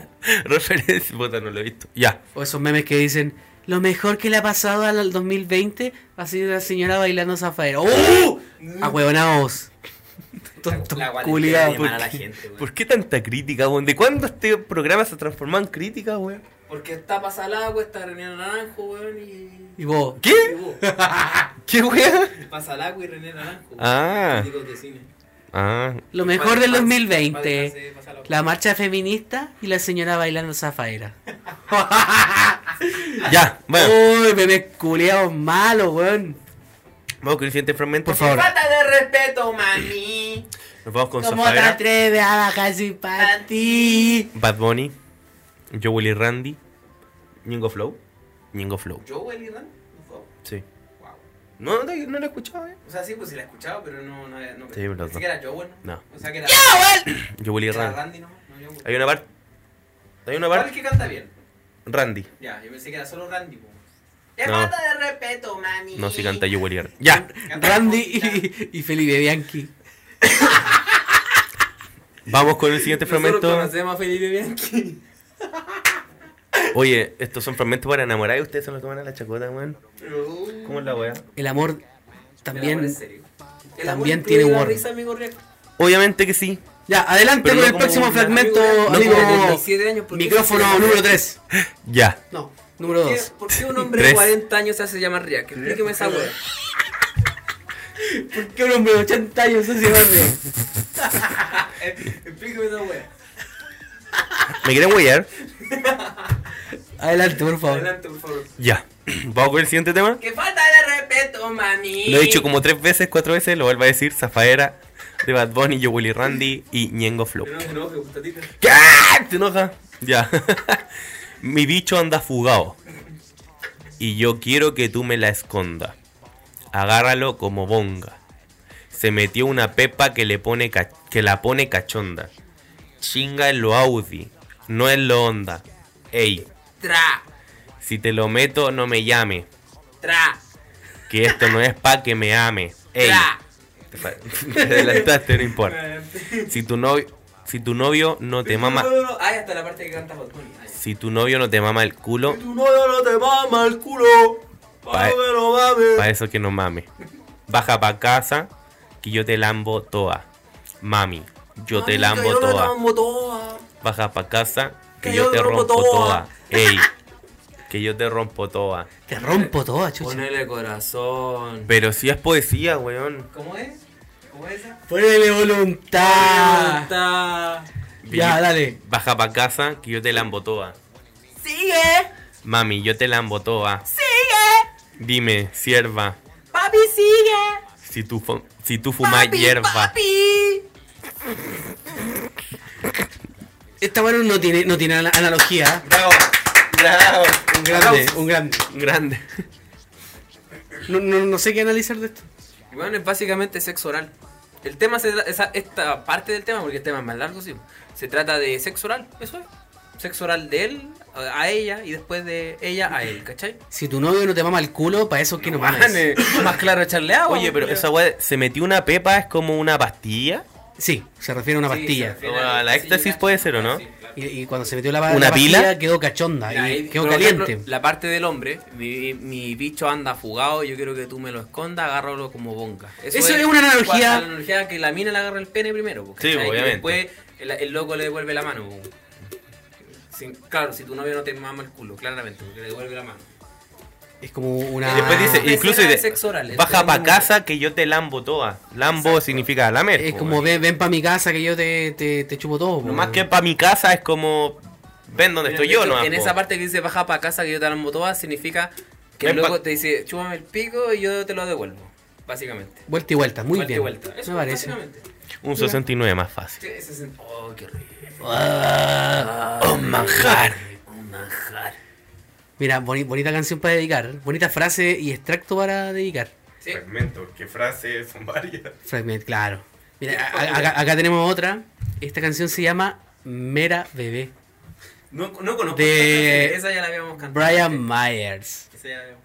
Speaker 3: Referencia, puta, no lo he visto. Ya.
Speaker 2: O esos memes que dicen, lo mejor que le ha pasado al 2020 ha sido la señora bailando zafaera. ¡Uh!
Speaker 1: Mm.
Speaker 2: Ahueonaos. Tonto culiao.
Speaker 3: ¿Por qué, por qué tanta crítica, weón? ¿De cuándo este programa se transformó en crítica, weón?
Speaker 1: Porque está pasada el agua, está René Naranjo, weón, y.
Speaker 2: Y vos,
Speaker 3: ¿Qué? ¿Qué weón?
Speaker 1: Pasa el agua y René Naranjo.
Speaker 3: Ah.
Speaker 1: Críticos de cine. Eh,
Speaker 3: Ah,
Speaker 2: lo mejor del 2020. La marcha feminista y la señora bailando zafaera.
Speaker 3: ya, bueno.
Speaker 2: Uy, memes culiados malos, weón.
Speaker 3: Vamos con el siguiente fragmento.
Speaker 2: Por favor.
Speaker 1: Falta de respeto, mami.
Speaker 3: Nos vamos con
Speaker 2: ¿Cómo te
Speaker 3: Zafaera,
Speaker 2: atreves a bajar sin para ti?
Speaker 3: Bad Bunny, Joe Willy Randy, Ñengo Flow. Ñengo Flow,
Speaker 1: Yo, Eli Ran, no
Speaker 3: sí.
Speaker 1: Wow.
Speaker 3: No, no, no lo he escuchado, eh.
Speaker 1: O sea, sí, pues sí la he escuchado, pero no. no, no
Speaker 3: Sí, pero
Speaker 1: pensé
Speaker 3: no.
Speaker 1: que era yo, bueno.
Speaker 3: No.
Speaker 1: O sea, que era,
Speaker 3: Joe Willy
Speaker 1: que era
Speaker 3: Randy.
Speaker 1: Randy nomás. No, yo, bueno.
Speaker 3: Hay una parte. Hay una
Speaker 1: ¿Cuál es
Speaker 3: parte.
Speaker 1: que canta bien?
Speaker 3: Randy.
Speaker 1: Ya, yo pensé que era solo Randy, pues. ¡Te
Speaker 3: No.
Speaker 1: falta de respeto, mami!
Speaker 3: No, si canta Joe Willy Randy. Ya.
Speaker 1: Canta
Speaker 2: Randy
Speaker 1: con- ya.
Speaker 2: y, y Felipe Bianchi.
Speaker 3: Vamos con el siguiente
Speaker 1: Nosotros
Speaker 3: fragmento.
Speaker 1: conocemos a Felipe Bianchi.
Speaker 3: Oye, estos son fragmentos para enamorar y ustedes se los toman a la chacota, weón. ¿Cómo es la weá?
Speaker 2: El amor también.
Speaker 1: También
Speaker 2: también
Speaker 1: tiene
Speaker 2: tiene
Speaker 1: la
Speaker 2: humor.
Speaker 1: risa, amigo Rick.
Speaker 3: Obviamente que sí.
Speaker 2: Ya, adelante
Speaker 3: Pero
Speaker 2: con
Speaker 3: no
Speaker 2: el
Speaker 3: como
Speaker 2: próximo
Speaker 3: un
Speaker 2: fragmento,
Speaker 1: amigo, no
Speaker 2: amigo.
Speaker 1: como 37 años, ¿por qué se
Speaker 2: micrófono
Speaker 1: llama
Speaker 2: número
Speaker 1: Rick?
Speaker 2: 3.
Speaker 3: Ya.
Speaker 2: No, número
Speaker 1: ¿Por qué-
Speaker 2: 2.
Speaker 1: ¿Por qué un hombre de
Speaker 3: Tres.
Speaker 1: 40 años se hace llamar Riak? Explíqueme esa weá.
Speaker 2: ¿Por qué un hombre de 80 años se llama Rick?
Speaker 1: Explíqueme esa weá.
Speaker 3: ¿Me quieren huellar?
Speaker 2: Adelante, por favor.
Speaker 1: Adelante, por favor.
Speaker 3: Ya. Vamos con el siguiente tema.
Speaker 1: ¡Que falta de respeto, mami!
Speaker 3: Lo he dicho como tres veces, cuatro veces, lo vuelvo a decir. Zafaera, de Bad Bunny, Yo Willy Randy y Ñengo Flow.
Speaker 1: Pero no, no, que gustadita.
Speaker 3: ¿Qué? ¿Te enoja? Ya. Mi bicho anda fugado. Y yo quiero que tú me la esconda. Agárralo como bonga. Se metió una pepa que, le pone ca- que la pone cachonda. Chinga en lo Audi, no en lo Honda. Ey,
Speaker 1: Tra,
Speaker 3: si te lo meto, no me llame.
Speaker 1: tra,
Speaker 3: Que esto no es pa' que me ame. Ey.
Speaker 1: tra.
Speaker 3: Te adelantaste, no importa. Si tu novio, si tu novio no te mama,
Speaker 1: No, no, no. Ahí está la parte que canta Bad Bunny. Ahí.
Speaker 3: si tu novio no te mama el culo,
Speaker 1: Tu novio no te mama el culo.
Speaker 3: Pa-
Speaker 1: Páramelo, mami.
Speaker 3: para eso que no mame. Baja pa casa, que yo te lambo toda. Mami, yo te lambo
Speaker 1: Yo te
Speaker 3: toda.
Speaker 1: lambo toda.
Speaker 3: Baja pa casa, que,
Speaker 1: Que
Speaker 3: yo, te rompo toda.
Speaker 1: toda.
Speaker 3: Ey, que yo te rompo toda.
Speaker 2: Te rompo toda, chucha.
Speaker 1: Ponele corazón.
Speaker 3: Pero si es poesía, weón.
Speaker 1: ¿Cómo es? ¿Cómo es esa?
Speaker 2: Ponele voluntad.
Speaker 1: Ta.
Speaker 2: Ya, dale.
Speaker 3: Baja pa casa, que yo te lambo toda.
Speaker 1: Sigue,
Speaker 3: Mami, yo te lambo toda.
Speaker 1: sigue.
Speaker 3: Dime, sierva,
Speaker 1: Papi, sigue.
Speaker 3: si tú, fu- si tú fumas
Speaker 1: papi,
Speaker 3: hierba.
Speaker 1: Papi.
Speaker 2: Esta bueno no tiene, no tiene ana- analogía.
Speaker 3: Bravo, bravo.
Speaker 2: Un grande, un grande.
Speaker 3: Grande.
Speaker 2: No, no, no sé qué analizar de esto.
Speaker 1: Bueno, es básicamente sexo oral. El tema, se tra- esa- esta parte del tema, porque el tema es más largo, sí. Se trata de sexo oral, eso es. Sexo oral de él a a ella y después de ella a él, ¿cachai?
Speaker 2: Si tu novio no te mama el culo, para eso que no, mames.
Speaker 1: Mane, eh, más claro echarle agua. pues,
Speaker 3: Oye, pero
Speaker 1: culiao.
Speaker 3: esa weá, se metió una pepa, es como una pastilla.
Speaker 2: Sí, se refiere a una
Speaker 1: Sí, se
Speaker 2: pastilla.
Speaker 1: refiere
Speaker 3: O a la
Speaker 1: pastilla.
Speaker 3: éxtasis puede ser, ¿o no?
Speaker 1: Sí, claro.
Speaker 2: Y, y cuando se metió la,
Speaker 3: ¿Una
Speaker 2: la pastilla
Speaker 3: pila?
Speaker 2: quedó cachonda
Speaker 1: Mira, ahí,
Speaker 2: y quedó
Speaker 1: por
Speaker 2: caliente.
Speaker 1: ejemplo, la parte del hombre, mi, mi bicho anda fugado, yo quiero que tú me lo escondas, agárralo como bonga.
Speaker 2: Eso es una analogía-
Speaker 1: La analogía que la mina le agarra el pene primero. po,
Speaker 3: Sí,
Speaker 1: ¿cachai? Y
Speaker 3: obviamente.
Speaker 1: después el, el loco le devuelve la mano. po. Sin- claro, si tu novio no te mama el culo, claramente, porque le devuelve la mano.
Speaker 2: Es como una.
Speaker 3: Y después dice,
Speaker 1: Una
Speaker 3: incluso
Speaker 1: escena
Speaker 3: dice,
Speaker 1: sexo oral,
Speaker 3: baja
Speaker 1: estoy
Speaker 3: pa'
Speaker 1: hablando
Speaker 3: casa que yo te lambo toda. Lambo significa lamer.
Speaker 2: Es
Speaker 3: po,
Speaker 2: como
Speaker 3: weón.
Speaker 2: ven, ven para mi casa que yo te, te, te chupo todo. po,
Speaker 3: No más que
Speaker 2: weón".
Speaker 3: pa' mi casa es como Ven
Speaker 1: Mira,
Speaker 3: donde estoy
Speaker 1: de
Speaker 3: yo,
Speaker 1: hecho,
Speaker 3: no
Speaker 1: En esa parte que dice baja para casa que yo te la toda, significa que
Speaker 3: Ven
Speaker 1: luego
Speaker 3: pa-
Speaker 1: te dice chúpame el pico y yo te lo devuelvo. Básicamente.
Speaker 2: Vuelta y vuelta, muy
Speaker 1: Vuelta y
Speaker 2: bien.
Speaker 1: vuelta. Eso,
Speaker 2: Me parece.
Speaker 1: básicamente.
Speaker 3: Un 69 más fácil.
Speaker 1: Sí, ese es- Oh, qué rico.
Speaker 3: Un manjar.
Speaker 1: Un manjar.
Speaker 2: Mira, boni- bonita canción para dedicar. Bonita frase y extracto para dedicar.
Speaker 1: Sí.
Speaker 6: Fragmento, porque frases son varias.
Speaker 2: Fragment, claro. Mira, a- a- acá, acá tenemos otra. Esta canción se llama Mera Bebé.
Speaker 1: No, no conozco.
Speaker 2: De-
Speaker 1: esa canción, Esa ya la habíamos cantado.
Speaker 2: Eh, Brian
Speaker 1: antes.
Speaker 2: Myers.
Speaker 1: Esa ya la habíamos-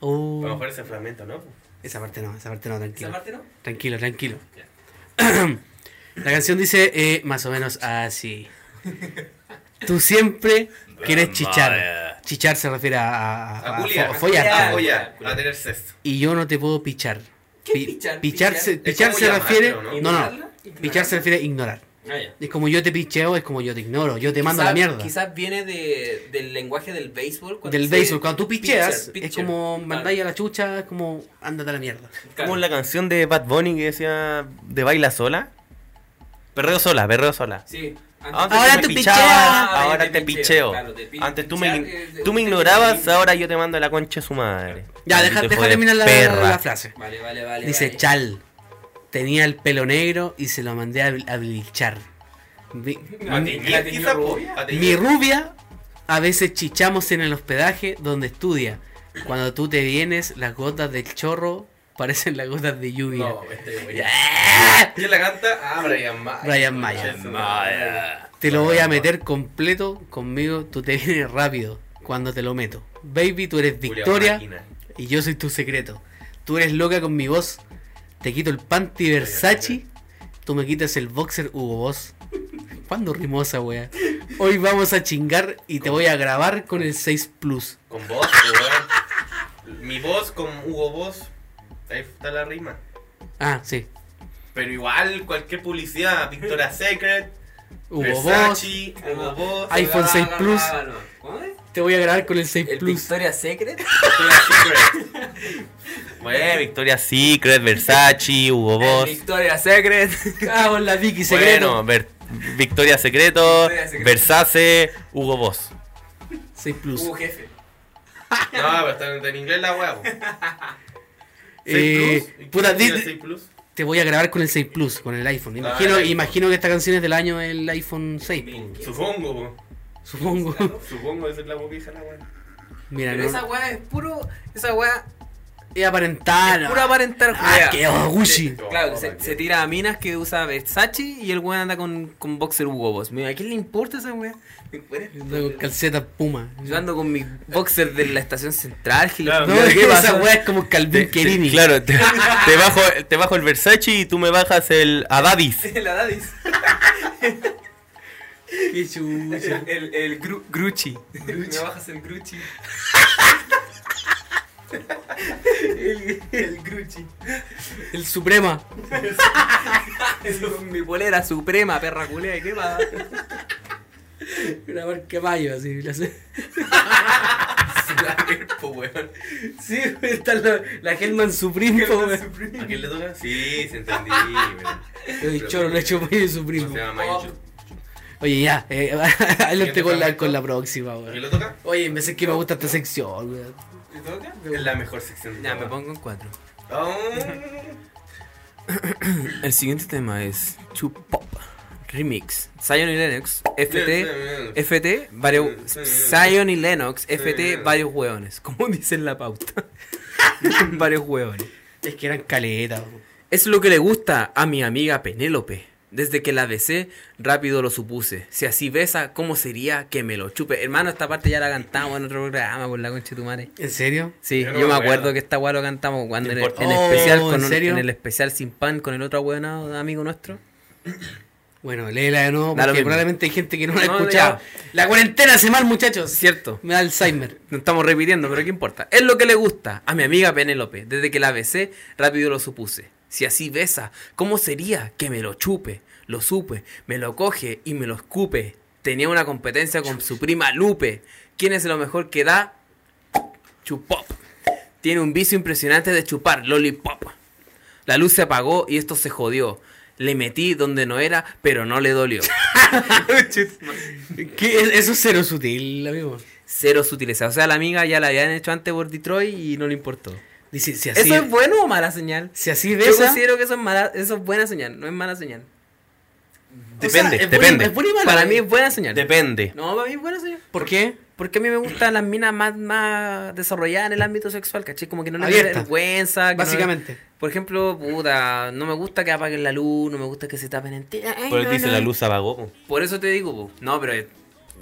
Speaker 2: Uh,
Speaker 3: Vamos a ver ese fragmento, ¿no?
Speaker 2: esa parte no, esa parte no,
Speaker 1: ¿Esa
Speaker 2: tranquilo.
Speaker 1: parte no?
Speaker 2: Tranquilo, tranquilo. La canción dice eh, más o menos así. Tú siempre quieres chichar. Chichar se refiere a, a, a-
Speaker 6: A
Speaker 2: a
Speaker 6: culiar.
Speaker 2: fo- follar.
Speaker 6: A
Speaker 1: Ah,
Speaker 6: follar,
Speaker 1: culiar.
Speaker 6: a tener sexo.
Speaker 2: Y yo no te puedo pichar.
Speaker 1: ¿Qué
Speaker 2: Pi-
Speaker 1: pichar?
Speaker 2: se,
Speaker 1: ¿Pichar?
Speaker 2: pichar
Speaker 6: Es como
Speaker 2: se
Speaker 6: llamarlo,
Speaker 2: refiere.
Speaker 6: ¿no?
Speaker 2: No, no.
Speaker 1: ¿Ignorarla?
Speaker 2: Pichar se refiere a ignorar.
Speaker 1: Ah, ya.
Speaker 2: Es como yo te picheo, es como yo te ignoro. Yo te mando a la
Speaker 1: Quizás-
Speaker 2: mierda.
Speaker 1: Quizás viene de, del lenguaje del béisbol. cuando
Speaker 2: Del
Speaker 1: dice
Speaker 2: béisbol. Cuando tú
Speaker 1: pitcher,
Speaker 2: picheas, es
Speaker 1: pitcher.
Speaker 2: como
Speaker 1: Claro,
Speaker 2: mandáis a la chucha, es como ándate a la mierda.
Speaker 1: claro.
Speaker 3: Como la canción de Bad Bunny que decía de baila sola. Perreo sola, perreo sola.
Speaker 1: Sí.
Speaker 3: Antes
Speaker 2: Ah, Ahora
Speaker 3: tú
Speaker 2: tú
Speaker 3: me
Speaker 2: picheas.
Speaker 3: pichabas,
Speaker 1: Ah,
Speaker 3: Ahora
Speaker 1: yo
Speaker 3: te
Speaker 1: te picheo,
Speaker 3: picheo.
Speaker 1: claro, te pi-
Speaker 3: Antes tú
Speaker 1: pichar,
Speaker 3: me,
Speaker 1: eh,
Speaker 3: tú me
Speaker 1: eh,
Speaker 3: ignorabas,
Speaker 1: eh,
Speaker 3: ahora yo te mando la concha de su madre.
Speaker 2: Ya, deja,
Speaker 3: Maldito
Speaker 2: deja
Speaker 3: hijo de
Speaker 2: terminar la,
Speaker 3: perra.
Speaker 2: la frase.
Speaker 1: Vale, vale, vale.
Speaker 2: Dice
Speaker 1: vale.
Speaker 2: Chal. Tenía el pelo negro y se lo mandé a, a blichar. Mi,
Speaker 1: La teñí- la teñí
Speaker 6: Quizá, po,
Speaker 1: rubia.
Speaker 6: a tener-
Speaker 2: mi rubia, a veces chichamos en el hospedaje donde estudia. Cuando tú te vienes, las gotas del chorro parecen las gotas de lluvia.
Speaker 6: No, este güey.
Speaker 2: ¡Ah!
Speaker 6: ¿Quién la canta? Ah, Brian Mayer.
Speaker 2: Brian Mayer.
Speaker 6: Concha de su madre.
Speaker 2: Te lo voy a meter completo conmigo, tú te vienes rápido cuando te lo meto. Baby, tú eres Victoria
Speaker 6: Julia Máquina.
Speaker 2: y yo soy tu secreto. Tú eres loca con mi voz, te quito el panty Versace, tú me quitas el boxer Hugo Boss. ¿Cuándo rimó esa wea? Hoy vamos a chingar y te voy a grabar con el 6 Plus.
Speaker 6: Con vos, weón. Mi voz con Hugo Boss. Ahí está la rima.
Speaker 2: Ah, sí.
Speaker 6: Pero igual, cualquier publicidad, Victoria's Secret,
Speaker 2: Hugo Boss,
Speaker 6: Versace, Hugo Boss,
Speaker 2: Ay, iPhone 6 Plus.
Speaker 1: ¿Cómo es?
Speaker 2: te voy a grabar con el 6
Speaker 1: El
Speaker 2: Plus.
Speaker 1: Victoria Secret.
Speaker 6: Victoria's Secret.
Speaker 3: Bueno, Victoria Secret, Versace, Hugo Boss.
Speaker 1: El Victoria Secret.
Speaker 2: Cago en la Ah, Vicky
Speaker 3: Bueno,
Speaker 2: secreto.
Speaker 3: Ver- Victoria Secreto,
Speaker 1: Victoria Secreto.
Speaker 3: Versace, Hugo Boss.
Speaker 2: 6 Plus.
Speaker 1: Uh, jefe.
Speaker 6: No, pero está en- en inglés la hueá. po.
Speaker 2: Eh,
Speaker 6: 6 plus. ¿Y
Speaker 2: puta,
Speaker 6: quién tiene
Speaker 2: di-
Speaker 6: 6 plus?
Speaker 2: Te voy a grabar con el 6 Plus, con el iPhone. Imagino,
Speaker 6: Ah, el iPhone.
Speaker 2: imagino que esta canción es del año del iPhone 6,
Speaker 6: Supongo, po.
Speaker 2: supongo.
Speaker 6: supongo esa es la hueá vieja la hueá.
Speaker 2: Mira,
Speaker 1: Pero
Speaker 2: no.
Speaker 1: esa weá es puro. Esa weá.
Speaker 2: Es aparentar.
Speaker 1: Puro aparentar
Speaker 2: Ah,
Speaker 1: weá.
Speaker 2: qué ogushi.
Speaker 6: Sí.
Speaker 1: Claro, se, se tira a minas que usa Versace y el weón anda con, con boxer Hugo Boss. Mira, ¿A quién le importa esa weá?
Speaker 2: Ando con Calceta puma.
Speaker 1: Yo ando con mi boxer de la estación central,
Speaker 2: No,
Speaker 1: gilipollas.
Speaker 2: es que
Speaker 1: ¿Qué
Speaker 2: esa
Speaker 1: pasó?
Speaker 2: weá es como
Speaker 3: Te-
Speaker 2: Calvin
Speaker 3: te-
Speaker 2: Kerini.
Speaker 3: claro, te, te bajo, te bajo el Versace y tú me bajas el Adadis.
Speaker 1: La Dadis.
Speaker 2: Qué chucha.
Speaker 1: El, el gru- Gruchi. Me bajas el Gruchi. el, el Gruchi.
Speaker 2: El Suprema.
Speaker 1: mi polera suprema, perra culea, ¿qué pasa?
Speaker 2: Una marca mayo, así. la sé.
Speaker 6: Po, weón.
Speaker 2: Sí, está la, la Hellman Supreme. po, weón.
Speaker 6: ¿A quién le toca? Sí, se entendí, weón.
Speaker 2: El choro, lo he hecho mayo Supreme.
Speaker 6: ¿Cómo se llama Mayer?
Speaker 2: Oye, ya. Eh, adelante
Speaker 6: Siguiente
Speaker 2: con la,
Speaker 6: fragmento.
Speaker 2: con la próxima,
Speaker 6: ¿A quién
Speaker 2: weón.
Speaker 6: le toca?
Speaker 2: Oye, me sé que me gusta esta sección, weón.
Speaker 6: Es la mejor sección de
Speaker 1: Ya, me
Speaker 6: todas.
Speaker 1: pongo en cuatro.
Speaker 6: Ah.
Speaker 1: El siguiente tema es Pop Remix. Zion y Lennox,
Speaker 2: Este.
Speaker 6: Este,
Speaker 1: FT,
Speaker 6: FT,
Speaker 1: FT, varios.
Speaker 6: Sí, sí, sí.
Speaker 1: Zion y Lennox,
Speaker 6: Sí, sí.
Speaker 1: FT, varios hueones. Como dicen la pauta. varios hueones.
Speaker 2: Es que eran caletas, weón.
Speaker 1: Es lo que le gusta a mi amiga Penélope. Desde que la besé, rápido lo supuse. Si así besa, ¿cómo sería que me lo chupe? Hermano, esta parte ya la cantamos en otro programa con la concha de tu madre.
Speaker 2: ¿En serio?
Speaker 1: Sí, yo,
Speaker 6: Yo no me
Speaker 1: me
Speaker 6: acuerdo.
Speaker 1: acuerdo que esta weá lo cantamos cuando
Speaker 6: No
Speaker 1: en, el,
Speaker 6: importa.
Speaker 1: en
Speaker 2: Oh,
Speaker 1: especial
Speaker 2: ¿en
Speaker 1: con un-
Speaker 2: serio?
Speaker 1: en el especial sin pan con el otro hueonado amigo nuestro.
Speaker 2: Bueno, léela de nuevo
Speaker 1: Da lo
Speaker 2: porque
Speaker 1: mismo.
Speaker 2: probablemente hay gente que no la ha
Speaker 1: No,
Speaker 2: escuchado.
Speaker 1: ya.
Speaker 2: La cuarentena hace mal, muchachos.
Speaker 1: Cierto.
Speaker 2: Me da Alzheimer.
Speaker 1: No estamos repitiendo, pero ¿qué importa? Es lo que le gusta a mi amiga Penélope. Desde que la besé, rápido lo supuse. Si así besa, ¿cómo sería que me lo chupe? Lo supe, me lo coge y me lo escupe. Tenía una competencia con su prima Lupe. ¿Quién es lo mejor que da? Chupop. Tiene un vicio impresionante de chupar, lollipop. La luz se apagó y esto se jodió. le metí donde no era, pero no le dolió.
Speaker 2: ¿Qué? Es- Eso es cero sutil, amigo.
Speaker 1: Cero sutileza. O sea, la amiga ya la habían hecho antes por Detroit y no le importó.
Speaker 2: Dice, si así,
Speaker 1: ¿Eso es bueno o mala señal?
Speaker 2: si así
Speaker 1: Yo
Speaker 2: besa.
Speaker 1: considero que eso es, mala, eso es buena señal, no es mala señal.
Speaker 2: o sea,
Speaker 3: Depende,
Speaker 2: es buena-
Speaker 3: depende.
Speaker 2: es buena y mala.
Speaker 1: Para mí es buena señal.
Speaker 3: Depende.
Speaker 1: No, para mí es buena señal.
Speaker 2: ¿Por qué?
Speaker 1: Porque a mí me gustan las minas más, más desarrolladas en el ámbito sexual, ¿caché? Como que no les da
Speaker 2: Abierta.
Speaker 1: vergüenza. que no-
Speaker 2: Básicamente.
Speaker 1: por ejemplo, puta, no me gusta que apaguen la luz, no me gusta que se tapen en ti. Ay,
Speaker 3: Por
Speaker 1: no,
Speaker 3: eso dice
Speaker 1: no.
Speaker 3: la luz apagó. po.
Speaker 1: Por eso te digo, po. no, pero es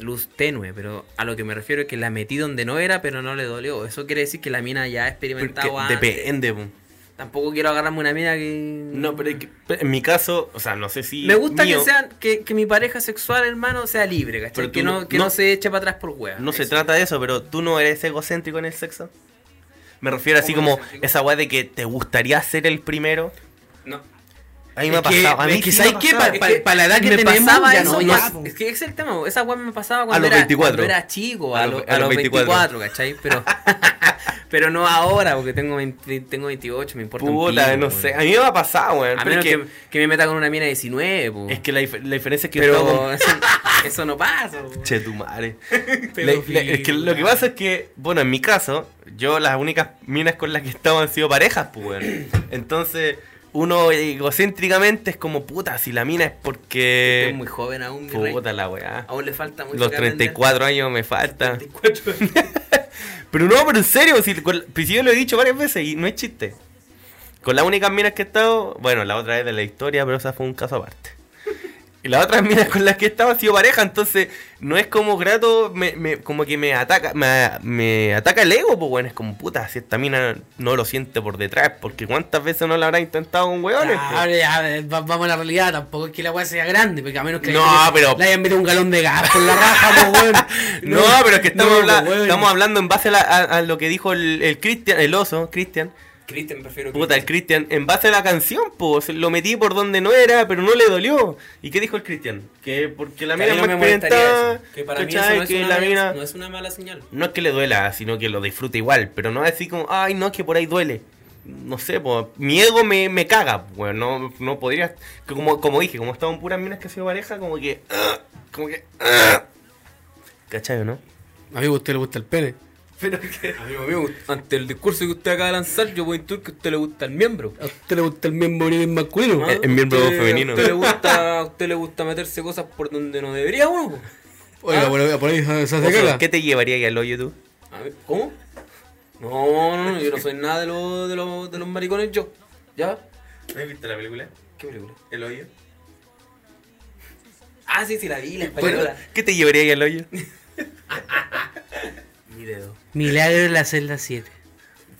Speaker 1: luz tenue, pero a lo que me refiero es que la metí donde no era, pero no le dolió. Eso quiere decir que la mina ya ha experimentado
Speaker 3: Porque
Speaker 1: antes.
Speaker 3: depende. po.
Speaker 1: Tampoco quiero agarrarme una mina que...
Speaker 3: No, pero es que- pero en mi caso, o sea, no sé si.
Speaker 1: Me gusta
Speaker 3: mío,
Speaker 1: que, sean, que, que mi pareja sexual, hermano, sea libre, ¿cachai?
Speaker 3: Pero tú
Speaker 1: que no,
Speaker 3: no-
Speaker 1: que no,
Speaker 3: no-
Speaker 1: se eche para atrás por hueá.
Speaker 3: No se
Speaker 1: Eso.
Speaker 3: trata de eso, pero tú no eres egocéntrico en el sexo. Me refiero así
Speaker 1: ¿Cómo
Speaker 3: como esa weá de que te gustaría ser el primero.
Speaker 1: No.
Speaker 3: A mí me ha
Speaker 2: Es que-
Speaker 3: pasado. A mí
Speaker 2: es que
Speaker 3: sí
Speaker 2: ¿sabes
Speaker 3: me ha
Speaker 2: qué?
Speaker 3: pasado.
Speaker 2: Pa- pa- pa la edad que
Speaker 1: me
Speaker 2: tenemos,
Speaker 1: pasaba
Speaker 2: ya
Speaker 1: eso,
Speaker 2: no,
Speaker 1: ya- pues.
Speaker 2: ya, po.
Speaker 1: es que ese es el tema, po. esa weá me pasaba cuando,
Speaker 3: los
Speaker 1: era,
Speaker 3: 24.
Speaker 1: cuando era chico, a,
Speaker 3: A
Speaker 1: los,
Speaker 3: los-
Speaker 1: a
Speaker 3: a
Speaker 1: los
Speaker 3: los
Speaker 1: 24, ¿cachai? Pero, pero no ahora, porque tengo, 20 tengo 28, me importa un
Speaker 3: Puta,
Speaker 1: pico,
Speaker 3: no
Speaker 1: weón.
Speaker 3: sé. A mí me ha pasado, weón.
Speaker 1: A
Speaker 3: pero
Speaker 1: menos
Speaker 3: es
Speaker 1: que,
Speaker 3: que,
Speaker 1: que me meta con una mina de 19, po.
Speaker 3: es que la, dif- la diferencia es que yo estaba
Speaker 1: pero
Speaker 3: con-
Speaker 1: eso, eso no pasa, po.
Speaker 3: Che, tu madre.
Speaker 2: Pero
Speaker 3: Le- le- es que lo que pasa es que, bueno, en mi caso, yo las únicas minas con las que he estado han sido parejas, pues, weón. Entonces, uno egocéntricamente es como, puta, si la mina Este es porque...
Speaker 1: Estoy muy joven aún, mi rey.
Speaker 3: Eh, Puta la weá.
Speaker 1: Aún le falta mucho
Speaker 3: Los
Speaker 1: que aprender.
Speaker 3: 34 años me faltan.
Speaker 1: 34.
Speaker 3: Pero no, pero en serio, si, con- pues si yo lo he dicho varias veces y no es chiste. Con las únicas minas que he estado, bueno, la otra es de la historia, pero esa fue un caso aparte. Y las otras minas con las que he estado han sido pareja, entonces no es como grato, me, me- como que me ataca, me, me ataca el ego, pues bueno, es como puta, si esta mina no lo siente por detrás, porque cuántas veces no la habrá intentado con hueones.
Speaker 2: Ah,
Speaker 3: pues?
Speaker 2: ahora ya, va- vamos a la realidad, tampoco es que la weá sea grande, porque a menos que
Speaker 3: No,
Speaker 2: le-
Speaker 3: pero-
Speaker 2: le hayan metido un galón de gas por la raja, po, weón.
Speaker 3: No, pero es que estamos,
Speaker 2: no,
Speaker 3: habla-
Speaker 1: pues,
Speaker 2: po, weón.
Speaker 3: estamos hablando en base a, la- a- a lo que dijo el, el Cristian, el oso, Cristian,
Speaker 1: Cristian, prefiero
Speaker 3: Puta, el
Speaker 1: Cristian.
Speaker 3: Cristian, en base a la canción, pues lo metí por donde no era, pero no le dolió. ¿Y qué dijo el Cristian? Que porque la
Speaker 1: A mí
Speaker 3: mina
Speaker 1: no
Speaker 3: es
Speaker 1: me
Speaker 3: más
Speaker 1: molestaría
Speaker 3: experimentada,
Speaker 1: eso, Que para mí
Speaker 3: ¿cachai?
Speaker 1: eso no es,
Speaker 3: que
Speaker 1: una
Speaker 3: la
Speaker 1: mala-
Speaker 3: mina...
Speaker 1: no es una mala señal.
Speaker 3: No es que le duela, sino que lo disfruta igual, pero no es así como, ay, no, es que por ahí duele. No sé, pues, mi ego me, me caga, pues, no, no podría... que Como, como dije, como estaban puras minas que ha sido pareja, como que... ah, como que... ah. ¿Cachai o no?
Speaker 2: Amigo, ¿a usted le gusta el pene?
Speaker 1: Amigo mío, ante el discurso que usted acaba de lanzar, yo voy a intuir que a usted le gusta el miembro.
Speaker 2: ¿A usted le gusta el miembro y el masculino?
Speaker 1: ¿Ah?
Speaker 3: El- el miembro
Speaker 1: Usted-
Speaker 3: Eh, femenino.
Speaker 1: A usted, le gusta, a usted le gusta meterse cosas por donde no debería uno. po.
Speaker 2: Oiga, por, por ahí se se hace
Speaker 3: Oso,
Speaker 2: caca.
Speaker 3: ¿Qué te llevaría ahí al hoyo tú?
Speaker 1: A ver, ¿Cómo? No, no, no, yo no soy nada de, los- de, los- de los maricones yo. ¿Ya?
Speaker 6: ¿Has visto la película?
Speaker 1: ¿Qué película?
Speaker 6: El hoyo.
Speaker 1: Ah, sí, sí, la vi, la española.
Speaker 3: ¿Qué te llevaría ahí al hoyo?
Speaker 1: Mi dedo.
Speaker 2: Milagro en la celda 7.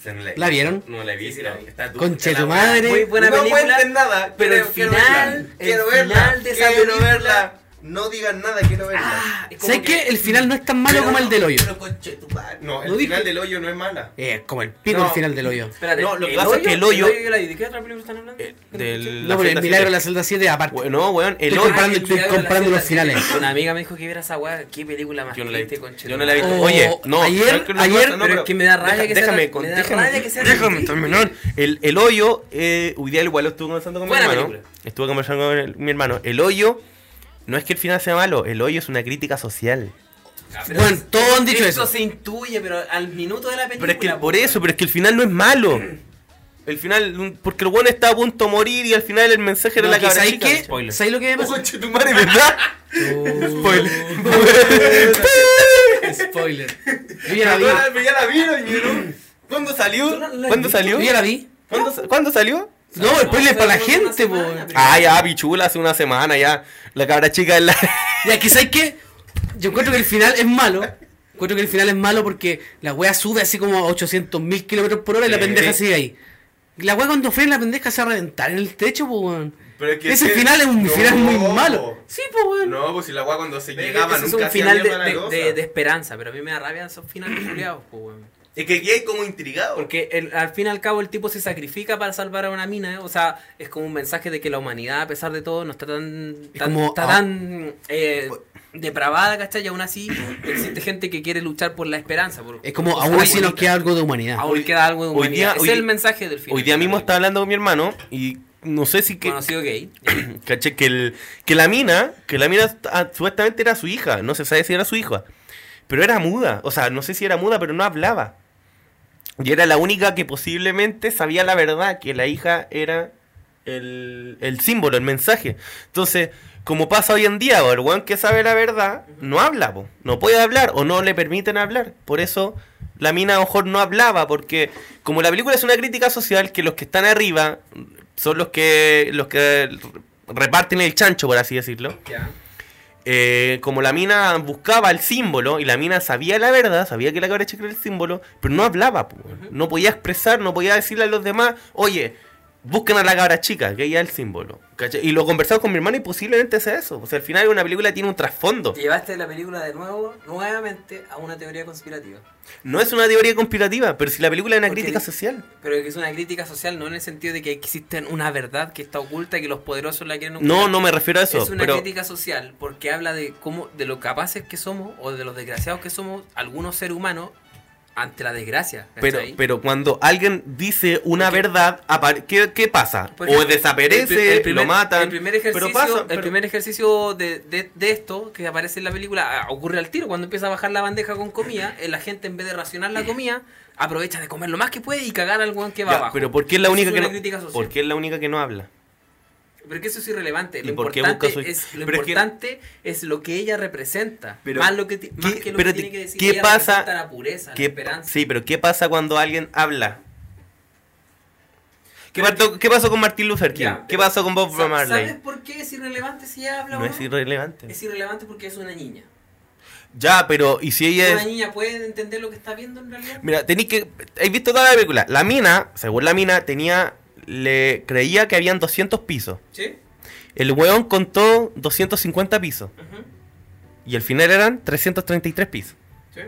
Speaker 6: Se no he
Speaker 2: ¿La vieron?
Speaker 6: No la he visto. Está dura
Speaker 2: Conche
Speaker 6: la
Speaker 2: tu
Speaker 6: weá.
Speaker 2: madre.
Speaker 1: Muy buena
Speaker 6: no
Speaker 1: película.
Speaker 6: cuenten nada.
Speaker 1: pero
Speaker 6: quiero-
Speaker 1: el
Speaker 6: quiero
Speaker 1: final-
Speaker 6: verla.
Speaker 1: el
Speaker 6: Quiero verla,
Speaker 1: final de esa
Speaker 6: quiero
Speaker 1: película-
Speaker 6: verla. No digan nada, quiero verla.
Speaker 1: Ah, Es como
Speaker 2: ¿Sabes
Speaker 1: que-
Speaker 2: qué? El final no es tan malo
Speaker 6: Pero-
Speaker 2: como el del hoyo.
Speaker 6: pero conche tu madre. No, el
Speaker 2: No dije-
Speaker 6: final del hoyo no es mala.
Speaker 2: Eh, como el pico
Speaker 6: No.
Speaker 2: el final del hoyo.
Speaker 1: Espérate,
Speaker 3: No, lo que
Speaker 1: ¿el
Speaker 3: pasa es que el hoyo-
Speaker 1: yo la vi. ¿De qué otra película están
Speaker 6: Eh,
Speaker 1: hablando? Que no escuché.
Speaker 3: Eh, Del,
Speaker 2: No, pero el
Speaker 3: celda
Speaker 2: milagro en la
Speaker 3: siete.
Speaker 2: celda 7 aparte.
Speaker 3: We- No, weón, el
Speaker 2: Estoy
Speaker 3: hoyo.
Speaker 2: comparando- estoy
Speaker 1: Milagro de la
Speaker 2: comparando los
Speaker 1: celda siete.
Speaker 2: finales.
Speaker 1: Una amiga me dijo que viera esa weá. ¿Qué película más
Speaker 3: Yo no la he
Speaker 1: triste,
Speaker 3: visto.
Speaker 1: Este conche
Speaker 3: Yo
Speaker 1: tu
Speaker 3: no la he visto.
Speaker 1: madre?
Speaker 2: Oh,
Speaker 3: Oye, no,
Speaker 2: ayer-
Speaker 3: ¿sabes qué? No
Speaker 2: ayer-
Speaker 3: pasa, no,
Speaker 1: pero es que me da rabia
Speaker 3: Deja-
Speaker 1: que sea
Speaker 3: déjame,
Speaker 1: tan-
Speaker 3: con-
Speaker 1: me da
Speaker 3: déjame,
Speaker 1: rabia que sea tan
Speaker 3: déjame
Speaker 1: triste.
Speaker 3: terminar. El, el hoyo, eh, hoy día igual lo estuve conversando con mi
Speaker 1: Buena
Speaker 3: hermano.
Speaker 1: película.
Speaker 3: Estuve conversando con el- mi hermano. El hoyo, no es que el final sea malo, el hoyo es una crítica social.
Speaker 2: Bueno, todos han dicho
Speaker 1: Esto
Speaker 2: eso.
Speaker 1: se intuye, pero al minuto de la película.
Speaker 3: Pero es que
Speaker 1: po,
Speaker 3: por eso, pero es que el final no es malo. El final, un- porque el weón está a punto de morir y al final el mensaje era
Speaker 2: No,
Speaker 3: la
Speaker 2: que
Speaker 3: cabra
Speaker 2: ¿Sabes
Speaker 3: chica.
Speaker 2: qué?
Speaker 3: Spoiler.
Speaker 2: ¿Sabes lo que me pasó?
Speaker 6: Oh, Conche tu madre, ¿verdad?
Speaker 3: Pues,
Speaker 2: Uh, Spoiler. Yo
Speaker 6: Ya
Speaker 2: ya la vi.
Speaker 6: ya la vieron, ¿no? ¿Cuándo salió?
Speaker 3: ¿Cuándo salió?
Speaker 2: Yo ya la vi.
Speaker 3: ¿Cuándo sa- ¿Cuándo salió?
Speaker 2: No, spoiler
Speaker 1: no,
Speaker 2: para la
Speaker 1: salió una
Speaker 2: gente, po.
Speaker 1: semana, pero-
Speaker 3: Ah, ya, pichula, hace una semana ya. La cabra chica en la.
Speaker 2: Ya que sabes qué? Yo encuentro que el final es malo. Encuentro que el final es malo porque la wea sube así como a 800 mil kilómetros por hora y la
Speaker 6: Sí.
Speaker 2: pendeja sigue ahí. La wea cuando frena la pendeja se va a reventar en el techo, po, weón.
Speaker 6: Pero es que-
Speaker 2: Ese
Speaker 6: es que-
Speaker 2: final es un
Speaker 6: No.
Speaker 2: final muy malo. Sí, po, weón.
Speaker 6: No, pues si la weá cuando se
Speaker 1: Pero es que
Speaker 6: llegaba
Speaker 1: ese
Speaker 6: nunca
Speaker 1: es un final de,
Speaker 6: hacía mierda la
Speaker 1: de- de-
Speaker 6: cosa.
Speaker 1: de esperanza, pero a mí me da rabia esos finales culiados, po, weón.
Speaker 6: Es que aquí hay como intrigado.
Speaker 1: Porque el- al fin y al cabo el tipo se sacrifica para salvar a una mina, ¿eh? o sea, es como un mensaje de que la humanidad, a pesar de todo, no está tan,
Speaker 2: Es
Speaker 1: tan-
Speaker 2: como-
Speaker 1: está
Speaker 2: ah.
Speaker 1: tan eh, depravada, ¿cachai? Y aún así existe gente que quiere luchar por la esperanza. por
Speaker 2: Es como
Speaker 1: cosas
Speaker 2: aún así nos
Speaker 1: bonitas.
Speaker 2: queda algo de humanidad.
Speaker 1: Aún queda algo de
Speaker 3: Hoy
Speaker 1: humanidad.
Speaker 3: día-
Speaker 1: Ese
Speaker 3: hoy
Speaker 1: es el
Speaker 3: di-
Speaker 1: mensaje del final.
Speaker 3: Hoy día mismo estaba hablando con mi hermano y no sé si que.
Speaker 1: Conocido gay.
Speaker 3: Caché que, el, que la mina, que la mina ah, supuestamente era su hija, no se sabe si era su hija, pero era muda, o sea, no sé si era muda, pero no hablaba. Y era la única que posiblemente sabía la verdad, que la hija era el, el símbolo, el mensaje. Entonces, como pasa hoy en día, bo, el weón que sabe la verdad no habla, bo. no puede hablar o no le permiten hablar. Por eso la mina a lo mejor no hablaba, porque como la película es una crítica social, que los que están arriba son los que, los que reparten el chancho, por así decirlo.
Speaker 1: Ya.
Speaker 3: Eh, como la mina buscaba el símbolo y la mina sabía la verdad, sabía que la cabra chica era el símbolo, pero no hablaba, po, weón. no podía expresar, no podía decirle a los demás, oye, busquen a la cabra chica, que ella es el símbolo. ¿cachai? Y lo conversaba con mi hermano y posiblemente sea eso. O sea, al final una película tiene un trasfondo.
Speaker 1: Llevaste la película de nuevo, nuevamente, a una teoría conspirativa.
Speaker 3: No es una teoría conspirativa, pero si la película es una
Speaker 1: Porque
Speaker 3: crítica
Speaker 1: di-
Speaker 3: social.
Speaker 1: Pero que es una crítica social, no en el sentido de que existe una verdad que está oculta y que los poderosos la quieren
Speaker 3: No, no me refiero a eso.
Speaker 1: es una
Speaker 3: pero...
Speaker 1: crítica social porque habla de cómo de lo capaces que somos o de los desgraciados que somos algunos seres humanos ante la desgracia.
Speaker 3: Pero,
Speaker 1: ¿cachai?
Speaker 3: pero cuando alguien dice una verdad, apar- ¿qué, qué pasa?
Speaker 1: Por ejemplo,
Speaker 3: o
Speaker 1: el pri-
Speaker 3: desaparece,
Speaker 1: el primer-
Speaker 3: lo matan.
Speaker 1: El primer ejercicio,
Speaker 3: pero pasa,
Speaker 1: el
Speaker 3: pero-
Speaker 1: primer ejercicio de, de- de esto que aparece en la película ah, ocurre al tiro. Cuando empieza a bajar la bandeja con comida, eh, la gente en vez de racionar la comida, aprovecha de comer lo más que puede y cagar al guan que va
Speaker 3: Ya,
Speaker 1: abajo.
Speaker 3: pero ¿por qué es la
Speaker 1: Eso
Speaker 3: única
Speaker 1: es
Speaker 3: que
Speaker 1: una
Speaker 3: no,
Speaker 1: crítica social.
Speaker 3: ¿por qué es la única que no habla?
Speaker 1: Pero que eso es irrelevante. Lo
Speaker 3: ¿Y por qué
Speaker 1: importante,
Speaker 3: busca su-
Speaker 1: es, lo
Speaker 3: Pero es que-
Speaker 1: importante es lo que ella representa.
Speaker 3: Pero-
Speaker 1: más, lo que, ti- más
Speaker 3: ¿qué-
Speaker 1: que lo
Speaker 3: pero
Speaker 1: que tiene
Speaker 3: te-
Speaker 1: que decir.
Speaker 3: qué
Speaker 1: ella
Speaker 3: pasa-
Speaker 1: representa La pureza, la
Speaker 3: ¿Qué-
Speaker 1: esperanza.
Speaker 3: sí, pero ¿qué pasa cuando alguien habla? ¿Qué, parto- qué pasó con Martin Luther King?
Speaker 1: Ya,
Speaker 3: ¿Qué
Speaker 1: pero-
Speaker 3: pasó con Bob
Speaker 1: Sa- ¿Sabes
Speaker 3: Marley?
Speaker 1: por qué es irrelevante si ella habla
Speaker 3: No
Speaker 1: o no?
Speaker 3: es irrelevante.
Speaker 1: Es irrelevante porque es una niña.
Speaker 3: Ya, pero ¿y si ella
Speaker 1: ¿Una
Speaker 3: es...?
Speaker 1: niña puede entender lo que está viendo en realidad?
Speaker 3: Mira, tenéis que... ¿Has visto toda la película? La mina, según la mina, tenía... Le creía que habían 200 pisos.
Speaker 1: ¿Sí?
Speaker 3: El weón contó 250 pisos.
Speaker 1: Ujú.
Speaker 3: Y al final eran 333 pisos.
Speaker 1: ¿Sí?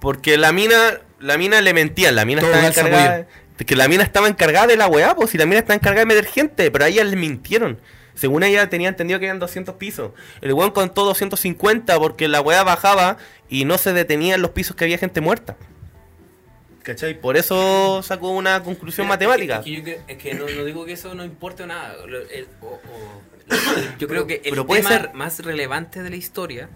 Speaker 3: Porque la mina, la mina le mentían, la mina
Speaker 2: Todo
Speaker 3: estaba
Speaker 2: calza
Speaker 3: encargada. Que la mina estaba encargada de la weá, pues si la mina estaba encargada de meter gente, pero a ella le mintieron. Según ella tenía entendido que eran 200 pisos. El weón contó 250 porque la weá bajaba y no se detenía en los pisos que había gente muerta. ¿Cachai? Por eso sacó una conclusión
Speaker 1: Mira,
Speaker 3: matemática.
Speaker 1: Es que, yo creo- es que no, no digo que eso no importe nada. Lo- el- o- o- lo- yo creo que el
Speaker 3: pero puede
Speaker 1: tema
Speaker 3: ser-
Speaker 1: más relevante de la historia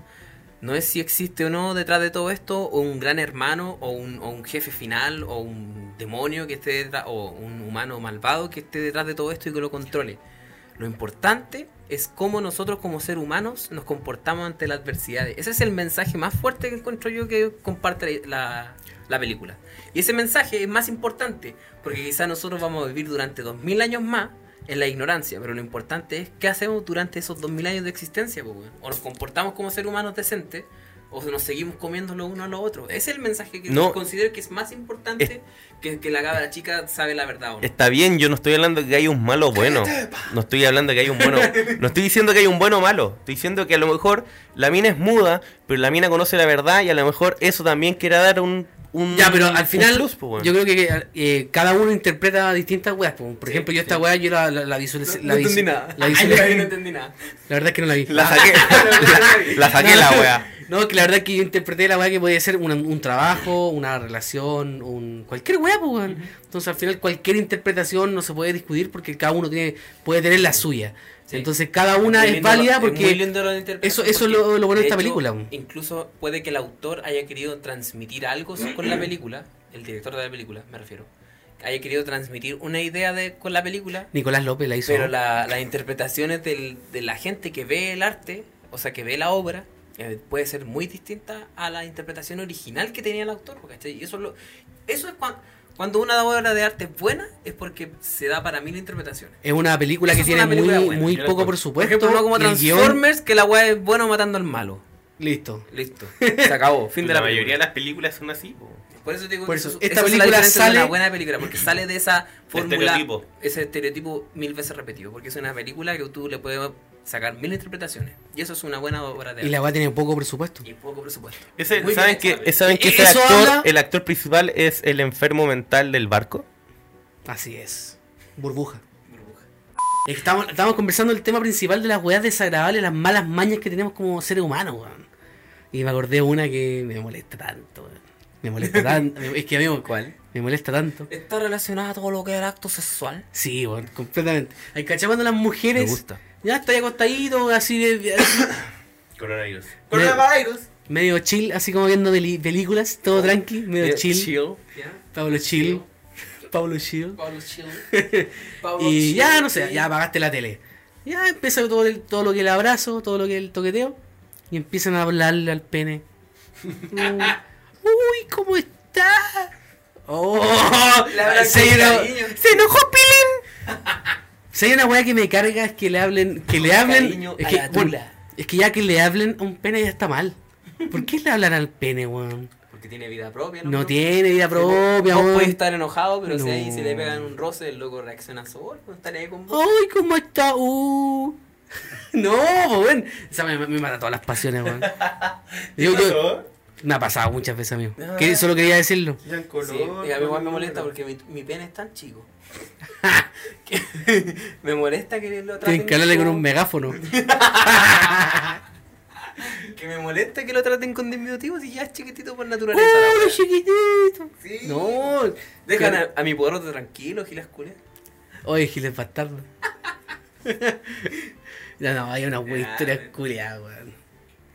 Speaker 1: no es si existe o no detrás de todo esto o un gran hermano o un, o un jefe final o un demonio que esté detrás o un humano malvado que esté detrás de todo esto y que lo controle. Lo importante es cómo nosotros como seres humanos nos comportamos ante las adversidades. Ese es el mensaje más fuerte que encuentro yo que comparte la, la película. Y ese mensaje es más importante porque quizás nosotros vamos a vivir durante 2000 años más en la ignorancia, pero lo importante es qué hacemos durante esos 2000 años de existencia. po, weón. O nos comportamos como seres humanos decentes o nos seguimos comiendo los unos a los otros. Ese es el mensaje que
Speaker 3: No.
Speaker 1: considero que es más importante que, que la cabra chica sabe la verdad o no.
Speaker 3: Está bien, yo no estoy hablando que hay un malo bueno. No estoy hablando que hay un bueno. No estoy diciendo que hay un bueno o malo. Estoy diciendo que a lo mejor la mina es muda, pero la mina conoce la verdad y a lo mejor eso también quiere dar un. un
Speaker 2: Ya, pero al
Speaker 3: un
Speaker 2: final,
Speaker 3: plus, po, weón.
Speaker 2: yo creo que eh, cada uno interpreta distintas weas. po. Por ejemplo, yo esta wea yo la, la, la visualicé. la visu- La,
Speaker 1: Ay,
Speaker 2: visualicé-
Speaker 1: no entendí nada.
Speaker 2: la verdad es que no la vi.
Speaker 3: La saqué. la, la saqué la wea.
Speaker 2: No, que la verdad es que yo interpreté la weá que podía ser un, un trabajo, una relación, un cualquier weá, pues, weón. Entonces al final cualquier interpretación no se puede discutir porque cada uno tiene, puede tener la suya.
Speaker 1: Sí.
Speaker 2: Entonces cada una
Speaker 1: Muy
Speaker 2: es
Speaker 1: lindo
Speaker 2: válida
Speaker 1: lo-
Speaker 2: porque...
Speaker 1: muy lindo lo de interpretación
Speaker 2: eso- eso es
Speaker 1: porque,
Speaker 2: lo- lo bueno de esta
Speaker 1: hecho,
Speaker 2: película.
Speaker 1: Incluso puede que el autor haya querido transmitir algo con la película, el director de la película, me refiero, haya querido transmitir una idea de con la película,
Speaker 2: Nicolás López la hizo.
Speaker 1: pero la- las interpretaciones del- de la gente que ve el arte, o sea, que ve la obra, eh, puede ser muy distinta a la interpretación original que tenía el autor, ¿cachai? Y eso es lo- eso es cuan- cuando una obra de arte es buena es porque se da para mil interpretaciones.
Speaker 2: Es una película que
Speaker 1: Eso es una
Speaker 2: tiene
Speaker 1: película
Speaker 2: muy,
Speaker 1: buena,
Speaker 2: muy
Speaker 3: yo la
Speaker 2: poco
Speaker 3: encuentro.
Speaker 1: Por
Speaker 2: presupuesto.
Speaker 1: ejemplo, no como
Speaker 2: y el guión-
Speaker 1: Transformers, que la weá es bueno matando al malo.
Speaker 2: Listo.
Speaker 1: Listo. Se acabó. Fin de la,
Speaker 3: mayoría
Speaker 1: película.
Speaker 3: de las películas son así. po.
Speaker 1: Por eso te digo
Speaker 2: Por
Speaker 1: que
Speaker 2: eso,
Speaker 1: eso-
Speaker 2: esta
Speaker 1: esa es la
Speaker 2: película
Speaker 1: diferencia de
Speaker 2: sale-
Speaker 1: una buena película porque sale de esa fórmula,
Speaker 3: estereotipo.
Speaker 1: ese estereotipo mil veces repetido, porque es una película que tú le puedes sacar mil interpretaciones y eso es una buena obra de
Speaker 2: Y la
Speaker 1: arte.
Speaker 2: weá tiene poco presupuesto.
Speaker 1: Y poco presupuesto.
Speaker 3: Ese-
Speaker 1: Muy
Speaker 3: ¿Saben
Speaker 1: bien,
Speaker 3: que, ¿saben que
Speaker 2: Eh,
Speaker 3: ese
Speaker 2: eso
Speaker 3: actor,
Speaker 2: habla-
Speaker 3: el actor principal es el enfermo mental del barco?
Speaker 2: Así es. Burbuja. Estamos, estamos conversando el tema principal de las weas desagradables, las malas mañas que tenemos como seres humanos, weón. Y me acordé de una que me molesta tanto, weón. Me molesta tanto. es que, amigo,
Speaker 1: ¿Cuál?
Speaker 2: Me molesta tanto.
Speaker 1: Está relacionada a todo lo que era acto sexual.
Speaker 2: Sí, weón, completamente. Hay cachapando a las mujeres.
Speaker 3: Me gusta.
Speaker 2: Ya estoy acostadito, así de- de-
Speaker 6: Coronavirus.
Speaker 2: Coronavirus. medio chill, así como viendo peli- películas, todo tranqui, Oh, medio chill. Pablo chill. Pablo chill.
Speaker 1: Pablo Chill.
Speaker 2: Y ya, no sé, ya apagaste la tele. Ya empieza todo, el- todo lo que el abrazo, todo lo que el toqueteo. Y empiezan a hablarle al pene. Uh, Uy, ¿cómo está? Oh,
Speaker 1: Le hablan
Speaker 2: se,
Speaker 1: con
Speaker 2: eno-
Speaker 1: cariño.
Speaker 2: se enojó Pilín. Si hay una weá que me carga es que le hablen, que le hablen,
Speaker 1: cariño
Speaker 2: es
Speaker 1: a
Speaker 2: que,
Speaker 1: la
Speaker 2: bueno,
Speaker 1: tula.
Speaker 2: es que ya que le hablen a un pene ya está mal. ¿Por qué le hablan al pene, weón?
Speaker 1: Porque tiene vida propia.
Speaker 2: No tiene vida propia,
Speaker 1: Vos podés
Speaker 2: weón.
Speaker 1: estar enojado, pero si
Speaker 2: No. Oh.
Speaker 1: ahí se le pegan un roce, el loco reacciona solo. No estaría ahí con vos.
Speaker 2: ¡Ay, cómo está! Uh. No, pues, weón. Esa me, me mata todas las pasiones, weón. Yo- yo- me ha pasado muchas veces, amigo.
Speaker 1: Ah.
Speaker 2: Que- solo quería decirlo.
Speaker 1: Sí, y a mí igual me molesta porque mi, mi pene es tan chico. Que- me molesta que lo traten
Speaker 2: Tienen que hablarle con
Speaker 1: como-
Speaker 2: un megáfono.
Speaker 1: Que me molesta que lo traten con diminutivo si ya es chiquitito por naturaleza. la
Speaker 2: ¡Oh,
Speaker 1: wea.
Speaker 2: chiquitito!
Speaker 1: Sí.
Speaker 2: No.
Speaker 1: Dejan a, a mi pueblo tranquilo, gilas culias.
Speaker 2: Oye, Giles Bastardo. no, no, hay una wey historia culiada, weón.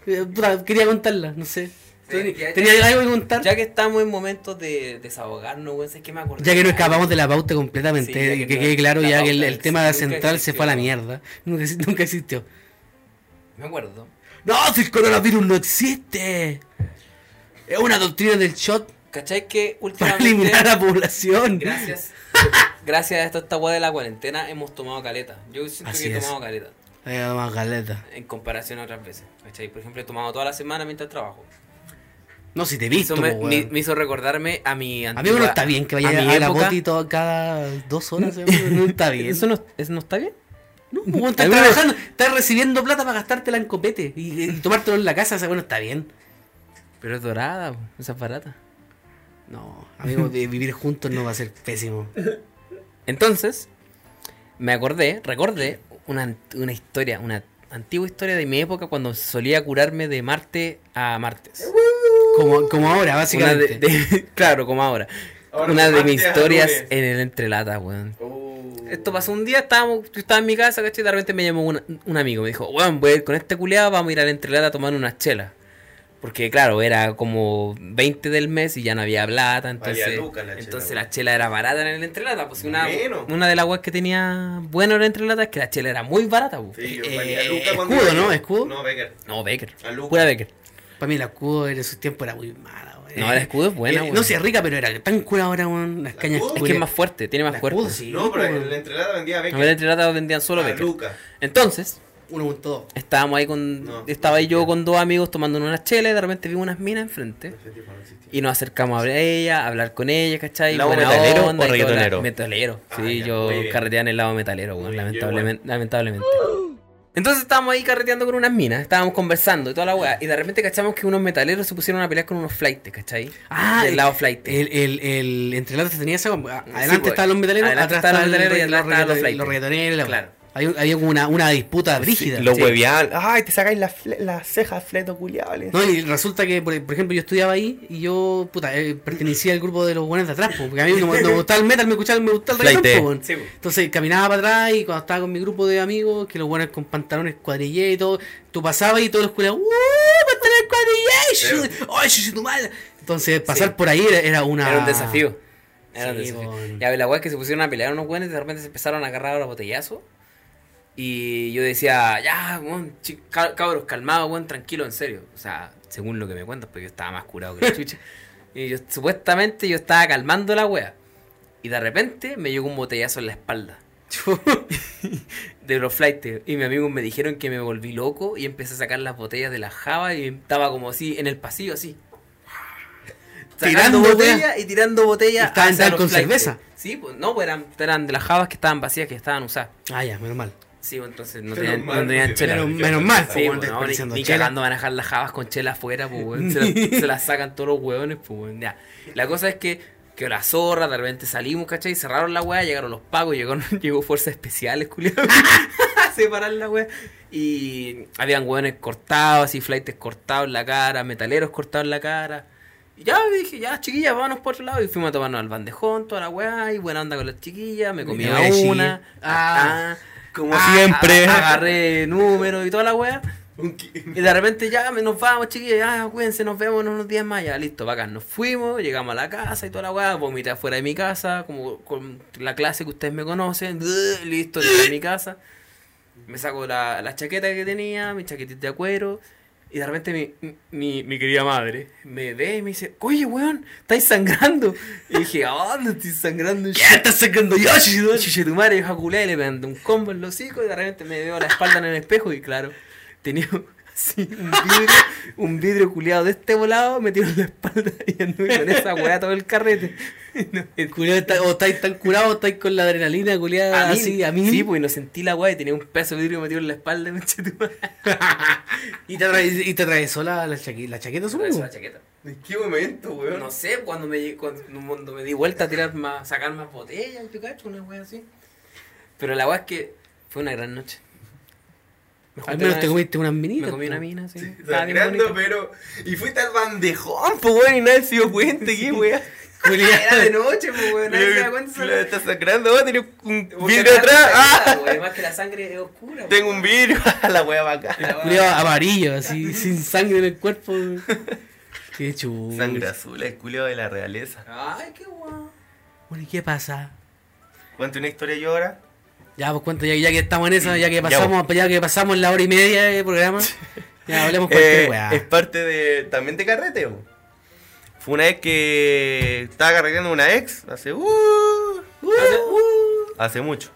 Speaker 2: Eh, puta, Quería contarla, no sé.
Speaker 1: Sí,
Speaker 2: Tenía
Speaker 1: ya-
Speaker 2: tenía algo que contar.
Speaker 1: Ya que estamos en momentos de desahogarnos, weón, sé que me acordé.
Speaker 2: Ya que nos escapamos de la pauta completamente,
Speaker 1: Sí, ya
Speaker 2: que,
Speaker 1: que
Speaker 2: quede
Speaker 1: no-
Speaker 2: claro
Speaker 1: la
Speaker 2: ya que el,
Speaker 1: pauta
Speaker 2: el
Speaker 1: ex-
Speaker 2: tema
Speaker 1: nunca
Speaker 2: central se fue a la
Speaker 1: existió.
Speaker 2: mierda. Nunca, exi- nunca existió.
Speaker 1: Me acuerdo.
Speaker 2: ¡No, si el coronavirus no existe! Es una doctrina del shot
Speaker 1: ¿Cachai que
Speaker 2: para
Speaker 1: últimamente.
Speaker 2: eliminar a la población.
Speaker 1: Gracias. gracias a esta, esta weá de la cuarentena hemos tomado caleta. Yo siento
Speaker 2: Así
Speaker 1: que he
Speaker 2: es.
Speaker 1: tomado caleta.
Speaker 2: Ay, vamos, caleta.
Speaker 1: En comparación a otras veces. ¿Cachai? Por ejemplo, he tomado toda la semana mientras trabajo.
Speaker 2: No, si te he
Speaker 1: Eso
Speaker 2: visto,
Speaker 1: me,
Speaker 2: po, pues, weón.
Speaker 1: me- me hizo recordarme a mi antigua...
Speaker 2: Amigo, no está bien que vaya
Speaker 1: mi
Speaker 2: a, la
Speaker 1: época.
Speaker 2: boti todo cada dos horas. amigo, no está bien.
Speaker 1: ¿Eso no, eso no está bien?
Speaker 2: No, weón, estás
Speaker 1: Amigo.
Speaker 2: trabajando, estás recibiendo plata para gastártela en copete y, y tomártelo en la casa. o sea, bueno, está bien.
Speaker 1: Pero es dorada, po, esa es barata.
Speaker 2: No, amigo, de vivir juntos no va a ser pésimo.
Speaker 1: Entonces, me acordé, recordé una, ant- una historia, una antigua historia de mi época cuando solía curarme de martes a martes.
Speaker 2: Como, como ahora,
Speaker 1: Una de-
Speaker 2: básicamente.
Speaker 1: de- claro, como ahora.
Speaker 6: Ahora
Speaker 1: una
Speaker 6: de
Speaker 1: de mis
Speaker 6: martes a
Speaker 1: historias
Speaker 6: lunes.
Speaker 1: en el entrelata, weón.
Speaker 6: Oh.
Speaker 1: Esto pasó un día, estábamos, yo estaba en mi casa, ¿cachai? De repente me llamó una- un amigo, me dijo, weón, voy a ir con este culeado, vamos a ir al entrelata a tomar unas chelas. Porque claro, era como 20 del mes y ya no había plata, entonces,
Speaker 6: lucas la chela,
Speaker 1: entonces
Speaker 6: weón.
Speaker 1: la chela era barata en el entrelata. Pues una,
Speaker 6: Bueno.
Speaker 1: una de las weas que tenía bueno en el entrelata es que la chela era muy barata. pues.
Speaker 6: Sí,
Speaker 1: Eh,
Speaker 6: valía Luca cuando
Speaker 2: escudo,
Speaker 6: era-
Speaker 2: ¿no? Escudo.
Speaker 6: No, Becker.
Speaker 1: no, Becker,
Speaker 6: A Luca.
Speaker 1: pura Becker.
Speaker 2: Para mí la escudo en esos tiempos era muy mala, weón.
Speaker 1: No, la escudo es buena,
Speaker 2: Era-
Speaker 1: weón.
Speaker 2: No sé, rica, pero era tan curadora, weón. Las
Speaker 6: La
Speaker 2: cañas.
Speaker 6: escudo.
Speaker 1: Es que
Speaker 2: culias.
Speaker 1: es más fuerte, tiene
Speaker 2: La
Speaker 1: más cuerpo.
Speaker 2: escudo, sí,
Speaker 6: No, pero
Speaker 2: weón.
Speaker 6: en la entrenada vendía
Speaker 1: No, en el
Speaker 6: Becker.
Speaker 1: entrelata vendían solo
Speaker 6: A
Speaker 1: Becker.
Speaker 6: Luca.
Speaker 1: Entonces,
Speaker 2: Uno con todo.
Speaker 1: estábamos ahí con.
Speaker 6: No,
Speaker 1: estaba ahí
Speaker 6: no,
Speaker 1: yo
Speaker 6: no.
Speaker 1: con dos amigos tomando unas chelas y de repente vimos unas minas enfrente. Y nos acercamos a ella, a hablar con ella, ¿cachai?
Speaker 3: ¿Lado
Speaker 1: Buena onda
Speaker 3: metalero o
Speaker 1: y toda la-
Speaker 3: reggaetonero?
Speaker 1: Metalero.
Speaker 6: Ah,
Speaker 1: Sí,
Speaker 6: ya,
Speaker 1: yo
Speaker 6: muy bien.
Speaker 1: carreteaba en el lado metalero, weón,
Speaker 6: Muy bien, yo
Speaker 1: lamentablemente, lamentablemente. Entonces estábamos ahí carreteando con unas minas, estábamos conversando y toda la weá. Y de repente cachamos que unos metaleros se pusieron a pelear con unos flightes, ¿cachai?
Speaker 2: Ah,
Speaker 1: del
Speaker 2: el-
Speaker 1: lado flight.
Speaker 2: El, el, el entrelatas tenía esa. bomba.
Speaker 1: Sí,
Speaker 2: Adelante
Speaker 1: pues.
Speaker 2: estaban los metaleros,
Speaker 1: Adelante
Speaker 2: atrás
Speaker 1: estaban los
Speaker 2: estaban
Speaker 1: metaleros y atrás estaban los
Speaker 2: reggaeton-
Speaker 1: flaites.
Speaker 2: los reggaetoneros. la-
Speaker 1: Claro.
Speaker 2: Había, había como una, una disputa brígida.
Speaker 3: Lo
Speaker 1: Sí.
Speaker 3: hueveaban. Ay, te sacáis las fle- las cejas, fleto culiables.
Speaker 2: No, y resulta que, por, por ejemplo, yo estudiaba ahí y yo, puta, eh, pertenecía al grupo de los buenos de atrás, po, porque a mí no, me- no me gustaba el metal, me escuchaba, me gustaba el
Speaker 3: Flaite.
Speaker 2: reggaetón, po, weón.
Speaker 1: Sí, po.
Speaker 2: Entonces caminaba para atrás y cuando estaba con mi grupo de amigos, que los buenos con pantalones cuadrillé y todo, tú pasabas y todos los culiados, ¡uh! ¡Pantalones cuadrillé! ¡Ay, yo soy tu madre! Entonces, pasar por ahí era, era una.
Speaker 1: Era un desafío. Era un
Speaker 2: Sí,
Speaker 1: desafío.
Speaker 2: bon.
Speaker 1: Ya, la weá es que se pusieron a pelear unos güeyes y de repente se empezaron a agarrar a los botellazos. Y yo decía, ya, weón, chi- ca- cabros, calmado, weón, tranquilo, en serio. O sea, según lo que me cuentas, porque yo estaba más curado que la chucha. Y yo, supuestamente yo estaba calmando la weá. Y de repente me llegó un botellazo en la espalda. de los flights. Y mis amigos me dijeron que me volví loco y empecé a sacar las botellas de la java y estaba como así en el pasillo, así.
Speaker 2: Tirando
Speaker 1: Tirando
Speaker 2: botellas.
Speaker 1: botellas y tirando botellas.
Speaker 2: Y estaban
Speaker 1: hacia
Speaker 2: tal
Speaker 1: los
Speaker 2: con
Speaker 1: flaites.
Speaker 2: cerveza.
Speaker 1: Sí, pues no, pues, eran, eran de las jabas que estaban vacías, que estaban usadas.
Speaker 2: Ah, ya, menos mal.
Speaker 1: Sí, pues, entonces no
Speaker 6: Menos
Speaker 1: tenían,
Speaker 6: mal,
Speaker 1: no tenían
Speaker 6: porque
Speaker 1: chela.
Speaker 2: pues, Menos,
Speaker 6: Claro,
Speaker 2: menos mal, po,
Speaker 1: Sí,
Speaker 2: weón,
Speaker 1: pues, no, ni,
Speaker 2: desperdiciando
Speaker 1: ni
Speaker 2: chela.
Speaker 1: cagando van a dejar las jabas con chela afuera, pues, weón. Se, las- se las sacan todos los huevones, pues, weón. Ya. La cosa es que, que la zorra, de repente salimos, ¿cachai? Cerraron la weá, llegaron los pagos, llegaron, llegó fuerzas especiales, culiado. a separar la weá. Y habían hueones cortados, así, flightes cortados en la cara, metaleros cortados en la cara. Y ya dije, ya, chiquillas, vámonos por otro lado. Y fuimos a tomarnos al bandejón, toda la weá, y buena onda con las chiquillas. Me comí
Speaker 2: Mira, sí.
Speaker 1: una.
Speaker 2: Ah,
Speaker 1: Ah,
Speaker 2: como
Speaker 1: ah,
Speaker 6: siempre.
Speaker 1: ah, agarré números y toda la weá. Y de repente ya me- nos vamos, chiquillos, ya, cuídense, nos vemos en unos días más, ya listo, bacán, nos fuimos, llegamos a la casa y toda la weá, vomité afuera de mi casa, como con la clase que ustedes me conocen, listo, llegué a mi casa, me saco la, la chaqueta que tenía, mi chaquetita de cuero, y de repente mi, mi, mi querida madre me ve y me dice, oye weón, estáis sangrando. Y dije, ah, no estoy sangrando.
Speaker 2: ¿Qué estás sacando yo, chido?
Speaker 1: Chuche tu madre, vieja culea, y le pegando un combo en los hocico y de repente me veo la espalda en el espejo y claro, tenía así un vidrio, un vidrio culeado de este volado metido en la espalda y anduve con esa weá todo el carrete. No, es-
Speaker 2: Culiao, está- O estáis tan curados, o estáis con la adrenalina, culiada,
Speaker 1: mil.
Speaker 2: así, a mí.
Speaker 1: Sí, pues y no sentí la weá y tenía un pedazo de vidrio metido en la espalda, conche tu madre.
Speaker 2: y, te atraes- y te atravesó la, la, chaque- la chaqueta,
Speaker 1: Pero
Speaker 2: supongo.
Speaker 1: esa chaqueta.
Speaker 3: ¿En qué momento, weón?
Speaker 1: No sé, pues, cuando me, lle- cuando, cuando me di vuelta a tirar más, sacar más botellas, yo cacho, una weá así. Pero la weá es que fue una gran noche. Me
Speaker 2: Al
Speaker 1: junté
Speaker 2: menos
Speaker 1: una
Speaker 2: te
Speaker 1: vez-
Speaker 2: comiste unas minitas.
Speaker 1: Me comí una
Speaker 2: po.
Speaker 1: mina, sí. Estaba bien
Speaker 3: Sangrando,
Speaker 1: bonito.
Speaker 3: pero. Y fuiste al bandejón, pues, weón, y nadie se dio cuenta, qué weón.
Speaker 1: Era de noche, pues, weón. Nadie se da cuenta.
Speaker 3: Claro,
Speaker 1: solo-
Speaker 3: Está sangrando, weón, tiene un
Speaker 1: Porque
Speaker 3: vidrio
Speaker 1: la
Speaker 3: atrás.
Speaker 1: sangre
Speaker 3: ¡Ah!
Speaker 1: es oscura, weón, Más que la sangre es oscura. Ah,
Speaker 3: Tengo un vidrio, a la wea bacana.
Speaker 1: La weá-
Speaker 2: Culiao amarillo, así, sin sangre en el cuerpo. güey. Qué chulo.
Speaker 3: Sangre azul, el culiao de la realeza.
Speaker 1: Ay, qué guau.
Speaker 2: Bueno, ¿y qué pasa?
Speaker 3: Cuento una historia yo ahora.
Speaker 2: Ya, pues cuenta, ya, ya que estamos en esa, ya que
Speaker 6: Ya,
Speaker 2: pasamos,
Speaker 3: pues.
Speaker 2: ya, que pasamos la hora y media de programa, ya hablemos cualquier
Speaker 3: Eh,
Speaker 2: weá.
Speaker 3: es parte de. también de carrete, po. Fue una vez que estaba carreteando una ex hace. uh, uh, hace mucho.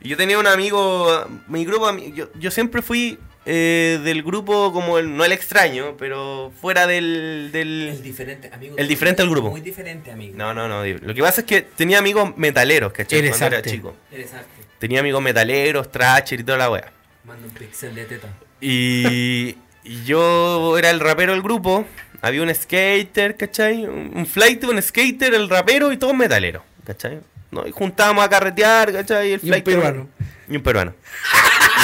Speaker 3: Y yo tenía un amigo. Mi grupo. ami- Yo, yo siempre fui eh, del grupo como el. no el extraño, pero fuera del.
Speaker 1: El
Speaker 3: del
Speaker 1: diferente, amigo.
Speaker 3: El diferente al grupo.
Speaker 1: Muy diferente, amigo.
Speaker 3: no, no, no. Lo que pasa es que tenía amigos metaleros, ¿cachai?
Speaker 2: Eres
Speaker 3: Cuando era
Speaker 2: arte.
Speaker 3: chico.
Speaker 1: Eres arte.
Speaker 3: Tenía amigos metaleros, Thrasher y toda la wea.
Speaker 1: Manda un pixel de teta.
Speaker 3: Y y yo era el rapero del grupo. Había un skater, ¿cachai? Un un flight, un skater, el rapero y todos metaleros, ¿cachai? ¿No? Y juntábamos a carretear, ¿cachai? El
Speaker 2: Y un
Speaker 3: flight-
Speaker 2: peruano.
Speaker 3: Y un peruano.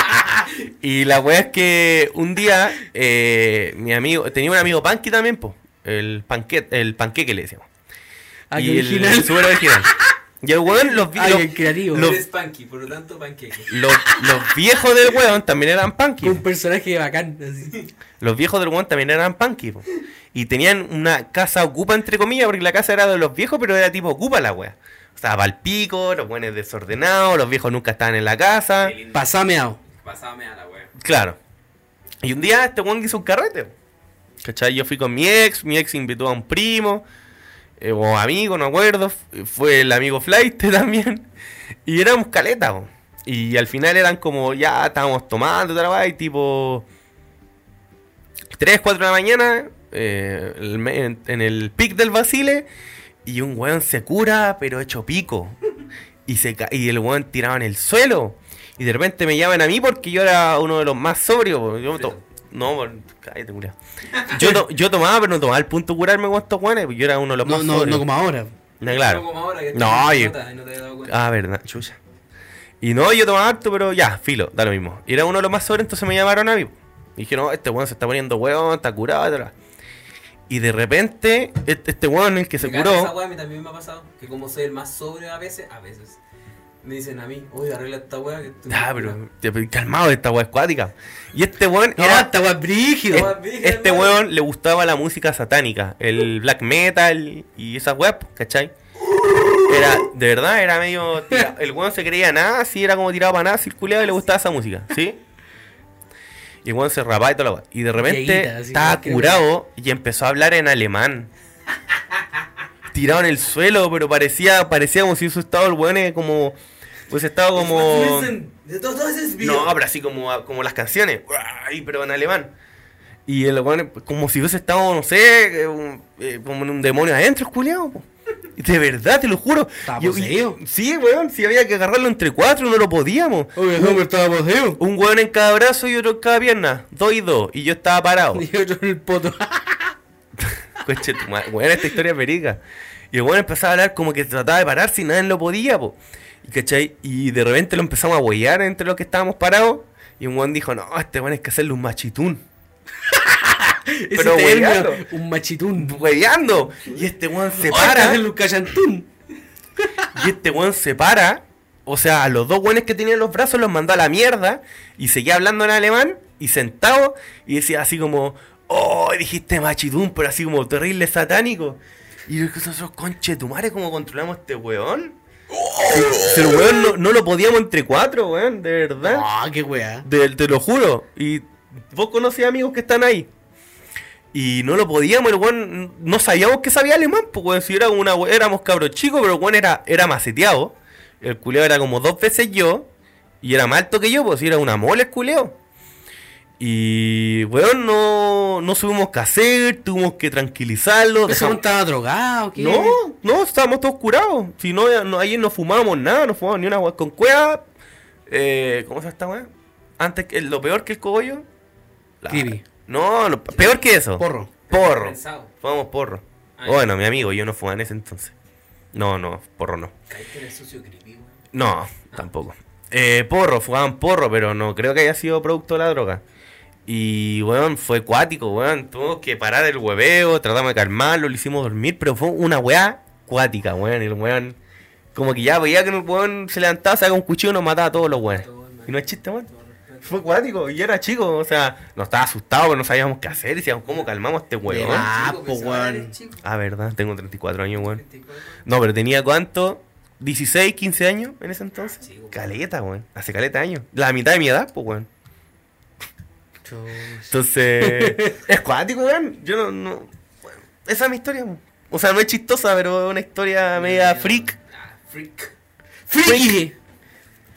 Speaker 3: y la wea es que un día, eh, mi amigo, tenía un amigo panqui también, po. El panque, el panqueque le decíamos.
Speaker 2: Ah,
Speaker 3: y
Speaker 2: qué
Speaker 3: el,
Speaker 2: original.
Speaker 3: el súper original. Y el weón, los, vi-
Speaker 2: Ay,
Speaker 3: los,
Speaker 2: el creativo.
Speaker 3: Lo-
Speaker 1: Eres panqui, por lo tanto, panqueque.
Speaker 3: los- los viejos del weón también eran punky.
Speaker 2: Un personaje bacán, así.
Speaker 3: Los viejos del One también eran punky. po. Y tenían una casa ocupa, entre comillas, porque la casa era de los viejos, pero era tipo ocupa la wea. O sea, va al pico, los buenos desordenados, los viejos nunca estaban en la casa.
Speaker 2: Pasame a.
Speaker 1: Pasame a la wea.
Speaker 3: Claro. Y un día este weón hizo un carrete. po. ¿Cachai? Yo fui con mi ex, mi ex invitó a un primo, eh, o amigo, no acuerdo. f- Fue el amigo Flight también. Y éramos caleta, po. Y al final eran como, ya estábamos tomando, tal, y tipo. 3, 4 de la mañana, eh, el me- en, en el pic del Basile, y un weón se cura, pero hecho pico. Y, se ca- y el weón tiraba en el suelo. Y de repente me llaman a mí porque yo era uno de los más sobrios. po. Yo to- no, por- cállate, culiao. Yo, to- yo tomaba, pero no tomaba al punto de curarme con estos weones. Yo era uno de los
Speaker 2: No,
Speaker 3: más
Speaker 2: no,
Speaker 3: sobrios.
Speaker 2: no como ahora.
Speaker 3: No, claro.
Speaker 1: No como ahora que
Speaker 3: No,
Speaker 1: estás
Speaker 3: yo-
Speaker 1: en nota y no te has dado cuenta.
Speaker 3: Ah, verdad, chucha. Y no, yo tomaba harto, pero ya, filo, da lo mismo. Y era uno de los más sobres, entonces me llamaron a mí. Y dije, no, este weón se está poniendo weón, está curado, etc. Y de repente, este, este weón, el que se
Speaker 1: Me carga Esa
Speaker 3: curó,
Speaker 1: weá a mí también me ha pasado. Que como soy el más sobrio a veces, a veces. Me dicen a mí, oye, arregla esta weá que tú.
Speaker 3: ah, pero, te- pero calmado, esta weá es cuática. Y este weón
Speaker 2: No,
Speaker 3: era.
Speaker 2: esta weón brígido.
Speaker 3: es-
Speaker 1: weón brígido,
Speaker 3: este
Speaker 1: hermano.
Speaker 3: weón le gustaba la música satánica, el black metal y esas weas, pues, ¿cachai? Era, de verdad, era medio. tira- el weón se creía nada, así era como tirado para nada, circulaba y le gustaba esa música, ¿sí? Y el weón se rapaba y toda la wea. Y de repente
Speaker 2: Lleguita, así,
Speaker 3: estaba
Speaker 2: cualquier
Speaker 3: curado y empezó a hablar en alemán. Tirado en el suelo, pero parecía, parecía como si hubiese estado el weón eh, como. Hubiese estado como.
Speaker 1: De todo, todo ese es
Speaker 3: No, pero así como, como las canciones. Ay, pero en alemán. Y el weón, como si hubiese estado, no sé, eh, un- eh, como en un demonio adentro, culiado. De verdad, te lo juro.
Speaker 2: Estaba
Speaker 3: Yo- y-
Speaker 2: poseído.
Speaker 3: Sí, weón, si había que agarrarlo entre cuatro, no lo podíamos.
Speaker 2: Oye, no, pero estaba poseo.
Speaker 3: Un weón en cada brazo y otro en cada pierna. Dos y dos. Y yo estaba parado.
Speaker 2: Y otro en el poto.
Speaker 3: Coche, tu madre. Weón, esta historia es verica. Y el weón empezaba a hablar como que trataba de parar si nadie lo podía, po. Y, ¿cachai? y de repente lo empezamos a huellar entre los que estábamos parados. Y un weón dijo, no, a este weón es que hacerle un machitún.
Speaker 2: Ese
Speaker 3: Pero
Speaker 2: término,
Speaker 3: hueveando.
Speaker 2: un machitún.
Speaker 3: hueveando. Y este weón se
Speaker 2: Para
Speaker 3: para.
Speaker 2: el cachantún.
Speaker 3: Y este weón se para. O sea, a los dos weones que tenían los brazos los mandó a la mierda. Y seguía hablando en alemán. Y sentado. Y decía así como. Oh, dijiste machidum, pero así como terrible satánico. Y yo, nosotros, conche tu madre, ¿cómo controlamos a este weón? Si el weón no, no lo podíamos entre cuatro, weón, de verdad.
Speaker 2: Ah, qué weá.
Speaker 3: De- te lo juro. Y vos conocés amigos que están ahí. Y no lo podíamos, el weón, no sabíamos que sabía alemán, pues weón, si era una we- éramos cabros chicos, pero el weón era, era maceteado. El culeo era como dos veces yo, y era más alto que yo, pues si era una mole el culeo. Y weón, no, no subimos qué hacer, tuvimos que tranquilizarlo.
Speaker 2: Ese weón
Speaker 3: dejamos-
Speaker 2: estaba drogado, ¿qué?
Speaker 3: No, no, estábamos todos curados. Si no, ya- no, ayer no fumábamos nada, no fumábamos ni una weá con cueva. Eh, ¿Cómo se llama esta weá? Antes que lo peor que el cogollo. La-
Speaker 2: Tibi.
Speaker 3: No, lo peor que eso.
Speaker 2: Porro.
Speaker 3: Porro.
Speaker 1: Pensado.
Speaker 3: Fumamos porro.
Speaker 1: Ah, ya.
Speaker 3: bueno, mi amigo, yo no fumaba en ese entonces. No, no, porro no.
Speaker 1: Caíste en el sucio creepy, weón.
Speaker 3: No, tampoco. Eh, porro, fumaban porro, pero no creo que haya sido producto de la droga. Y, weón, fue cuático, weón. Tuvimos que parar el hueveo, tratamos de calmarlo, lo hicimos dormir, pero fue una weá cuática, weón. El weón, como que ya veía que el weón se levantaba, sacaba un cuchillo y nos mataba a todos los weones. Eh. Y no es chiste, weón. Fue cuático, y yo era chico, o sea, no estaba asustado, pero no sabíamos qué hacer, decíamos, ¿cómo calmamos a este
Speaker 2: De
Speaker 3: weón?
Speaker 2: más. Ah,
Speaker 1: Chico,
Speaker 2: po,
Speaker 1: pensaba,
Speaker 2: weón.
Speaker 1: eres chico.
Speaker 3: Ah, verdad, tengo 34 años, weón.
Speaker 1: Este, weón.
Speaker 3: No, pero tenía cuánto? 16, 15 años en ese entonces.
Speaker 1: Sí, weón.
Speaker 3: caleta, weón. Hace caleta años. La mitad de mi edad, pues, weón. Entonces. es cuático, weón. Yo no. no- weón, Esa es mi historia, weón. O sea, no es chistosa, pero es una historia media freak.
Speaker 1: Ah, freak.
Speaker 2: Friki.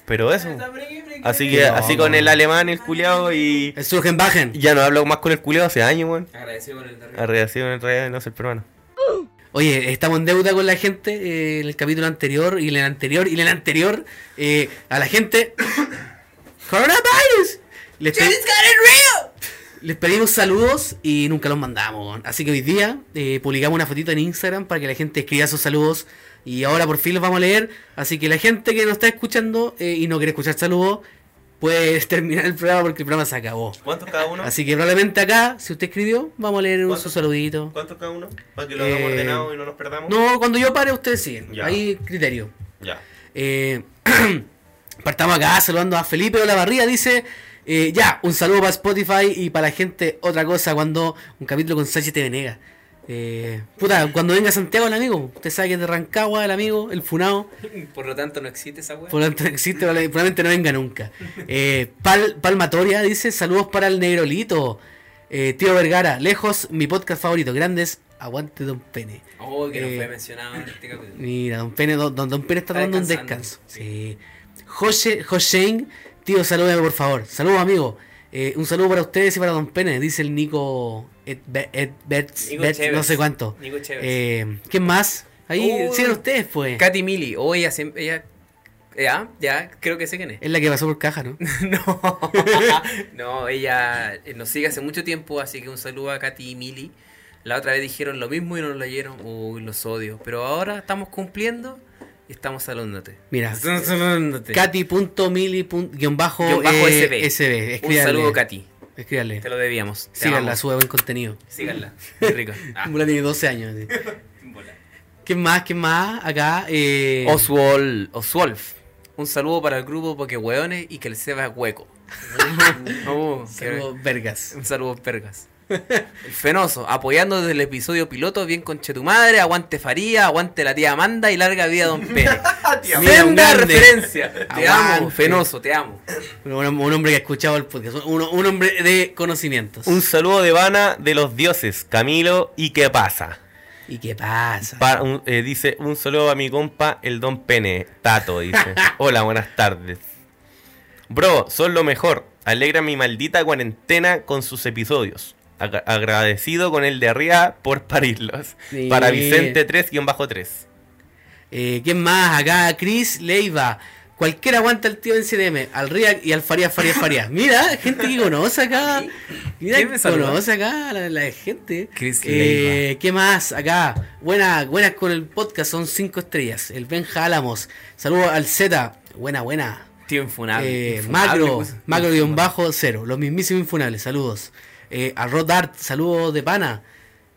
Speaker 3: Pero eso.
Speaker 1: Está freaky, freaky.
Speaker 3: Así que,
Speaker 2: No,
Speaker 3: así con
Speaker 2: no.
Speaker 3: el alemán, el culiao y.
Speaker 2: El Surgenbachen.
Speaker 3: Ya no hablo más con el culiao hace años, weón.
Speaker 1: Agradecido por el derribo.
Speaker 3: Arredación en realidad no ser peruano.
Speaker 2: Oye, estamos en deuda con la gente eh, en el capítulo anterior y en el anterior y en el anterior eh, a la gente. ¡Coronavirus! Les, pe-
Speaker 1: Jesus got it real!
Speaker 2: les pedimos saludos y nunca los mandamos. weón. Así que hoy día eh, publicamos una fotito en Instagram para que la gente escriba sus saludos y ahora por fin los vamos a leer. Así que la gente que nos está escuchando eh, y no quiere escuchar saludos, puede terminar el programa porque el programa se acabó.
Speaker 3: ¿Cuántos cada uno?
Speaker 2: Así que probablemente acá, si usted escribió, vamos a leer un-
Speaker 3: ¿Cuánto?
Speaker 2: su saludito.
Speaker 3: ¿Cuántos cada uno? Para que
Speaker 2: lo hagamos Eh, ordenado
Speaker 3: y no nos perdamos.
Speaker 2: No, cuando yo pare, ustedes siguen.
Speaker 3: Ya.
Speaker 2: Hay criterio.
Speaker 3: Ya.
Speaker 2: Eh, partamos acá saludando a Felipe Olavarría. Dice: eh, Ya, un saludo para Spotify y para la gente. Otra cosa, cuando un capítulo con Sánchez te venega. Eh, puta, cuando venga Santiago el amigo, usted sabe que es de Rancagua el amigo, el funao,
Speaker 1: Por lo tanto, no existe esa weón.
Speaker 2: por lo tanto no existe, probable- probablemente no venga nunca. Eh, Pal- Palmatoria dice: Saludos para el Negrolito, Eh, tío Vergara, lejos, mi podcast favorito, grandes, aguante Don Pene.
Speaker 1: Oh, que no
Speaker 2: Eh,
Speaker 1: fue mencionado en este capítulo.
Speaker 2: Mira, don Pene, don, don- don Pene está
Speaker 1: Está
Speaker 2: dando un descanso.
Speaker 1: descansando.
Speaker 2: Sí. José, Josén, tío, salúdame por favor. Saludos, amigo. Eh, un saludo para ustedes y para don Pene, dice el Nico Ed, Be- Ed- Betz-
Speaker 1: Nico
Speaker 2: Betz-
Speaker 1: Chévez.
Speaker 2: no sé cuánto.
Speaker 1: Nico Chévez.
Speaker 2: Eh, ¿Quién más? Ahí
Speaker 1: Uh,
Speaker 2: siguen ustedes, pues.
Speaker 1: Katy Mili, oh, ella siempre. Ella, ya, ya, creo que sé quién es.
Speaker 2: Es la que pasó por caja, ¿no?
Speaker 1: no, no, ella eh, nos sigue hace mucho tiempo, así que un saludo a Katy y Mili. La otra vez dijeron lo mismo y no lo leyeron. Uy, los odio. Pero ahora estamos cumpliendo y estamos saludándote.
Speaker 2: Mira,
Speaker 1: Saludándote. Guión bajo
Speaker 2: Katy.mili.sb.
Speaker 1: SB. Un saludo, Katy.
Speaker 2: Escríbale.
Speaker 1: Te lo debíamos. Te
Speaker 2: Síganla,
Speaker 1: amamos.
Speaker 2: sube buen contenido.
Speaker 1: Síganla. Muy rico. Ah.
Speaker 2: Mula tiene 12 años. así. ¿Quién más? ¿Quién más? Acá. Eh...
Speaker 1: Oswald, Oswolf. Un saludo para el grupo porque hueones y que el Seba es hueco. Oh, qué-
Speaker 2: Saludos, vergas.
Speaker 1: un saludo, Pergas. El Fenoso, apoyando desde el episodio piloto, bien conche tu madre, aguante Faría, aguante la tía Amanda y larga vida Don Pérez.
Speaker 2: Mira, un
Speaker 1: Senda
Speaker 2: grande.
Speaker 1: referencia. Te amo,
Speaker 2: Aguante.
Speaker 1: Fenoso, te amo.
Speaker 2: Un, hom- un hombre que ha escuchado el podcast. Un, un hombre de conocimientos.
Speaker 3: Un saludo de Vana de los dioses, Camilo, ¿y qué pasa?
Speaker 2: ¿Y qué pasa?
Speaker 3: Pa- un- eh, dice, un saludo a mi compa, el Don Pene, Tato, dice. Hola, buenas tardes. Bro, son lo mejor. Alegra mi maldita cuarentena con sus episodios. Aga- agradecido con el de arriba por parirlos.
Speaker 2: Sí.
Speaker 3: Para Vicente 3-3.
Speaker 2: Eh, ¿Quién más? Acá, Chris Leiva. Cualquiera aguanta el tío en CDM. Al Riak y al Farías, Farías, Farías. Mira, gente que conoce acá. Mira,
Speaker 1: ¿Quién me saluda?
Speaker 2: conoce acá la, la gente.
Speaker 1: Chris
Speaker 2: Eh, ¿Qué más? Acá. Buenas, buenas con el podcast. Son cinco estrellas. El Benja Álamos. Saludos al Z. Buena, buena.
Speaker 1: Tío infunable.
Speaker 2: Eh,
Speaker 1: infunable,
Speaker 2: macro,
Speaker 1: pues.
Speaker 2: macro guión bajo cero. Los mismísimos infunables, saludos. eh, a Rod Art, saludos de pana.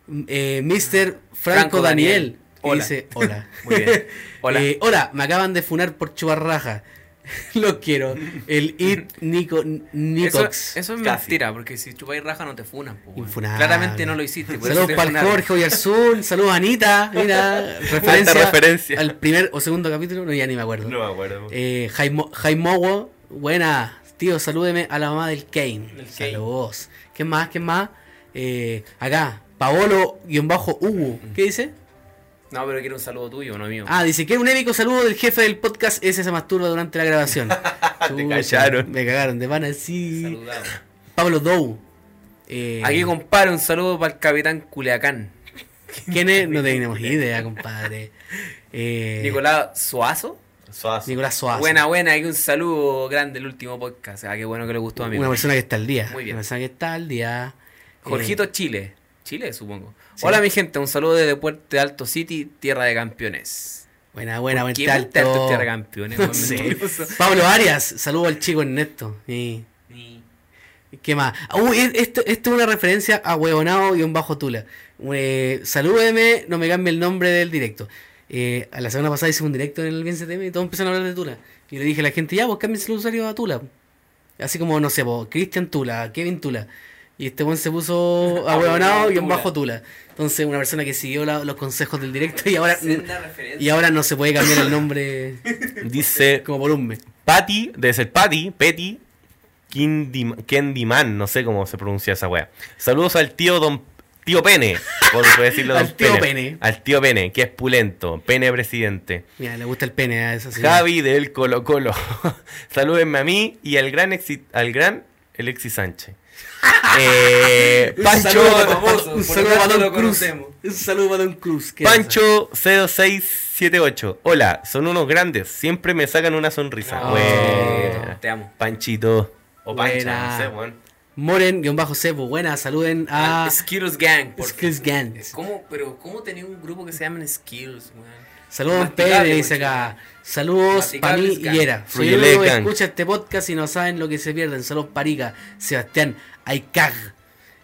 Speaker 2: M- Eh, Mr. Franco,
Speaker 1: Franco
Speaker 2: Daniel.
Speaker 1: Daniel.
Speaker 2: que
Speaker 3: Hola.
Speaker 2: Dice, hola.
Speaker 3: Muy bien. Hola.
Speaker 2: Eh, hola, me acaban de funar por chubarraja. Los quiero. El It Nico
Speaker 1: Eso,
Speaker 2: Nicox.
Speaker 1: eso es
Speaker 3: Casi.
Speaker 1: mentira, porque si chupáis raja no te funan. po, weón.
Speaker 2: Infunable.
Speaker 1: Claramente no lo hiciste. por eso
Speaker 2: Saludos
Speaker 1: te
Speaker 2: para el
Speaker 1: funaron.
Speaker 2: Jorge Oyarzún, saludos a Anita, mira, referencia,
Speaker 3: referencia.
Speaker 2: al primer o segundo capítulo, no ya ni me acuerdo.
Speaker 3: No me acuerdo.
Speaker 2: Eh, Jaimo, Jaimowo, buena, tío, salúdeme a la mamá del Kane.
Speaker 1: Del Kane.
Speaker 2: Saludos. ¿Qué más? ¿Qué más? Eh, acá, Paolo-Hugo, ¿qué dice?
Speaker 1: No, pero quiero un saludo tuyo, no mío.
Speaker 2: Ah, dice que un épico saludo del jefe del podcast ese se masturba durante la grabación. Chucha,
Speaker 3: cacharon.
Speaker 2: Me cagaron de van así.
Speaker 1: Saludado.
Speaker 2: Pablo Dou. Eh,
Speaker 1: Aquí, compadre, un saludo para el capitán Culiacán.
Speaker 2: ¿Quién es? No tenemos idea, compadre. Eh,
Speaker 1: Nicolás Suazo.
Speaker 3: Suazo.
Speaker 2: Nicolás Suazo.
Speaker 1: Buena, buena, aquí un saludo grande el último podcast. Ah, qué bueno que le gustó a mí.
Speaker 2: Una persona que está al día.
Speaker 1: Muy bien.
Speaker 2: Una persona que está al día. Eh,
Speaker 1: Jorgito Chile. Chile, supongo.
Speaker 2: Sí.
Speaker 1: Hola, mi gente, un saludo desde Puerto Alto City, tierra de campeones.
Speaker 2: Eh, buena, buena, buen
Speaker 1: ¿Qué este Puerto Alto es tierra de
Speaker 2: talto.
Speaker 1: campeones?
Speaker 2: No
Speaker 1: weón?
Speaker 2: sé.
Speaker 1: Me estoy curioso.
Speaker 2: Pablo Arias, saludo al chico Ernesto. Y,
Speaker 1: Ni-
Speaker 2: ¿Qué más? Ah, Uy, e- esto, esto es una referencia a huevonao y un bajo tula. Eh, salúdeme, no me cambie el nombre del directo. Eh, a la semana pasada hice un directo en el BNCTM y todos empezaron a hablar de Tula. Y le dije a la gente, ya, pues cámbiense el usuario a Tula. Así como, no sé, pues, Cristian Tula, Kevin Tula. Y este buen se puso a huevonao y un
Speaker 1: Tula.
Speaker 2: bajo Tula. Entonces, una persona que siguió la- los consejos del directo y ahora, mm.
Speaker 1: Senda referencia.
Speaker 2: y ahora no se puede cambiar el nombre
Speaker 3: Dice
Speaker 2: como volumen.
Speaker 3: Patty, debe ser Patty, Petty, Kindy- Candyman, no sé cómo se pronuncia esa wea. Saludos al tío Don Tío Pene, por por decirlo
Speaker 2: Al
Speaker 3: Don
Speaker 2: tío Pene.
Speaker 3: Al tío Pene, que es pulento, Pene presidente.
Speaker 2: Mira, le gusta el pene a esa señora.
Speaker 3: Javi del Colo Colo. Salúdenme a mí y al gran exi- al gran Alexis Sánchez. Eh, Pancho,
Speaker 1: famoso,
Speaker 2: un
Speaker 1: por
Speaker 2: saludo
Speaker 1: lo
Speaker 2: a
Speaker 1: tanto
Speaker 2: Don
Speaker 1: lo
Speaker 2: Cruz.
Speaker 1: conocemos.
Speaker 2: Un saludo a Don Cruz. ¿qué
Speaker 3: Pancho 0678. Hola, son unos grandes, siempre me sacan una sonrisa.
Speaker 1: No,
Speaker 2: Ah.
Speaker 3: Buena.
Speaker 1: Te amo.
Speaker 3: Panchito. O
Speaker 2: Buena.
Speaker 3: Pancha, no sé, weón.
Speaker 2: pasa? Moren-Cepo, buena, saluden
Speaker 1: Ah,
Speaker 2: a
Speaker 1: Skills Gang, por
Speaker 2: Ah, Skills Gans.
Speaker 1: ¿Cómo, pero cómo tenía un grupo que se llaman Skills, weón?
Speaker 2: Saludos
Speaker 1: Masticable,
Speaker 2: Pérez, dice
Speaker 1: conchito.
Speaker 2: acá. Saludos para mí
Speaker 1: Masticable
Speaker 2: y
Speaker 1: Gang.
Speaker 2: era. Soy el
Speaker 3: Fruyelé
Speaker 2: único que
Speaker 3: Gang.
Speaker 2: escucha este podcast y no saben lo que se pierden. Saludos Parica, Sebastián Aicag.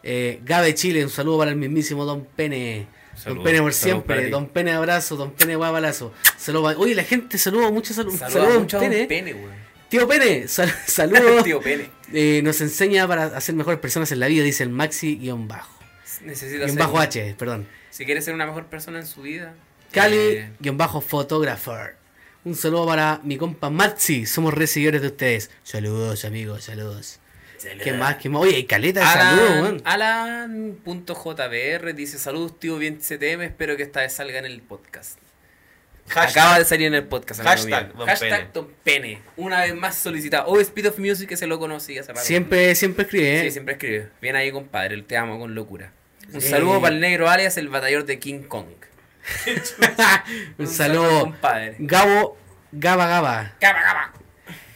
Speaker 2: Eh, Gabe Chile, un saludo para el mismísimo Don Pene. Don
Speaker 3: Saludos,
Speaker 2: Pene por
Speaker 3: saludos
Speaker 2: siempre,
Speaker 3: para ti.
Speaker 2: Don Pene abrazo, Don Pene guabalazo. Saludos. pa- Oye, la gente, saludos, muchos saludos.
Speaker 1: Saluda
Speaker 2: Saludos,
Speaker 1: mucho a Don
Speaker 2: Pene.
Speaker 1: Pene, weón.
Speaker 2: Tío Pene, sal- saludos.
Speaker 1: Tío Pene.
Speaker 2: Eh, nos enseña para hacer mejores personas en la vida, dice el Maxi guión bajo.
Speaker 1: Necesita
Speaker 2: Guión
Speaker 1: ser-
Speaker 2: bajo H, perdón.
Speaker 1: Si quieres ser una mejor persona en su vida.
Speaker 2: Cali
Speaker 1: eh,
Speaker 2: guión bajo photographer. Un saludo para mi compa Maxi, somos re seguidores de ustedes. Saludos, amigos, saludos. ¿Qué más? ¿Qué más? Oye, hay caleta de saludos,
Speaker 1: Eh. Alan- Ah,
Speaker 2: weón.
Speaker 1: Alan.jbr dice saludos tío bien CTM, espero que esta vez salga en el podcast.
Speaker 3: Hashtag.
Speaker 1: Acaba de salir en el podcast. amigo
Speaker 3: Hashtag
Speaker 1: mío.
Speaker 3: Don Pene.
Speaker 1: Hashtag Don Pene. Una vez más solicitado. O Speed of Music que se lo conoce y hace rato.
Speaker 2: Siempre, siempre escribe, ¿eh?
Speaker 1: Sí, siempre escribe. Bien ahí, compadre. Te amo con locura. Un
Speaker 2: Sí.
Speaker 1: saludo para el negro alias, el batallón de King Kong.
Speaker 2: un saludo.
Speaker 1: compadre.
Speaker 2: Gabo, Gaba Gaba.
Speaker 1: Capa, capa.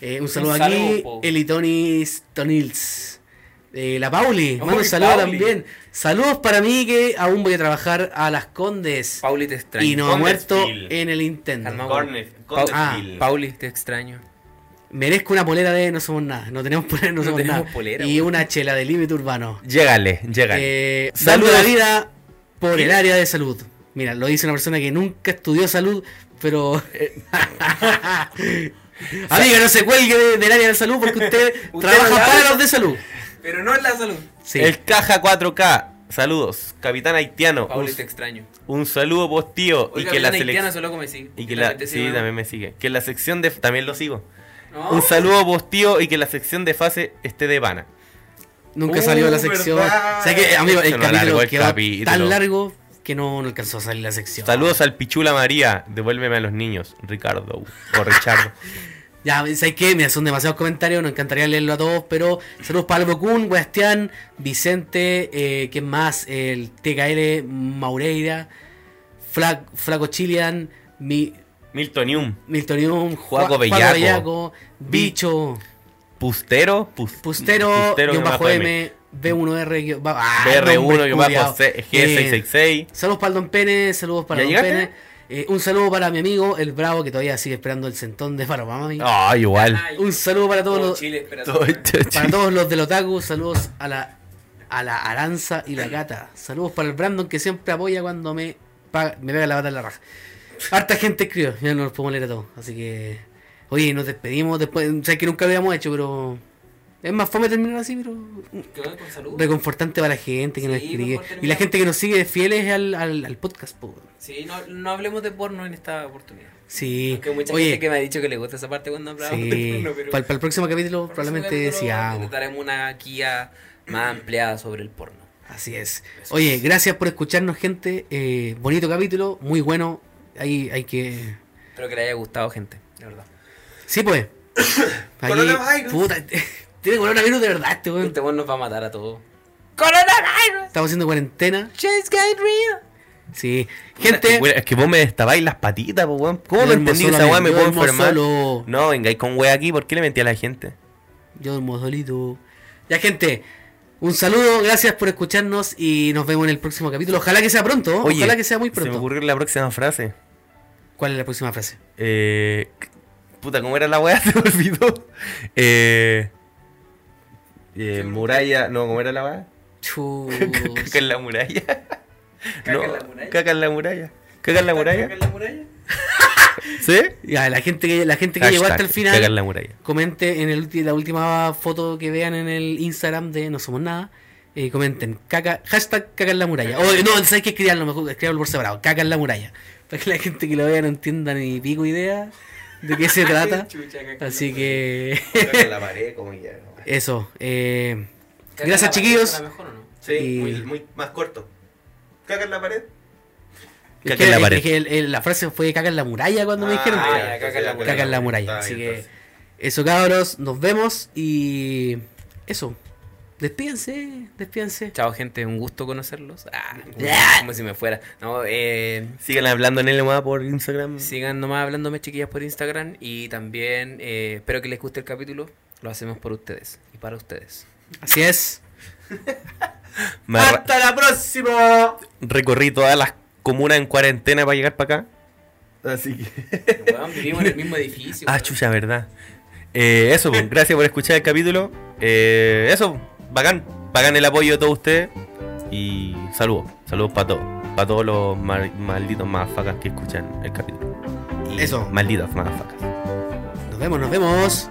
Speaker 2: Eh, un saludo
Speaker 1: Un
Speaker 2: aquí,
Speaker 1: saludo, po.
Speaker 2: Eli Tony Tonils. Eh, la Pauli, manda un
Speaker 1: Uy,
Speaker 2: saludo
Speaker 1: Pauli.
Speaker 2: también. Saludos para mí que aún voy a trabajar a las Condes.
Speaker 1: Pauli te extraño.
Speaker 2: y no ha muerto
Speaker 3: Condes Phil.
Speaker 2: en el intento. Ah,
Speaker 1: Calmao.
Speaker 3: Cornet-
Speaker 1: Pau-
Speaker 3: Cornetfield.
Speaker 1: Pauli te extraño.
Speaker 2: Merezco una polera de No Somos Nada. No tenemos polera, de no,
Speaker 1: No
Speaker 2: somos
Speaker 1: tenemos
Speaker 2: nada.
Speaker 1: polera,
Speaker 2: y
Speaker 1: weón.
Speaker 2: una chela de límite urbano.
Speaker 3: Llégale, llégale.
Speaker 2: Eh, dando
Speaker 3: Saludos.
Speaker 2: la vida por el área de salud. Mira, lo dice una persona que nunca estudió salud, pero. eh, Amiga, no se cuelgue de- del área de salud porque usted, trabaja
Speaker 1: trabaja-
Speaker 2: para los de salud.
Speaker 1: Pero no es la salud.
Speaker 2: Sí.
Speaker 3: El Caja 4K. Saludos, capitán haitiano.
Speaker 1: Pauli
Speaker 3: un,
Speaker 1: te extraño.
Speaker 3: un saludo vos, tío.
Speaker 1: Oiga,
Speaker 3: y que la
Speaker 1: Belén Haitiana,
Speaker 3: selección.
Speaker 1: solo come sí.
Speaker 3: Y que la,
Speaker 1: Realmente
Speaker 3: sí,
Speaker 1: ¿no?
Speaker 3: también me sigue. Que la sección de. También lo sigo.
Speaker 1: No.
Speaker 3: Un saludo vos, tío. Y que la sección de fase esté de pana.
Speaker 2: Nunca
Speaker 3: Uh,
Speaker 2: salió la sección.
Speaker 3: verdad.
Speaker 2: O sea que, amigo, el
Speaker 3: Se nos
Speaker 2: capítulo
Speaker 3: alargó el
Speaker 2: quedó
Speaker 3: capítulo.
Speaker 2: tan largo que no, no alcanzó a salir la sección.
Speaker 3: Saludos al Pichula María. Devuélveme a los niños. Ricardo. O Richardo.
Speaker 2: Ya, ¿sabes qué? Mira, son demasiados comentarios, nos encantaría leerlo a todos, pero saludos para Albo Kun, Bastián, Vicente, eh, ¿quién más? El TKL Maureira, Fla- Flaco Chilian, Mi,
Speaker 3: Miltonium.
Speaker 2: Miltonium, Ju-
Speaker 3: Juaco Bellaco.
Speaker 2: Bellaco, Bicho,
Speaker 3: Pustero. Pus-
Speaker 2: Pustero, guión
Speaker 3: guión
Speaker 2: bajo M, B1R, guión bajo- ah,
Speaker 3: BR1,
Speaker 2: nombre
Speaker 3: guión bajo
Speaker 2: culiao.
Speaker 3: C-
Speaker 2: Eh,
Speaker 3: G666.
Speaker 2: Saludos para el Don Pene, saludos para
Speaker 3: ¿Ya
Speaker 2: Don Pene.
Speaker 3: llegaste?
Speaker 2: Eh, un saludo para mi amigo, el Bravo, que todavía sigue esperando el centón de Faromami.
Speaker 3: Ah, Oh, igual.
Speaker 1: Ay,
Speaker 2: Un saludo para todos
Speaker 1: todo
Speaker 2: los,
Speaker 1: Chile espera su-
Speaker 3: Todo hecho,
Speaker 2: Para todos los del Otaku, saludos a la a la Aranza y la Gata. Saludos para el Brandon que siempre apoya cuando me, paga- me pega la bata en la raja. Harta gente escribió, ya no los podemos leer a todos. Así que, oye, nos despedimos después. Sé que nunca lo habíamos hecho, pero es más fome terminar así, pero
Speaker 7: Quedó con salud.
Speaker 2: reconfortante para la gente que nos
Speaker 7: Sí,
Speaker 2: escribe.
Speaker 7: mejor
Speaker 2: Y la
Speaker 7: terminamos.
Speaker 2: gente que nos sigue fieles al, al, al podcast, po.
Speaker 1: Sí, no, no hablemos de porno en esta oportunidad.
Speaker 2: Sí,
Speaker 1: Porque mucha
Speaker 2: oye,
Speaker 1: gente que me ha dicho que le gusta esa parte cuando hablamos de
Speaker 2: sí.
Speaker 1: porno, pero...
Speaker 2: Para el próximo capítulo
Speaker 1: Por
Speaker 2: probablemente
Speaker 1: supuesto,
Speaker 2: decíamos.
Speaker 1: Intentaremos una guía más ampliada sobre el porno.
Speaker 2: Así es. Oye, gracias por escucharnos, gente. Eh, bonito capítulo, muy bueno. Ahí hay que.
Speaker 1: Espero que le haya gustado, gente, de verdad.
Speaker 2: Sí, pues. Ahí-
Speaker 3: Coronavirus.
Speaker 2: puta, tiene coronavirus de verdad, este weón.
Speaker 1: Este weón nos va a matar a todos.
Speaker 2: Estamos haciendo cuarentena.
Speaker 1: Chase Guy Rio.
Speaker 2: Sí. Gente.
Speaker 3: Weón, Es que vos me destabáis las patitas, po, weón. ¿Cómo
Speaker 2: yo
Speaker 3: no
Speaker 2: duermo
Speaker 3: entendí que
Speaker 2: solo,
Speaker 3: esa weá
Speaker 2: amigo,
Speaker 3: me
Speaker 2: yo
Speaker 3: puedo
Speaker 2: duermo
Speaker 3: enfermar?
Speaker 2: solo.
Speaker 3: No, vengáis con weá aquí, ¿por qué le mentí a la gente?
Speaker 2: Yo duermo solito. Ya, gente. Un saludo, gracias por escucharnos y nos vemos en el próximo capítulo. Ojalá que sea pronto, ¿eh?
Speaker 3: Oye,
Speaker 2: ojalá que sea muy
Speaker 3: Se me
Speaker 2: pronto.
Speaker 3: ocurrió la próxima frase.
Speaker 2: ¿Cuál es la próxima frase?
Speaker 3: Eh, puta, ¿cómo era la weá? Se me olvidó. Eh, eh, muralla. No, ¿cómo era la weá?
Speaker 2: Chus.
Speaker 3: Caca en la muralla. No,
Speaker 1: en la muralla.
Speaker 3: caca en la muralla. Caca en la muralla.
Speaker 1: la muralla?
Speaker 3: ¿Sí?
Speaker 2: Ya, la gente que, la gente que llegó hasta el
Speaker 3: Hashtag, Caca en
Speaker 2: final.
Speaker 3: la muralla.
Speaker 2: Comente en el, ulti- la última foto que vean en el Instagram de No Somos Nada. eh, comenten, caca, hashtag caca en la muralla. O, eh, no, sabes que escribanlo mejor, escribanlo por separado, caca en la muralla. Para que la gente que lo vea no entienda ni pico idea de qué se trata. Así que
Speaker 3: Caca en la pared, como ya.
Speaker 2: eso. eh, gracias chiquillos. Sí, muy-
Speaker 3: más corto. Caca en la pared.
Speaker 2: Es
Speaker 3: Caca
Speaker 2: que-
Speaker 3: en la
Speaker 2: es
Speaker 3: pared.
Speaker 2: que el- el- la frase fue caca en la muralla cuando
Speaker 4: Ah,
Speaker 2: me dijeron.
Speaker 1: Ah, ya, caca en la
Speaker 2: caca en la muralla. Así que eso cabros, nos vemos y eso. Despídense, despídense.
Speaker 1: Chao, gente, un gusto conocerlos. Ah, como si me fuera. No, eh,
Speaker 3: Sigan hablando en el más por Instagram.
Speaker 1: sigan nomás hablándome, chiquillas, por Instagram. Y también eh, espero que les guste el capítulo. Lo hacemos por ustedes y para ustedes.
Speaker 2: Así es.
Speaker 3: Me arra-
Speaker 1: ¡Hasta la próxima!
Speaker 3: Recorrí todas las comunas en cuarentena para llegar para acá. Así que.
Speaker 1: Weón, vivimos en el mismo edificio.
Speaker 3: Ah,
Speaker 1: weón.
Speaker 3: chucha, verdad. Eh, eso, pues, gracias por escuchar el capítulo. Eh, eso, bacán. Bacán el apoyo de todos ustedes. Y saludos. Saludos para todos. Para todos los mal- malditos mafacas que escuchan el capítulo. Y
Speaker 2: Eso.
Speaker 3: Malditas mafacas.
Speaker 2: Nos vemos, nos vemos.